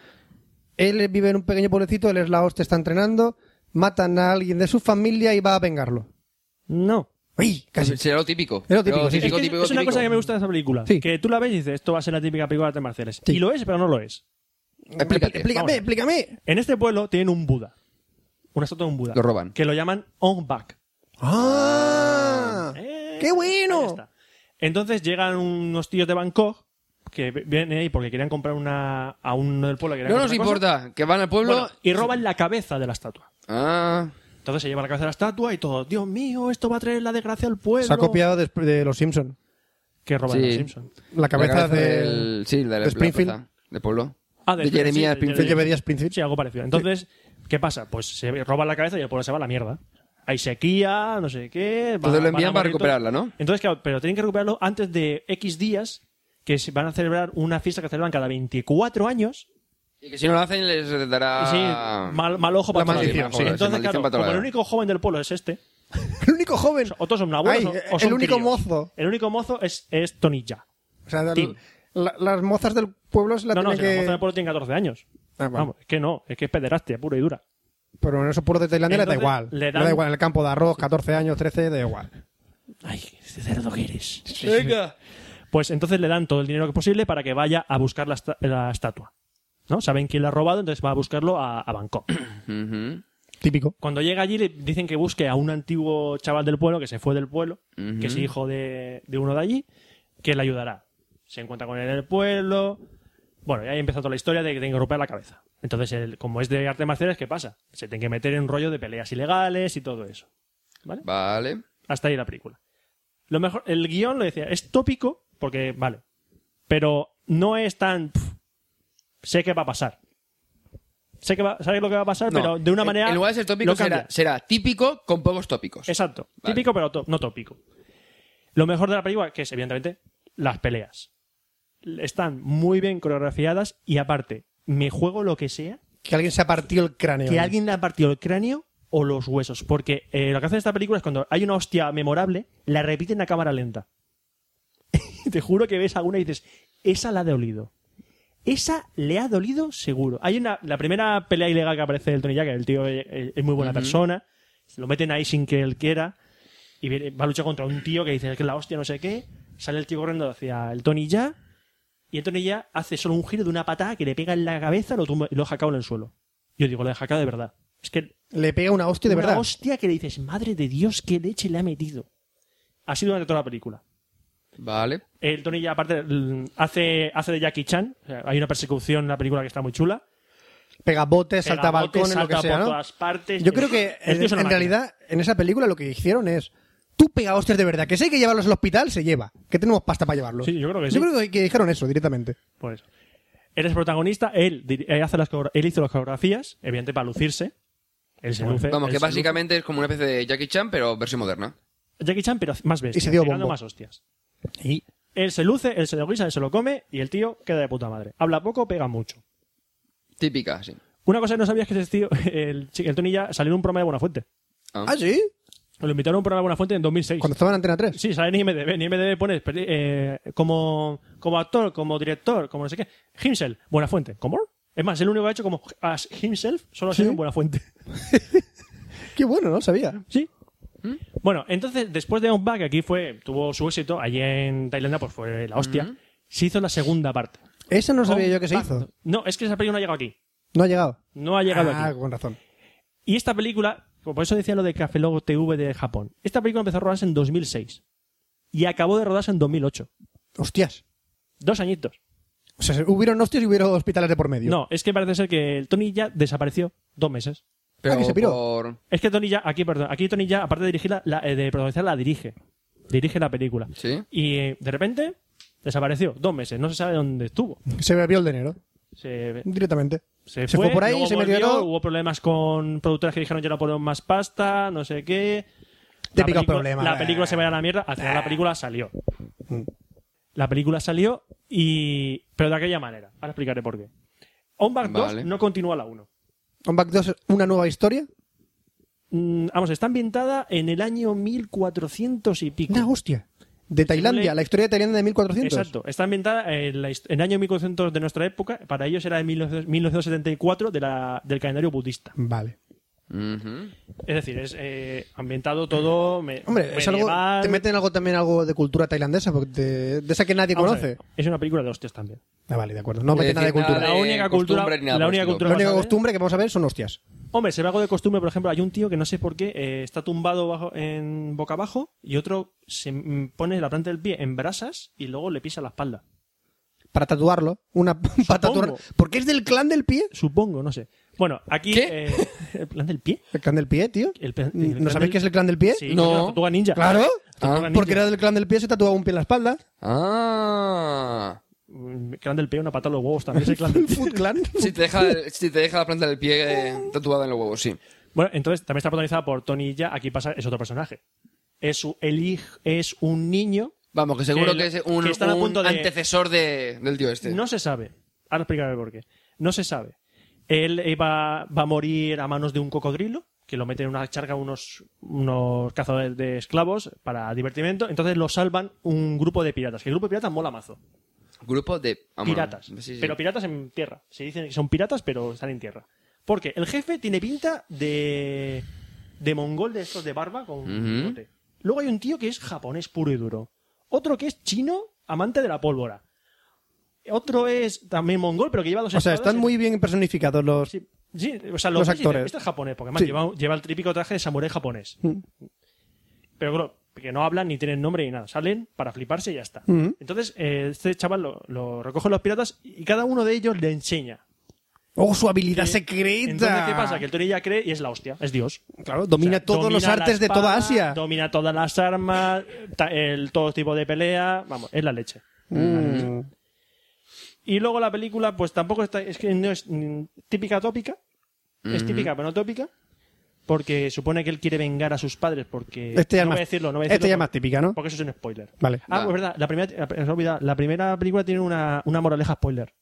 Él vive en un pequeño pueblecito, él es la hostia, está entrenando, matan a alguien de su familia y va a vengarlo. No. Uy, casi. Pues, Será Pues, lo típico. Es lo típico, sí, Es, que es- típico, es una típico. cosa que me gusta de esa película. Sí. Que tú la ves y dices, esto va a ser la típica película de artes marciales. Sí. Y lo es, pero no lo es. Explícate. Explícame, Vamos. explícame. En este pueblo tienen un Buda. Una estatua de un Buda. Lo roban. Que lo llaman Ongbak. ¡Ah! Eh, ¡Qué ahí Ah. bueno! Oh. está. Entonces llegan unos tíos de Bangkok que viene ahí porque querían comprar una a uno del pueblo que No nos importa, que van al pueblo. y roban la cabeza de la estatua. Ah, Entonces se lleva la cabeza de la estatua y todo, Dios mío, esto va a traer la desgracia al pueblo. Se ha copiado de, de los Simpson Que roban Sí. los Simpson. La cabeza, del- Sí, de, la- de Springfield. la plaza, de pueblo. Ah, de, de- sí, Jeremías de Springfield. Phil Llevería Springfield. Sí, algo parecido. Entonces, ¿qué pasa? Pues se roban la cabeza y el pueblo se va a la mierda. Hay sequía, no sé qué. va- Entonces lo van a envían morir para todos. recuperarla, ¿no? Entonces, claro, pero tienen que recuperarlo antes de X días, que se van a celebrar una fiesta que celebran cada 24 años. Y que si no lo hacen les dará... Y sí, mal, mal ojo para La toda maldición, vida. sí. Sí, Entonces, maldición claro, Ah. para toda como el la vida. único joven del pueblo es este, El único joven. o todos son abuelos, Ay, o- o son el único críos. mozo. El único mozo es, es Tony Ya. O sea, Tim. la- las mozas del pueblo se la No, no, tienen si la que... moza del pueblo tiene 14 años. Ah, vale. Vamos, es que no, es que es pederastia, pura y dura. Pero en esos pueblos de Tailandia les da Entonces, igual. le Le dan- da igual en el campo de arroz, 14 años, 13, da igual. Ay, este cerdo que eres. Venga. Pues entonces le dan todo el dinero que es posible para que vaya a buscar la, esta- la estatua. ¿No? Saben quién la ha robado, entonces va a buscarlo a, a Bangkok. Ujú, Típico. Cuando llega allí le dicen que busque a un antiguo chaval del pueblo que se fue del pueblo, Ujú. que es hijo de, de uno de allí, que le ayudará. Se encuentra con él en el pueblo. Bueno, y ahí empieza toda la historia de que tienen que romper la cabeza. Entonces, él, como es de artes marciales, ¿qué pasa? Se tienen que meter en un rollo de peleas ilegales y todo eso. ¿Vale? Vale. Hasta ahí la película. Lo mejor, el guión lo decía, es tópico, porque vale. Pero no es tan. pf, sé que va a pasar. Sé que va, sabes lo que va a pasar, No, pero de una en- manera. En lugar de ser lo tópico, será, cambia. será típico con pocos tópicos. Exacto. Vale. Típico, pero to- no tópico. Lo mejor de la película, que es evidentemente las peleas. Están muy bien coreografiadas y aparte, me juego lo que sea Que alguien se ha partido el cráneo. que alguien le ha partido el cráneo o los huesos. Porque eh, lo que hacen en esta película es cuando hay una hostia memorable, la repiten a cámara lenta. Te juro que ves alguna y dices, esa la ha dolido. Esa le ha dolido seguro. Hay una, la primera pelea ilegal que aparece del Tony Jack, el tío eh, es muy buena persona, lo meten ahí sin que él quiera, y viene- va a luchar contra un tío que dice que es la hostia, no sé qué, sale el tío corriendo hacia el Tony Jack, y el Tony Jack hace solo un giro de una patada que le pega en la cabeza lo tumba- y lo deja cao en el suelo. Yo digo, lo deja cao de verdad. Es que Le pega una hostia de una verdad. hostia que le dices, madre de Dios, qué leche le ha metido. Así durante toda la película. Vale. El Tony ya, aparte, l- hace, hace de Jackie Chan. O sea, hay una persecución en la película que está muy chula. Pega botes, Pega salta botes, balcones, lo que salta sea, por ¿no? todas partes. Yo creo que El en, Este tío es una en máquina. realidad en esa película lo que hicieron es tú pega hostias de verdad, que si hay que llevarlos al hospital se lleva, que tenemos pasta para llevarlos. Sí, yo creo que sí. Yo creo que, que dijeron eso directamente. Por eso. Él es protagonista, él, dir- eh, hace las, coreogra- él hizo las coreografías, evidentemente para lucirse. Él se luce. Vamos, él que se luce. básicamente es como una especie de Jackie Chan, pero versión moderna. Jackie Chan, pero más bestia. Y se dio pegando bombo. más hostias. Él se luce, él se lo guisa, él se lo come y el tío queda de puta madre. Habla poco, pega mucho. Típica, sí. Una cosa que no sabías que ese tío, el, chi- el Tony ya salió en un programa de Buenafuente. ¿Ah, sí? Lo invitaron a un programa de Buenafuente en 2006. Cuando estaba en Antena 3. Sí, sale en IMDB. En IMDB pones peli- eh, como, como actor, como director, como no sé qué. Himself, Buenafuente. ¿Cómo? Es más, el único que ha hecho como as himself solo ha sido ¿Sí? en Buenafuente. Qué bueno, no sabía. ¿Sí? Bueno, entonces, después de Outback, aquí fue, tuvo su éxito. Allí en Tailandia, pues fue la hostia. Se hizo la segunda parte. Esa no sabía yo que se Outback. hizo. No, es que esa película no ha llegado aquí. No ha llegado. No ha llegado ah, aquí. con razón. Y esta película, pues por eso decía lo de Café Logo TV de Japón, esta película empezó a rodarse en 2006 y acabó de rodarse en 2008. Hostias. Dos añitos. O sea, hubieron hostias y hubieron hospitales de por medio. No, es que parece ser que el Tony ya desapareció dos meses. Pero que se piró. por... Es que Tony ya, aquí, perdón, aquí Tony ya, aparte de dirigirla, la- eh, de protagonizar, la dirige. Dirige la película. Sí. Y eh, de repente desapareció dos meses, no se sabe dónde estuvo. Se bebió el dinero. Se, Directamente. se, Se fue por ahí, luego se metió volvió, todo. Hubo problemas con productoras que dijeron ya no ponemos más pasta, no sé qué. La Típico película- problema. eh. Mm. La película se va a la mierda. Al final la película salió. La película salió y. Pero de aquella manera. Ahora explicaré por qué. Onback 2 Vale. no continúa la 1. On Back 2, una nueva historia. Mm, vamos, está ambientada en el año 1400 y pico. Una hostia. De Tailandia, le- la historia de Tailandia de 1400. Exacto, está ambientada en, la his- en el año 1400 de nuestra época. Para ellos era de 1900 1974 de la- del calendario budista. Vale. Ujú. Es decir, es eh, ambientado todo. me- Hombre, es algo, medieval. te meten algo también algo de cultura tailandesa, porque te- de esa que nadie Vamos a conoce. ver, Eh, Es una película de hostias también. Ah, vale, de acuerdo. No Es meten nada de decir, cultura. nada La de única cultura- costumbre ni nada la por el única estilo. cultura- La única ¿sabes? costumbre que vamos a ver son hostias. Hombre, se ve algo de costumbre, por ejemplo, hay un tío que no sé por qué eh, está tumbado bajo, en boca abajo y otro se mm, pone la planta del pie en brasas y luego le pisa la espalda. para tatuarlo. Una para tatuar. Porque es del clan del pie. Supongo, no sé. Bueno, aquí. ¿Qué? eh, ¿El plan del pie? El clan del pie, tío. El pe- el ¿No clan sabéis del- qué es el clan del pie? Sí, No. la tortuga ninja. Claro. Tortuga Ah, ninja. Porque era del clan del pie, se tatuaba un pie en la espalda. Ah. Mm, Clan del pie, una pata en los huevos también es el clan del pie. Food clan. Si te deja, el- si te deja la planta del pie eh, tatuada en los huevos, sí. Bueno, entonces también está protagonizada por Tony Ya. Aquí pasa, es otro personaje. Es, su- el, hij- es un niño. Vamos, que seguro Que- que, es un, que están a un punto de- antecesor de, del tío este. No se sabe. Ahora explicaré por qué. No se sabe. Él eh, va, va a morir a manos de un cocodrilo que lo mete en una charca unos, unos cazadores de esclavos para divertimento. Entonces lo salvan un grupo de piratas. Que el grupo de piratas mola mazo. Grupo de... vamos, piratas. Ah, sí, sí. Pero piratas en tierra. Se dicen que son piratas, pero están en tierra. Porque el jefe tiene pinta de. de mongol de estos de barba con bigote. Luego hay un tío que es japonés puro y duro. Otro que es chino, amante de la pólvora. Otro es también mongol, pero que lleva dos O sea, espadas están y- muy bien personificados los. Sí, sí, o sea, Pues Los los, ves y dices, actores. Este es japonés, porque además Sí. Mm. lleva, lleva el típico traje de samurái japonés. Pero claro, que no hablan ni tienen nombre ni nada. Salen para fliparse y ya está. Mm. Entonces, eh, este chaval lo, lo recogen los piratas y cada uno de ellos le enseña. ¡Oh, su habilidad Que- secreta! Entonces, ¿qué pasa? Que el Tori ya cree y es la hostia, es Dios. Claro, domina O sea, todos domina los la artes de toda espada, Asia. Domina todas las armas, ta- el, todo tipo de pelea. Vamos, es la leche. Mm. Y luego la película, pues tampoco está. Es que no es mm, típica tópica. Es típica, pero no tópica. Porque supone que él quiere vengar a sus padres porque. Este ya no voy a es más- decirlo, no voy a este decirlo ya es porque- más típica, ¿no? Porque eso es un spoiler. Vale. Ah, Va. pues verdad, la primera, la, os he olvidado, la primera película tiene una, una moraleja spoiler.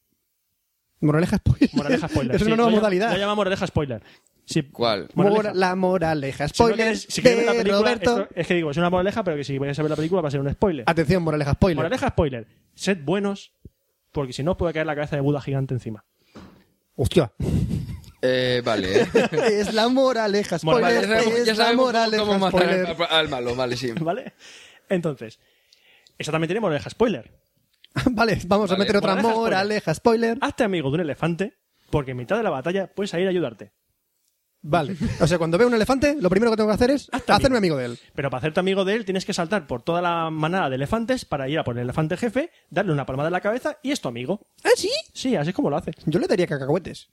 Moraleja spoiler. Moraleja spoiler. es sí, una nueva lo llama- modalidad. Lo llama moraleja spoiler. Sí. ¿Cuál? Moraleja. Mora- la moraleja Si no spoiler queréis- si queréis ver la de película, Roberto. esto- es que digo, es una moraleja, pero que si vais a ver la película va a ser un spoiler. Atención, moraleja spoiler. Moraleja spoiler. Sed buenos, porque si no os puede caer la cabeza de Buda gigante encima. Hostia. Eh, vale. es la moraleja spoiler. Vale, ya sabemos, es ya sabemos la moraleja cómo matar spoiler. al, al malo, vale, sí. ¿Vale? Entonces, esa también tiene moraleja spoiler. vale, vamos Vale, a meter otra moraleja moraleja, spoiler. spoiler. Hazte amigo de un elefante, porque en mitad de la batalla puedes salir a ayudarte. Vale. O sea, cuando veo un elefante, lo primero que tengo que hacer es Hazte hacerme amigo de él. Pero para hacerte amigo de él tienes que saltar por toda la manada de elefantes para ir a por el elefante jefe, darle una palmada en la cabeza y es tu amigo. ¿Ah, sí? Sí, así es como lo hace. Yo le daría cacahuetes.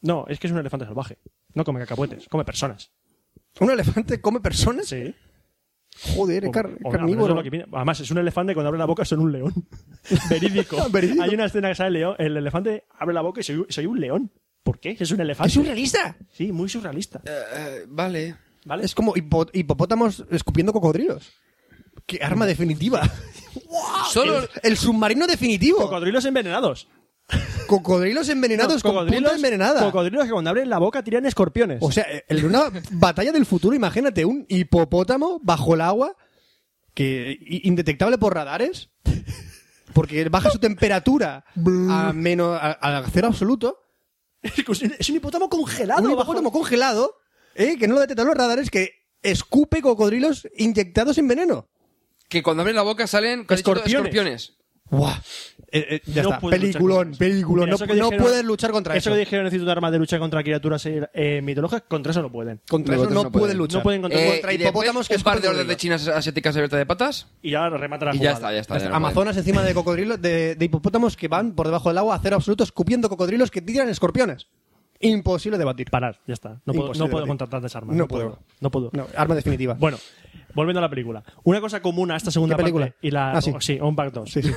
No, es que es un elefante salvaje. No come cacahuetes, come personas. ¿Un elefante come personas? Sí. Joder, es car- O- o- carnívoro. eso es lo que viene. Además, es un elefante cuando abre la boca son un león. Verídico. Ah, Verídico. Hay una escena que sale el, león- el elefante, abre la boca y soy, soy un león. ¿Por qué? Es un elefante. ¡Es surrealista! Sí, muy surrealista. Eh, eh, vale. ¿Vale? Es como hipo- hipopótamos escupiendo cocodrilos. ¡Qué arma definitiva! Solo... El- El submarino definitivo. Cocodrilos envenenados. Cocodrilos envenenados No, con punta envenenada. Cocodrilos que cuando abren la boca tiran escorpiones. O sea, en una batalla del futuro, imagínate, un hipopótamo bajo el agua, que i- indetectable por radares, porque baja su temperatura a menos a, a cero absoluto. es un hipopótamo congelado. Un bajo- hipopótamo congelado, eh, que no lo detectan los radares, que escupe cocodrilos inyectados en veneno. Que cuando abren la boca salen ¿qué has dicho tú? Escorpiones. escorpiones. ¡Buah! Eh, eh, ya No está, puedes luchar peliculón, contra eso. peliculón. Mira, No, eso que no dijeron- puedes luchar contra eso. Eso que dijeron, necesito un arma de lucha contra criaturas eh, mitológicas, contra eso no pueden. Contra eso Nosotros no, no pueden. pueden luchar. No pueden contra- Eh, contra y después hipopótamos que un par de escupen hordas de cocodrilos. chinas asiáticas abiertas de patas Y ya remata la y ya jugada. está, ya está. ya no pueden. Amazonas encima de cocodrilos, de, de hipopótamos que van por debajo del agua a cero absoluto, escupiendo cocodrilos que tiran escorpiones. Imposible debatir. Parar, ya está. No puedo, Imposible no puedo debatir. contratar tantas armas. No puedo. puedo. No puedo. No, arma definitiva. Bueno, volviendo a la película. Una cosa común a esta segunda ¿Qué película? parte y la Ah, sí. oh, sí, Unback 2. Sí, sí.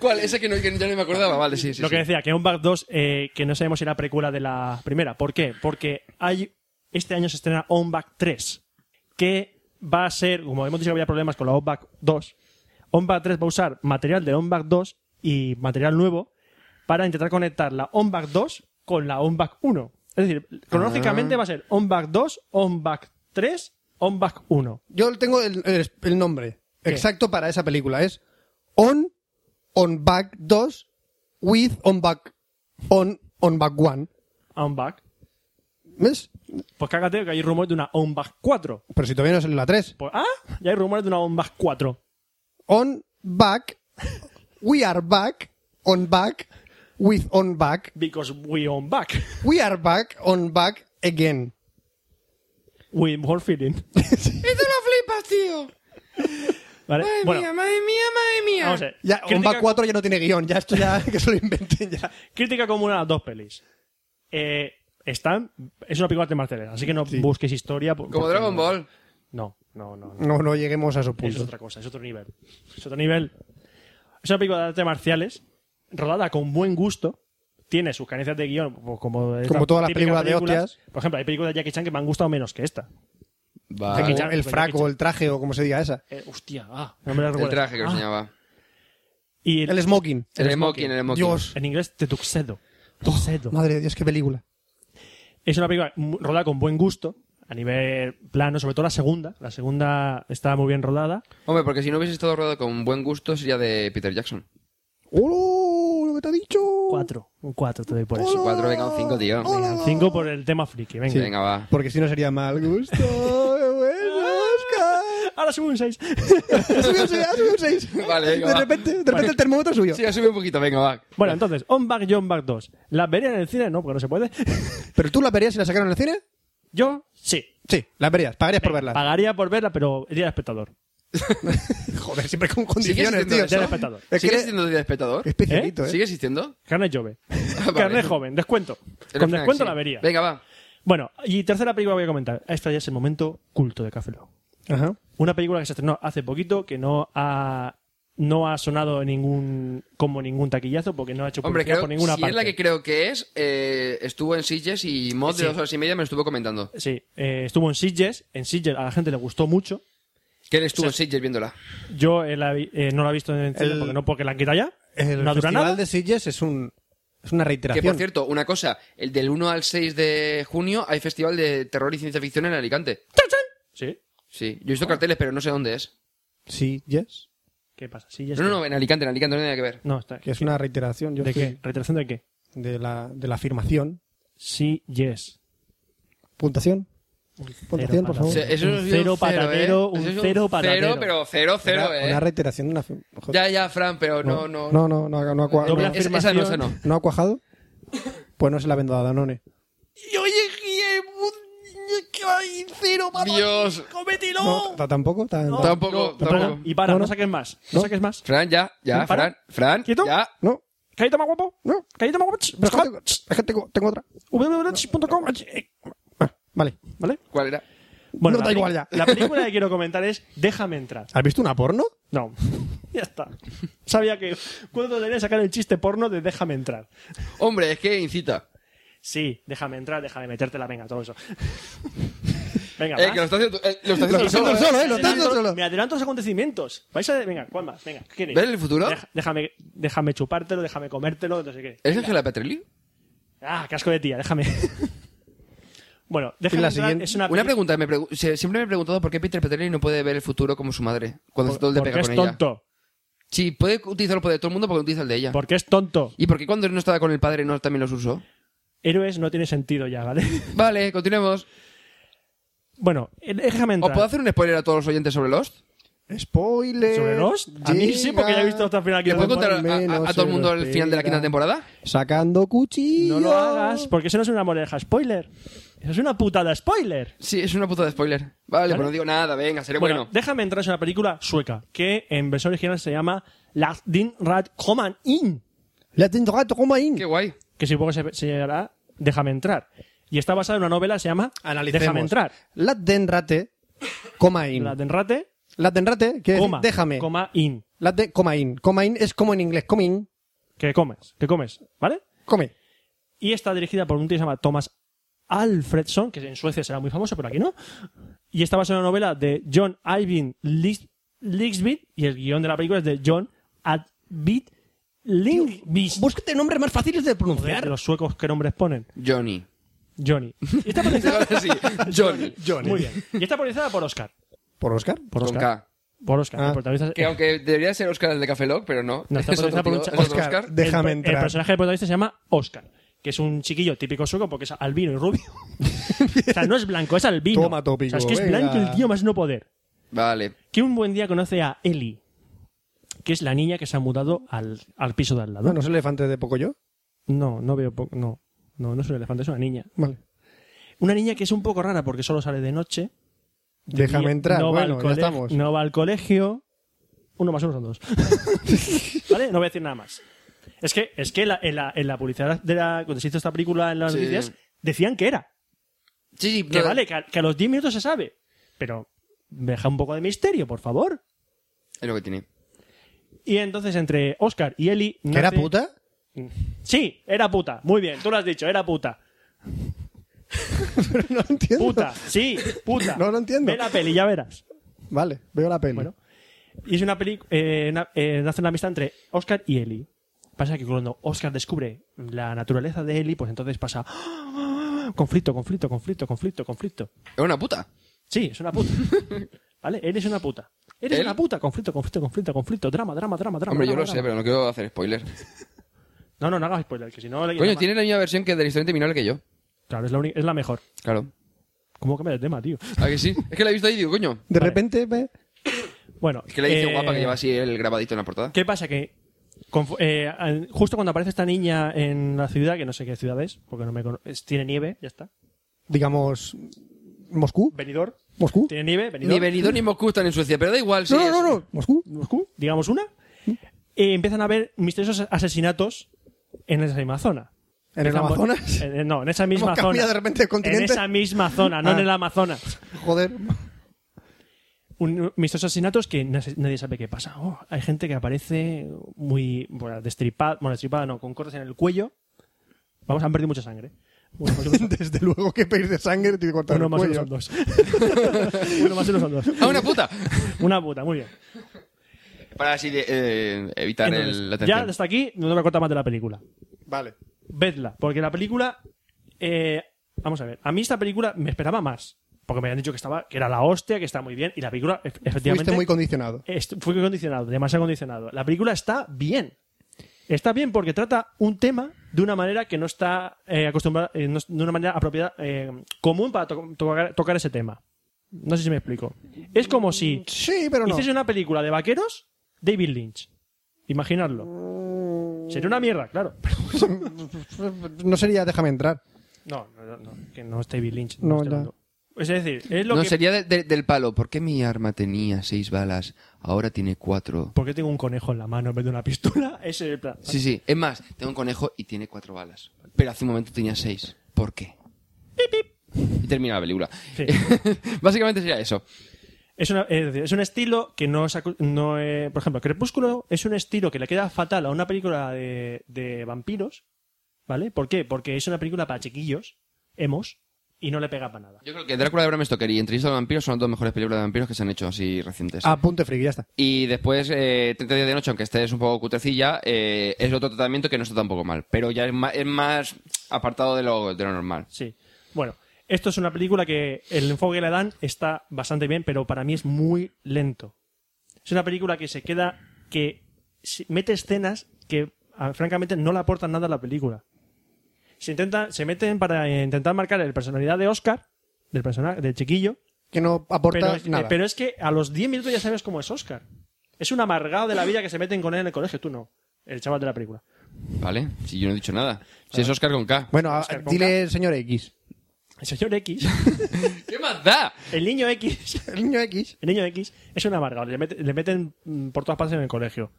¿Cuál? Ese que, no, que ya no me acordaba, vale, sí, sí. Lo que sí. decía, que Unback 2, eh, que no sabemos si era precuela de la primera. ¿Por qué? Porque hay este año se estrena Unback 3, que va a ser, como hemos dicho que había problemas con la Unback 2, Unback 3 va a usar material de Unback 2 y material nuevo para intentar conectar la Unback 2 con la Unback 1. Es decir, Ah. cronológicamente va a ser Unback 2, Unback 3, Unback 1. Yo tengo el, el- el nombre ¿Qué? exacto para esa película. Es On, On Back 2, With, On Back, On, On Back 1. Unback. ¿Ves? Pues cágate que hay rumores de una Unback 4. Pero si todavía no salió la 3. Pues, ah, ya hay rumores de una Unback 4. On Back, We Are Back, On Back, With, On Back, Because we on back. We Are Back, On Back Again. With more feeling. ¡Eso lo flipas, tío! ¿Vale? Madre bueno, mía, madre mía, madre mía. vamos a ver. Ya, Crítica- Bomba 4 ya no tiene guión, ya esto ya que se lo inventen ya. Crítica común a las dos pelis. Eh, están. Es una película de Marceles, así que no busques historia. por- Como porque Dragon no- Ball. No, no, no. no. No, no lleguemos a esos Es puntos. otra cosa, es otro nivel. Es otro nivel. Es una película de artes marciales, rodada con buen gusto. Tiene sus carencias de guión, como, como, estas Como todas las típicas películas de hostias. Por ejemplo, hay películas de Jackie Chan que me han gustado menos que esta. Vale. Jackie Chan, Ah, el coño, frac o Jackie el traje o como se diga esa. Chan. Eh, hostia, ah, no me la El recuerdo. traje que Ah, lo enseñaba. Y el- El smoking. El smoking, el smoking. Dios. en inglés, te tuxedo. Tuxedo. Madre de Dios, qué película. Es una película mu- rodada con buen gusto, a nivel plano, sobre todo la segunda. La segunda está muy bien rodada. Hombre, porque si no hubiese estado rodado con buen gusto sería de Peter Jackson. ¡Oh, lo que te ha dicho! Cuatro. Un cuatro te doy por eso. Su cuatro venga un cinco, tío. Venga, cinco por el tema friki, venga. Venga, va. Porque si no sería mal gusto. ¡Qué bueno, Oscar! Ahora sube un seis. Ha subido un seis, ha subido un seis. Vale, venga, de va. repente, de repente el termómetro subió. Sí, sube un poquito, venga, va. Bueno, entonces, On Back, John Back 2. ¿Las verían en el cine? No, porque no se puede. ¿Pero tú la verías si la sacaron en el cine? Yo, sí. Sí, la verías. Pagarías por verla. Pagaría por verla, pero iría de espectador. Joder, siempre con ¿Sigue condiciones, existiendo tío. eso? Es del espectador. que ¿Sigue eres existiendo Día de Espectador? especialito, ¿eh? ¿Sigue existiendo? Carnet Jove. vale. Carnet joven, descuento. El Con Fnac, descuento sí. la vería. Venga, va. Bueno, y tercera película que voy a comentar. Esta ya es el momento culto de Café Lock. Ajá. Una película que se estrenó hace poquito, que no ha, no ha sonado en ningún, como ningún taquillazo, porque no ha hecho Hombre, publicidad creo, por ninguna si parte. es la que creo que es, eh, estuvo en Sitges y Mod Sí. de dos horas y media me lo estuvo comentando. Sí, eh, estuvo en Sitges. En Sitges a la gente le gustó mucho. Que él estuvo en Sitges viéndola. Yo eh, la vi- eh, no la he visto en cine El- porque, no, porque la han quitado ya. El no dura Festival nada. de Sitges es, un, es una Que reiteración. por cierto, una cosa, el del 1 al 6 de junio hay festival de terror y ciencia ficción en Alicante. Sí. Sí, yo he Ah. visto carteles, pero no sé dónde es. Sitges, ¿Qué pasa? Sí, ya está. No, no, no, en Alicante, en Alicante no tiene nada que ver. No, está. que es una reiteración. Yo ¿De estoy- qué? ¿Reiteración de qué? De la, de la afirmación. Sí, yes. Puntación. Puntación, por patatero. favor. O sea, eso un es cero ¿eh? patatero, un Eso es cero patatero. Cero, pero cero, cero, una, eh. una reiteración de una afirmación. Ya, ya, Fran, pero no, no. No, no, no, ha- no ha cua- Doble no- Es- esa no, esa no. ¿No ha cuajado? Pues no se la ha vendado a Danone. Dios, No, ta- tampoco. ta- ta- tampoco, Y para, tampoco. Y para, No, no, no. saques más. No, No. saques más. Fran, ya, ya, Para. Fran, Fran, ¿Quieto? ya. No, Cállate más guapo. no. Cállate más guapo. Ch, Pero es que busca- tengo, es que tengo, tengo otra. www.com. Ah, vale. eh, ¿Vale? ¿Cuál era? Bueno, la No, da peli- igual ya. La película que quiero comentar es Déjame entrar. ¿Has visto una porno? No. ya está. Sabía que cuando tenía que sacar el chiste porno de Déjame entrar. Hombre, es que incita. Sí, déjame entrar, déjame metértela, venga, todo eso. venga, Eh, más. que lo está haciendo, eh, lo está haciendo Lo está solo, haciendo Me ¿eh? solo, eh. Lo está haciendo adelanto- solo. Me adelanto los acontecimientos. Vais a... Venga, ¿cuál más? Venga, ¿qué queréis? ¿Ves el futuro? Deja- Déjame, déjame chupártelo, déjame comértelo, no sé qué. ¿eh? ¿Es Ángela Petrilli? Ah, casco de tía, déjame. bueno, Y déjame la entrar, siguiente- es una, Una pregunta, me pregu- se- siempre me he preguntado por qué Peter Petrelli no puede ver el futuro como su madre cuando se todo el de porque pega es con ella. tonto. Sí, puede utilizar el poder de todo el mundo porque utiliza el de ella. Porque es tonto. ¿Y por qué cuando no estaba con el padre no también los usó? Héroes no tiene sentido ya, ¿vale? Vale, continuemos. bueno, eh, déjame ¿Os entrar. puedo hacer un spoiler a todos los oyentes sobre Lost? Spoiler. ¿Sobre Lost? A mí sí, porque ya he visto hasta el final. ¿Le quinta puedo contar a, temporada. a- a todo el mundo el final de la quinta temporada? Sacando cuchillo. No lo hagas, porque eso no es una moraleja spoiler. Eso es una putada spoiler. Sí, es una puta de spoiler. Vale, pues no digo nada, venga, seré Bueno, bueno. déjame entrar es una película sueca que en versión original se llama Las Din Rat Koman In, La tendrá como ahí. Qué guay. que supongo que se, se llamará Déjame entrar. Y está basada en una novela que se llama Analicemos. Déjame entrar. La tendrate, coma in. La Denrate, La tendrate, que coma, es déjame. coma in, La de, coma in. Coma in es como en inglés, come in. que comes, que comes, ¿vale? Come. Y está dirigida por un tío que se llama Thomas Alfredson, que en Suecia será muy famoso, pero aquí no. Y está basada en una novela de John Irving Lis- Lixbit y el guión de la película es de John Adbit Lingvist. Búscate nombres más fáciles de pronunciar. Los suecos, ¿qué nombres ponen? Johnny. Johnny. Y está protagonizada, Ahora sí, Johnny. Johnny. muy bien. Y está protagonizada por Oscar. ¿Por Oscar? Por Con Oscar. K. Por Oscar. Ah. El protagonista- Que aunque debería ser Oscar el de Café Lock, pero no. No, está es otro protagonizada por tío, un cha- es otro Oscar. Oscar. Déjame el, El entrar. personaje del protagonista se llama Oscar, que es un chiquillo típico sueco porque es albino y rubio. o sea, no es blanco, es albino. Toma, tópico, O sea, es que es venga. blanco el tío más no poder. Vale. Que un buen día conoce a Ellie, que es la niña que se ha mudado al, al piso de al lado. No, no es el elefante de Pocoyo. No, no veo... po- No, no, no es un elefante, es una niña. Vale. Una niña que es un poco rara porque solo sale de noche. Déjame Y entrar. no va al bueno, ya coleg- estamos. No va al colegio. uno más uno son dos. ¿Vale? No voy a decir nada más. Es que, es que la- en, la, en la publicidad de la, cuando se hizo esta película en las Sí. noticias, decían que era. Sí, sí, Que no- vale, que a, que a los 10 minutos se sabe. Pero deja un poco de misterio, por favor. Es lo que tiene. Y entonces entre Oscar y Eli. ¿Que era nace- puta? Sí, era puta. Muy bien, tú lo has dicho, era puta. no lo entiendo. Puta, sí, puta. No lo entiendo. Ve la peli, ya verás. Vale, veo la peli. Bueno. Y es una peli. Eh, na- eh, nace una amistad entre Oscar y Eli. Pasa que cuando Oscar descubre la naturaleza de Eli, pues entonces pasa. ¡Ah! Conflicto, conflicto, conflicto, conflicto, conflicto. Es una puta. Sí, es una puta. ¿Vale? Eres una puta. Eres ¿Él? una puta. Conflicto, conflicto, conflicto, conflicto. Drama, drama, drama, drama. Hombre, yo drama, lo sé, drama. pero no quiero hacer spoiler. No, no, no hagas spoiler, que si no... le- Coño, tiene la misma versión que del historia interminable que yo. Claro, es la, única- es la mejor. Claro. ¿Cómo cambia de tema, tío? ¿A que sí? Es que la he visto ahí y digo, coño. De Vale. repente ve- Bueno... Es que la edición eh, guapa que lleva así el grabadito en la portada. ¿Qué pasa? Que confo- eh, al- justo cuando aparece esta niña en la ciudad, que no sé qué ciudad es, porque no me cono- es- Tiene nieve, ya está. digamos, Moscú. Venidor. Moscú. Tiene nieve, venidor. Ni Benidorm ni Moscú están en Suecia, pero da igual. sí, No, no, es- no, no, Moscú. Moscú, digamos una. Y empiezan a haber misteriosos asesinatos en esa misma zona. ¿En el Empezamos- Amazonas? en- en- no, en esa misma ¿Hemos zona. cambiado de repente de continente? En esa misma zona, no en Ah. el Amazonas. Joder. Un, misteriosos asesinatos que na- nadie sabe qué pasa. Oh, hay gente que aparece muy bueno, destripada, bueno, destripada no, con cortes en el cuello. Vamos, han perdido mucha sangre. pues Uno más uno son- Desde luego que pedir de sangre te cortar uno el más uno cuello. son dos. uno más uno son dos. ¡Ah, una puta! Una puta, muy bien. Para así de, eh, evitar Entonces, el, la ya tensión. hasta aquí no te voy a contar más de la película. Vale. vedla, porque la película, eh, vamos a ver, a mí esta película me esperaba más, porque me habían dicho que estaba, que era la hostia, que está muy bien, y la película ef- efectivamente Fuiste muy condicionado. est- fue condicionado, demasiado condicionado. La película está bien, está bien porque trata un tema de una manera que no está eh, acostumbrada, eh, no es- de una manera apropiada, eh, común para to- tocar, tocar ese tema. No sé si me explico. Es como si Mm, Sí, pero no. hiciese una película de vaqueros, David Lynch. Imaginarlo. Sería una mierda, claro. No sería déjame entrar. No, no, no, no, que no es David Lynch. No, No, estoy ya. hablando. Es decir, es lo No, que... sería de- de- del palo. ¿Por qué mi arma tenía seis balas? Ahora tiene cuatro. ¿Por qué tengo un conejo en la mano en vez de una pistola? Ese es el plan. Sí, sí. Es más, tengo un conejo y tiene cuatro balas. Pero hace un momento tenía seis. ¿Por qué? Y termina la película. Sí. Básicamente sería eso. Es, una- es decir, es un estilo que no... es acu- no eh, por ejemplo, Crepúsculo es un estilo que le queda fatal a una película de, de vampiros. ¿Vale? ¿Por qué? Porque es una película para chiquillos, hemos, y no le pega para nada. Yo creo que Drácula de Bram Stoker y Entrevista de Vampiros son las dos mejores películas de vampiros que se han hecho así recientes. Apunte friki, ya está. Y después, eh, 30 días de noche, aunque este es un poco cutrecilla, eh, es otro tratamiento que no está tampoco mal. Pero ya es ma- es más, apartado de lo, de lo normal. Sí. Bueno, esto es una película que el enfoque que le dan está bastante bien, pero para mí es muy lento. Es una película que se queda, que se- mete escenas que ah, francamente no le aportan nada a la película. Se, intenta, se meten para eh, intentar marcar la personalidad de Oscar, del, persona- del chiquillo, Que no aporta pero, es- eh, nada. pero es que a los 10 minutos ya sabes cómo es Oscar. Es un amargado de la vida que se meten con él en el colegio, tú no, el chaval de la película. ¿Vale? Si yo no he dicho nada. Si es Oscar con K. Bueno, a- Oscar Conca. dile señor X. El señor X, ¿Qué más da? el niño X, El niño X. El niño X es un amargado, le, mete- le meten mm, por todas partes en el colegio.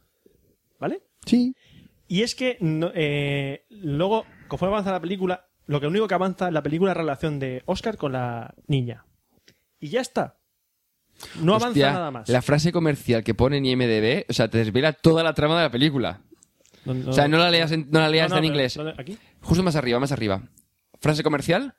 ¿Vale? Sí. Y es que no- eh, luego, conforme avanza la película, lo que único que avanza en la película es la relación de Oscar con la niña. Y ya está. No avanza Hostia, nada más. La frase comercial que pone en IMDB, o sea, te desvela toda la trama de la película. No, no, O sea, no la leas en, no la leas no, en pero- inglés. ¿dónde- ¿Aquí? Justo más arriba, más arriba. Frase comercial.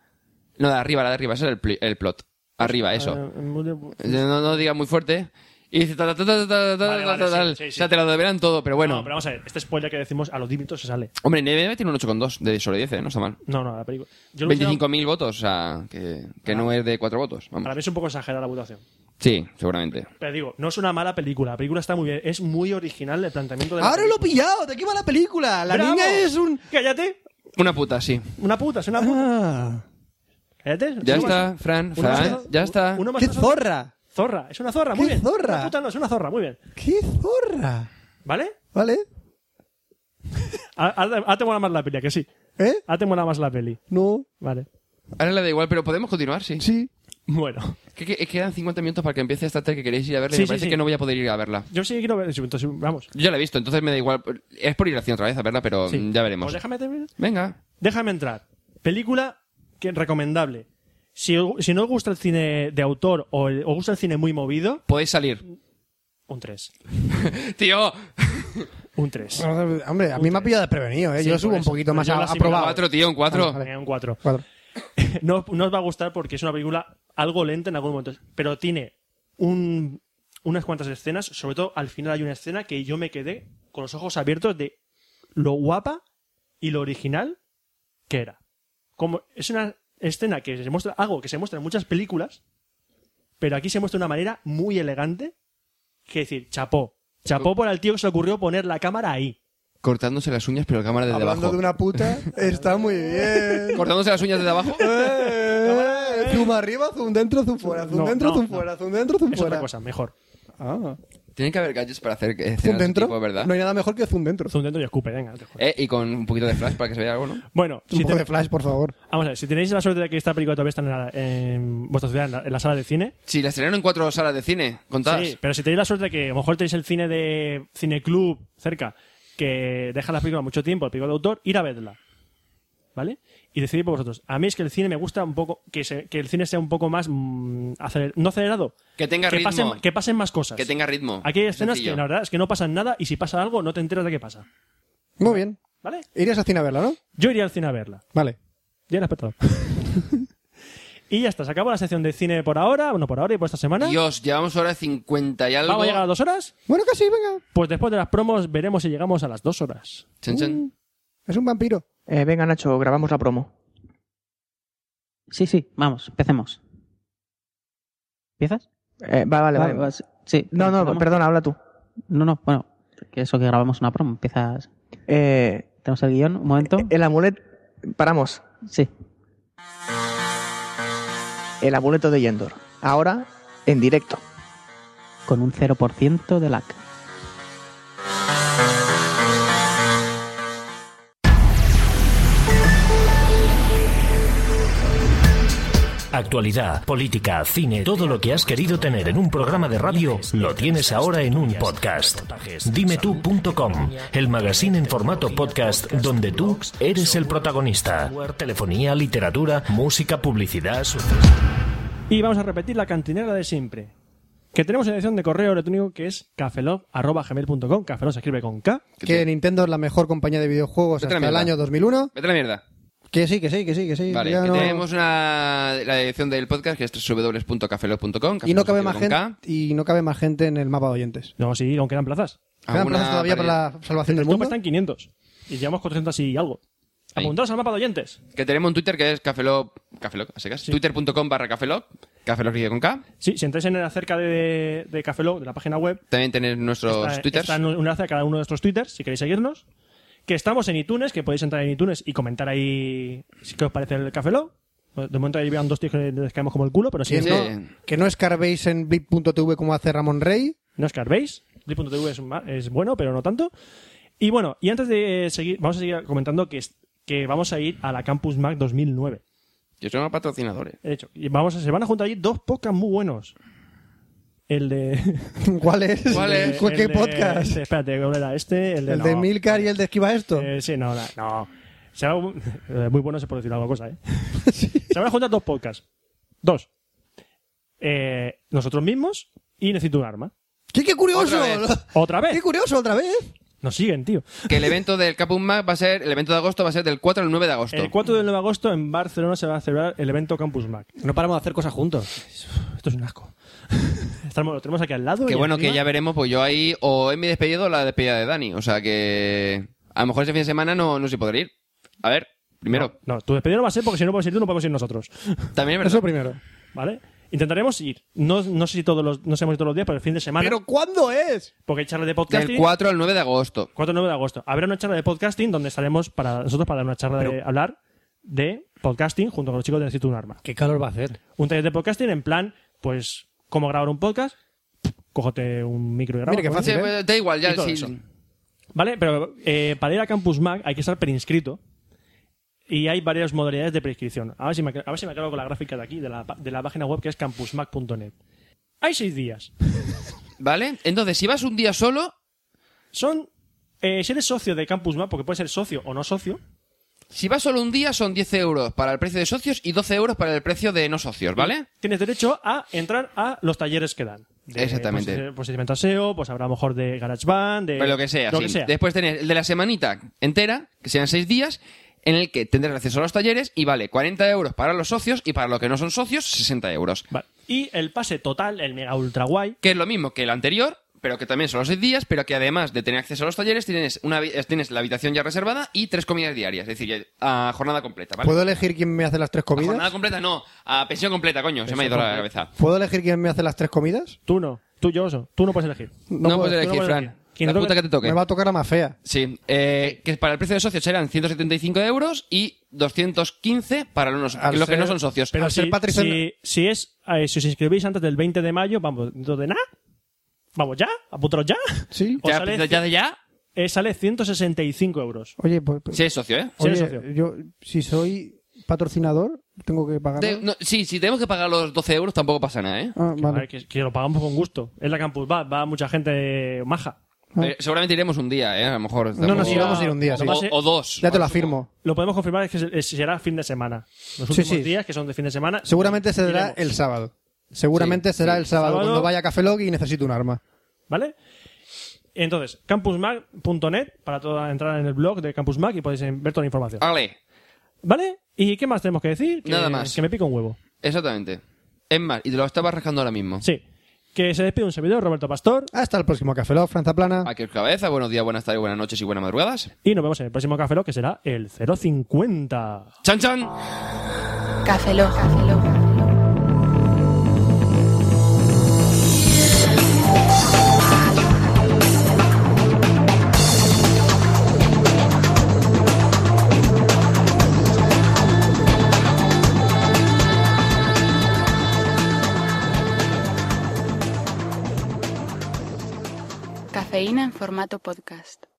No, de arriba, la de arriba, ese es el, pli- el plot. Arriba, eso. Ah, muy de- No, no digas muy fuerte. Y dice tal, tal, tal, tal, Vale, tal, tal, vale, sí, tal, tal. sí, O sí. sea, te lo deberán todo, pero bueno. No, pero vamos a ver, este spoiler que decimos a los 10 minutos se sale. Hombre, IMDb tiene un 8,2 de sobre 10, ¿eh? no está mal. No, no, la película. Yo lo que sea- 25.000 votos, o sea, que, que no es de 4 votos. Para Vamos. mí es un poco exagerada la votación. Sí, seguramente. Pero digo, no es una mala película. La película está muy bien. Es muy original el planteamiento de la Ahora lo he película. pillado. ¿De qué va la película? La ¡Bravo! niña es un... Cállate. Una puta, sí. Una puta, es una puta. Ah, Cállate. Ya Uno está, más- Fran, uno más- Fran, ya está. uno más- ¡Qué uno más- zorra! Zorra, es una zorra, ¿Qué muy bien. zorra? Una puta no, es una zorra, muy bien. ¡Qué zorra! ¿Vale? ¿Vale? Ah- Ahora ahora te mola más la peli, ¿a que sí. ¿Eh? Ahora te mola más la peli. No. Vale. Ahora le da igual, pero podemos continuar, sí. Sí. Bueno, Que, que- quedan 50 minutos para que empiece esta tele que queréis ir a verla y Sí, me sí, parece sí. que no voy a poder ir a verla. yo sí que quiero ver. Entonces, vamos. Yo la he visto, entonces me da igual. Es por ir al cine otra vez a verla, pero Sí. mm, ya veremos. Pues déjame terminar. Venga. Déjame entrar. Película que recomendable. Si, si no os gusta el cine de autor o el- os gusta el cine muy movido, Podéis salir. un 3. Tío, Un 3. Ah, Hombre, a mí me ha pillado desprevenido, ¿eh? Sí, yo por subo un eso. poquito más Yo a, lo a asimilo probar. cuatro, tío, un cuatro. Vale, vale. Un 4. Cuatro. No, no os va a gustar porque es una película algo lenta en algún momento, pero tiene un- unas cuantas escenas, sobre todo al final hay una escena que yo me quedé con los ojos abiertos de lo guapa y lo original que era. Como es una escena que se muestra algo que se muestra en muchas películas, pero aquí se muestra de una manera muy elegante, que decir, chapó, chapó por el tío que se le ocurrió poner la cámara ahí. Cortándose las uñas, pero cámara desde Hablando abajo. de una puta, está muy bien. Cortándose las uñas desde abajo. Eh, zoom arriba, zoom dentro, zoom fuera, zoom No, dentro, no, zoom no. fuera, zoom dentro, zoom Es fuera. otra cosa, mejor. Ah. Tienen que haber gadgets para hacer eh, Zoom escenas de ese dentro. tipo, ¿verdad? No hay nada mejor que zoom dentro. Zoom dentro y escupe, venga. te jodes. Eh, y con un poquito de flash para que se vea algo, ¿no? Bueno, Un si poco te- de flash, por favor. Vamos a ver, si tenéis la suerte de que esta película todavía está en, la- en vuestra ciudad, en la, en la sala de cine. Si la estrenaron en cuatro salas de cine, contadas. Sí, pero si tenéis la suerte de que a lo mejor tenéis el cine de cineclub cerca, que deja las películas mucho tiempo, el película de autor, ir a verla. ¿Vale? Y decidid por vosotros. A mí es que el cine me gusta un poco, que, se- que el cine sea un poco más mm, aceler- no acelerado. Que tenga que ritmo. Pasen, que pasen más cosas. Que tenga ritmo. Aquí hay escenas Sencillo. que la verdad es que no pasan nada y si pasa algo no te enteras de qué pasa. Muy bien. ¿Vale? Irías a cine a verla, ¿no? Yo iría al cine a verla. Vale. Ya la he petado. y ya está, se acabó la sección de cine por ahora, bueno, por ahora y por esta semana. Dios, llevamos ahora 50 y algo. ¿Vamos a llegar a dos horas? Bueno, casi, venga. Pues después de las promos veremos si llegamos a las dos horas. Chan, chan. Es un vampiro. Eh, venga, Nacho, grabamos la promo. Sí, sí, vamos, empecemos. ¿Empiezas? Eh, vale, vale, vale. Sí. No, no, perdona, habla tú. No, no, bueno, que eso que grabamos una promo, empiezas. Tenemos Eh, el guión, un momento. El amuleto. Paramos. Sí. El amuleto de Yendor. Ahora, en directo. Con un 0% de lag. Actualidad, política, cine, todo lo que has querido tener en un programa de radio, lo tienes ahora en un podcast. Dimetú.com, el magazine en formato podcast donde tú eres el protagonista. Telefonía, literatura, música, publicidad, sucesos. Y vamos a repetir la cantinera de siempre. Que tenemos en la edición de correo electrónico que es cafelog.gmail.com. Cafelog se escribe con K. Que Nintendo es la mejor compañía de videojuegos Vete a la hasta el mierda. año 2001. Vete a la mierda. Que sí, que sí, que sí, que sí. Vale, ya que no- tenemos una, la edición del podcast que es www.cafelog.com. Y no cabe más cafelog con K. gente y no cabe más gente en el mapa de oyentes. No, sí, aún quedan plazas. Quedan Alguna plazas todavía para la salvación del El tope mundo. está en 500. Y llevamos 400 y algo. Ahí. Apuntaos al mapa de oyentes. Que tenemos un Twitter que es cafelog, cafelog, a secas. Twitter.com barra cafelog, cafelog escribe con K. Sí, si entráis en el acerca de, de Cafelog, de la página web, También tenéis nuestros Está- twitters. está en un enlace a cada uno de nuestros twitters, si queréis seguirnos. Que estamos en iTunes, que podéis entrar en iTunes y comentar ahí si qué os parece el Café Lock. De momento ahí vean dos tíos que les caemos como el culo, pero si Que, Sí. no, no, que no escarbéis en blip.tv como hace Ramón Rey. no os carvéis. Blip.tv es, ma- es bueno, pero no tanto. Y bueno, y antes de seguir, vamos a seguir comentando que, es- que vamos a ir a la Campus Mac 2009. Yo soy eh. patrocinadores. De hecho, y vamos a, se van a juntar allí dos podcasts muy buenos. El de... ¿Cuál es? ¿Cuál es? ¿Qué el de- podcast? este, espérate, ¿cuál era este? El de, ¿El de no. Milcar y el de Esquiva Esto? Eh, sí, no, no. no. Se va- eh, muy bueno se puede decir alguna cosa, ¿eh? Se van a juntar dos podcasts. Dos. Eh, nosotros mismos y Necesito un arma. ¿Qué, qué curioso! Otra vez. Otra ¡Qué vez. curioso, otra vez! Nos siguen, tío. Que el evento del Capum Mac va a ser, el evento de agosto va a ser del 4 al 9 de agosto. El 4 del 9 de agosto en Barcelona se va a celebrar el evento Campus Mac. No paramos de hacer cosas juntos. Esto es un asco. Estamos, lo tenemos aquí al lado. Que y bueno, que encima- ya veremos, pues yo ahí o en mi despedida o la despedida de Dani. O sea que a lo mejor ese fin de semana no, no se podrá ir. A ver, primero. No, tu despedida no va a ser porque si no puedes ir tú, no podemos ir nosotros. Ah. También es Eso verdad. primero. ¿Vale? Intentaremos ir. No, no sé si todos los, no sabemos si todos los días, pero el fin de semana. ¿Pero cuándo es? porque hay charla de podcasting. Del 4 al 9 de agosto. 4 9 de agosto. Habrá una charla de podcasting donde estaremos para nosotros para dar una charla de hablar de podcasting junto con los chicos de Necesito un Arma. ¿Qué calor va a hacer? Un taller de podcasting en plan, pues, cómo grabar un podcast, cógete un micro y graba. Mira qué ¿no? fácil, Sí, ¿eh? pues, da igual, ya Y todo sí. eso. Vale, pero eh, para ir a Campus Mac hay que estar preinscrito. y hay varias modalidades de prescripción. A ver si me, a ver si me aclaro con la gráfica de aquí, de la, pa- de la página web que es campusmac.net. Hay seis días. ¿Vale? Entonces, si vas un día solo. Son. eh, si eres socio de CampusMac, porque puedes ser socio o no socio. Si vas solo un día, son 10 euros para el precio de socios y 12 euros para el precio de no socios, ¿vale? Tienes derecho a entrar a los talleres que dan. De, Exactamente. Pues, eh, pues experimental SEO, pues habrá a lo mejor de GarageBand, de. Pues lo que sea, sí. Después tenés el de la semanita entera, que sean seis días, en el que tendrás acceso a los talleres y vale 40 euros para los socios y para los que no son socios, 60 euros. Y el pase total, el mega ultra guay. Que es lo mismo que el anterior, pero que también son los seis días, pero que además de tener acceso a los talleres, tienes, una, habi- tienes la habitación ya reservada y tres comidas diarias, es decir, ya- a jornada completa, ¿vale? ¿Puedo elegir quién me hace las tres A jornada comidas? completa no, a pensión completa, coño, se me ha ido la cabeza. ¿Puedo elegir quién me hace las tres comidas? Tú no. Tú, yo, Tú no puedes elegir. No, puedo. puedes Tú elegir, puedes Fran. Quien La toque- puta que te toque. Me va a tocar la más fea. Sí, eh, que para el precio de socios serán 175 euros y 215 para los, Al los que ser- no son socios. Pero si, si, si es, eh, si os inscribís antes del 20 de mayo, vamos, dentro de nada. Vamos ya, apuntaros ya. eh, Sí. Ya, pues, ya de ya. sale 165 euros. Oye, pues. pues- Si es socio, ¿eh? Si eres oye, socio. Yo, si soy patrocinador, tengo que pagar. De- no, sí, si tenemos que pagar los 12 euros tampoco pasa nada, ¿eh? Ah, A ver, que, que lo pagamos con gusto. Es la campus, va, va mucha gente maja. Eh, seguramente iremos un día, ¿eh? A lo mejor. Ah. No, no, tampoco- sí, vamos a ir un día, sí. O, o dos. Ya te lo afirmo. Lo podemos confirmar es que se- es- será fin de semana. Los Sí, últimos sí. días, que son de fin de semana. Seguramente será iremos, el sábado. Seguramente Sí, será sí. el sábado, Sábado. cuando vaya a Café Log y necesito un arma. ¿Vale? Entonces, campusmag.net para toda, entrar en el blog de campusmag y podéis eh, ver toda la información. Ah. Vale, ¿Vale? ¿Y qué más tenemos que decir? Que- Nada más. Que me pica un huevo. exactamente. Es más, y te lo estabas rascando ahora mismo. Sí. Que se despide un servidor, Roberto Pastor, Hasta el próximo Café Log, Franza Plana. Aquí os cabeza, buenos días, buenas tardes, buenas noches y buenas madrugadas. y nos vemos en el próximo Café Lock, que será el 050. ¡Chan, chan! Café Lock. Cafeína en formato podcast.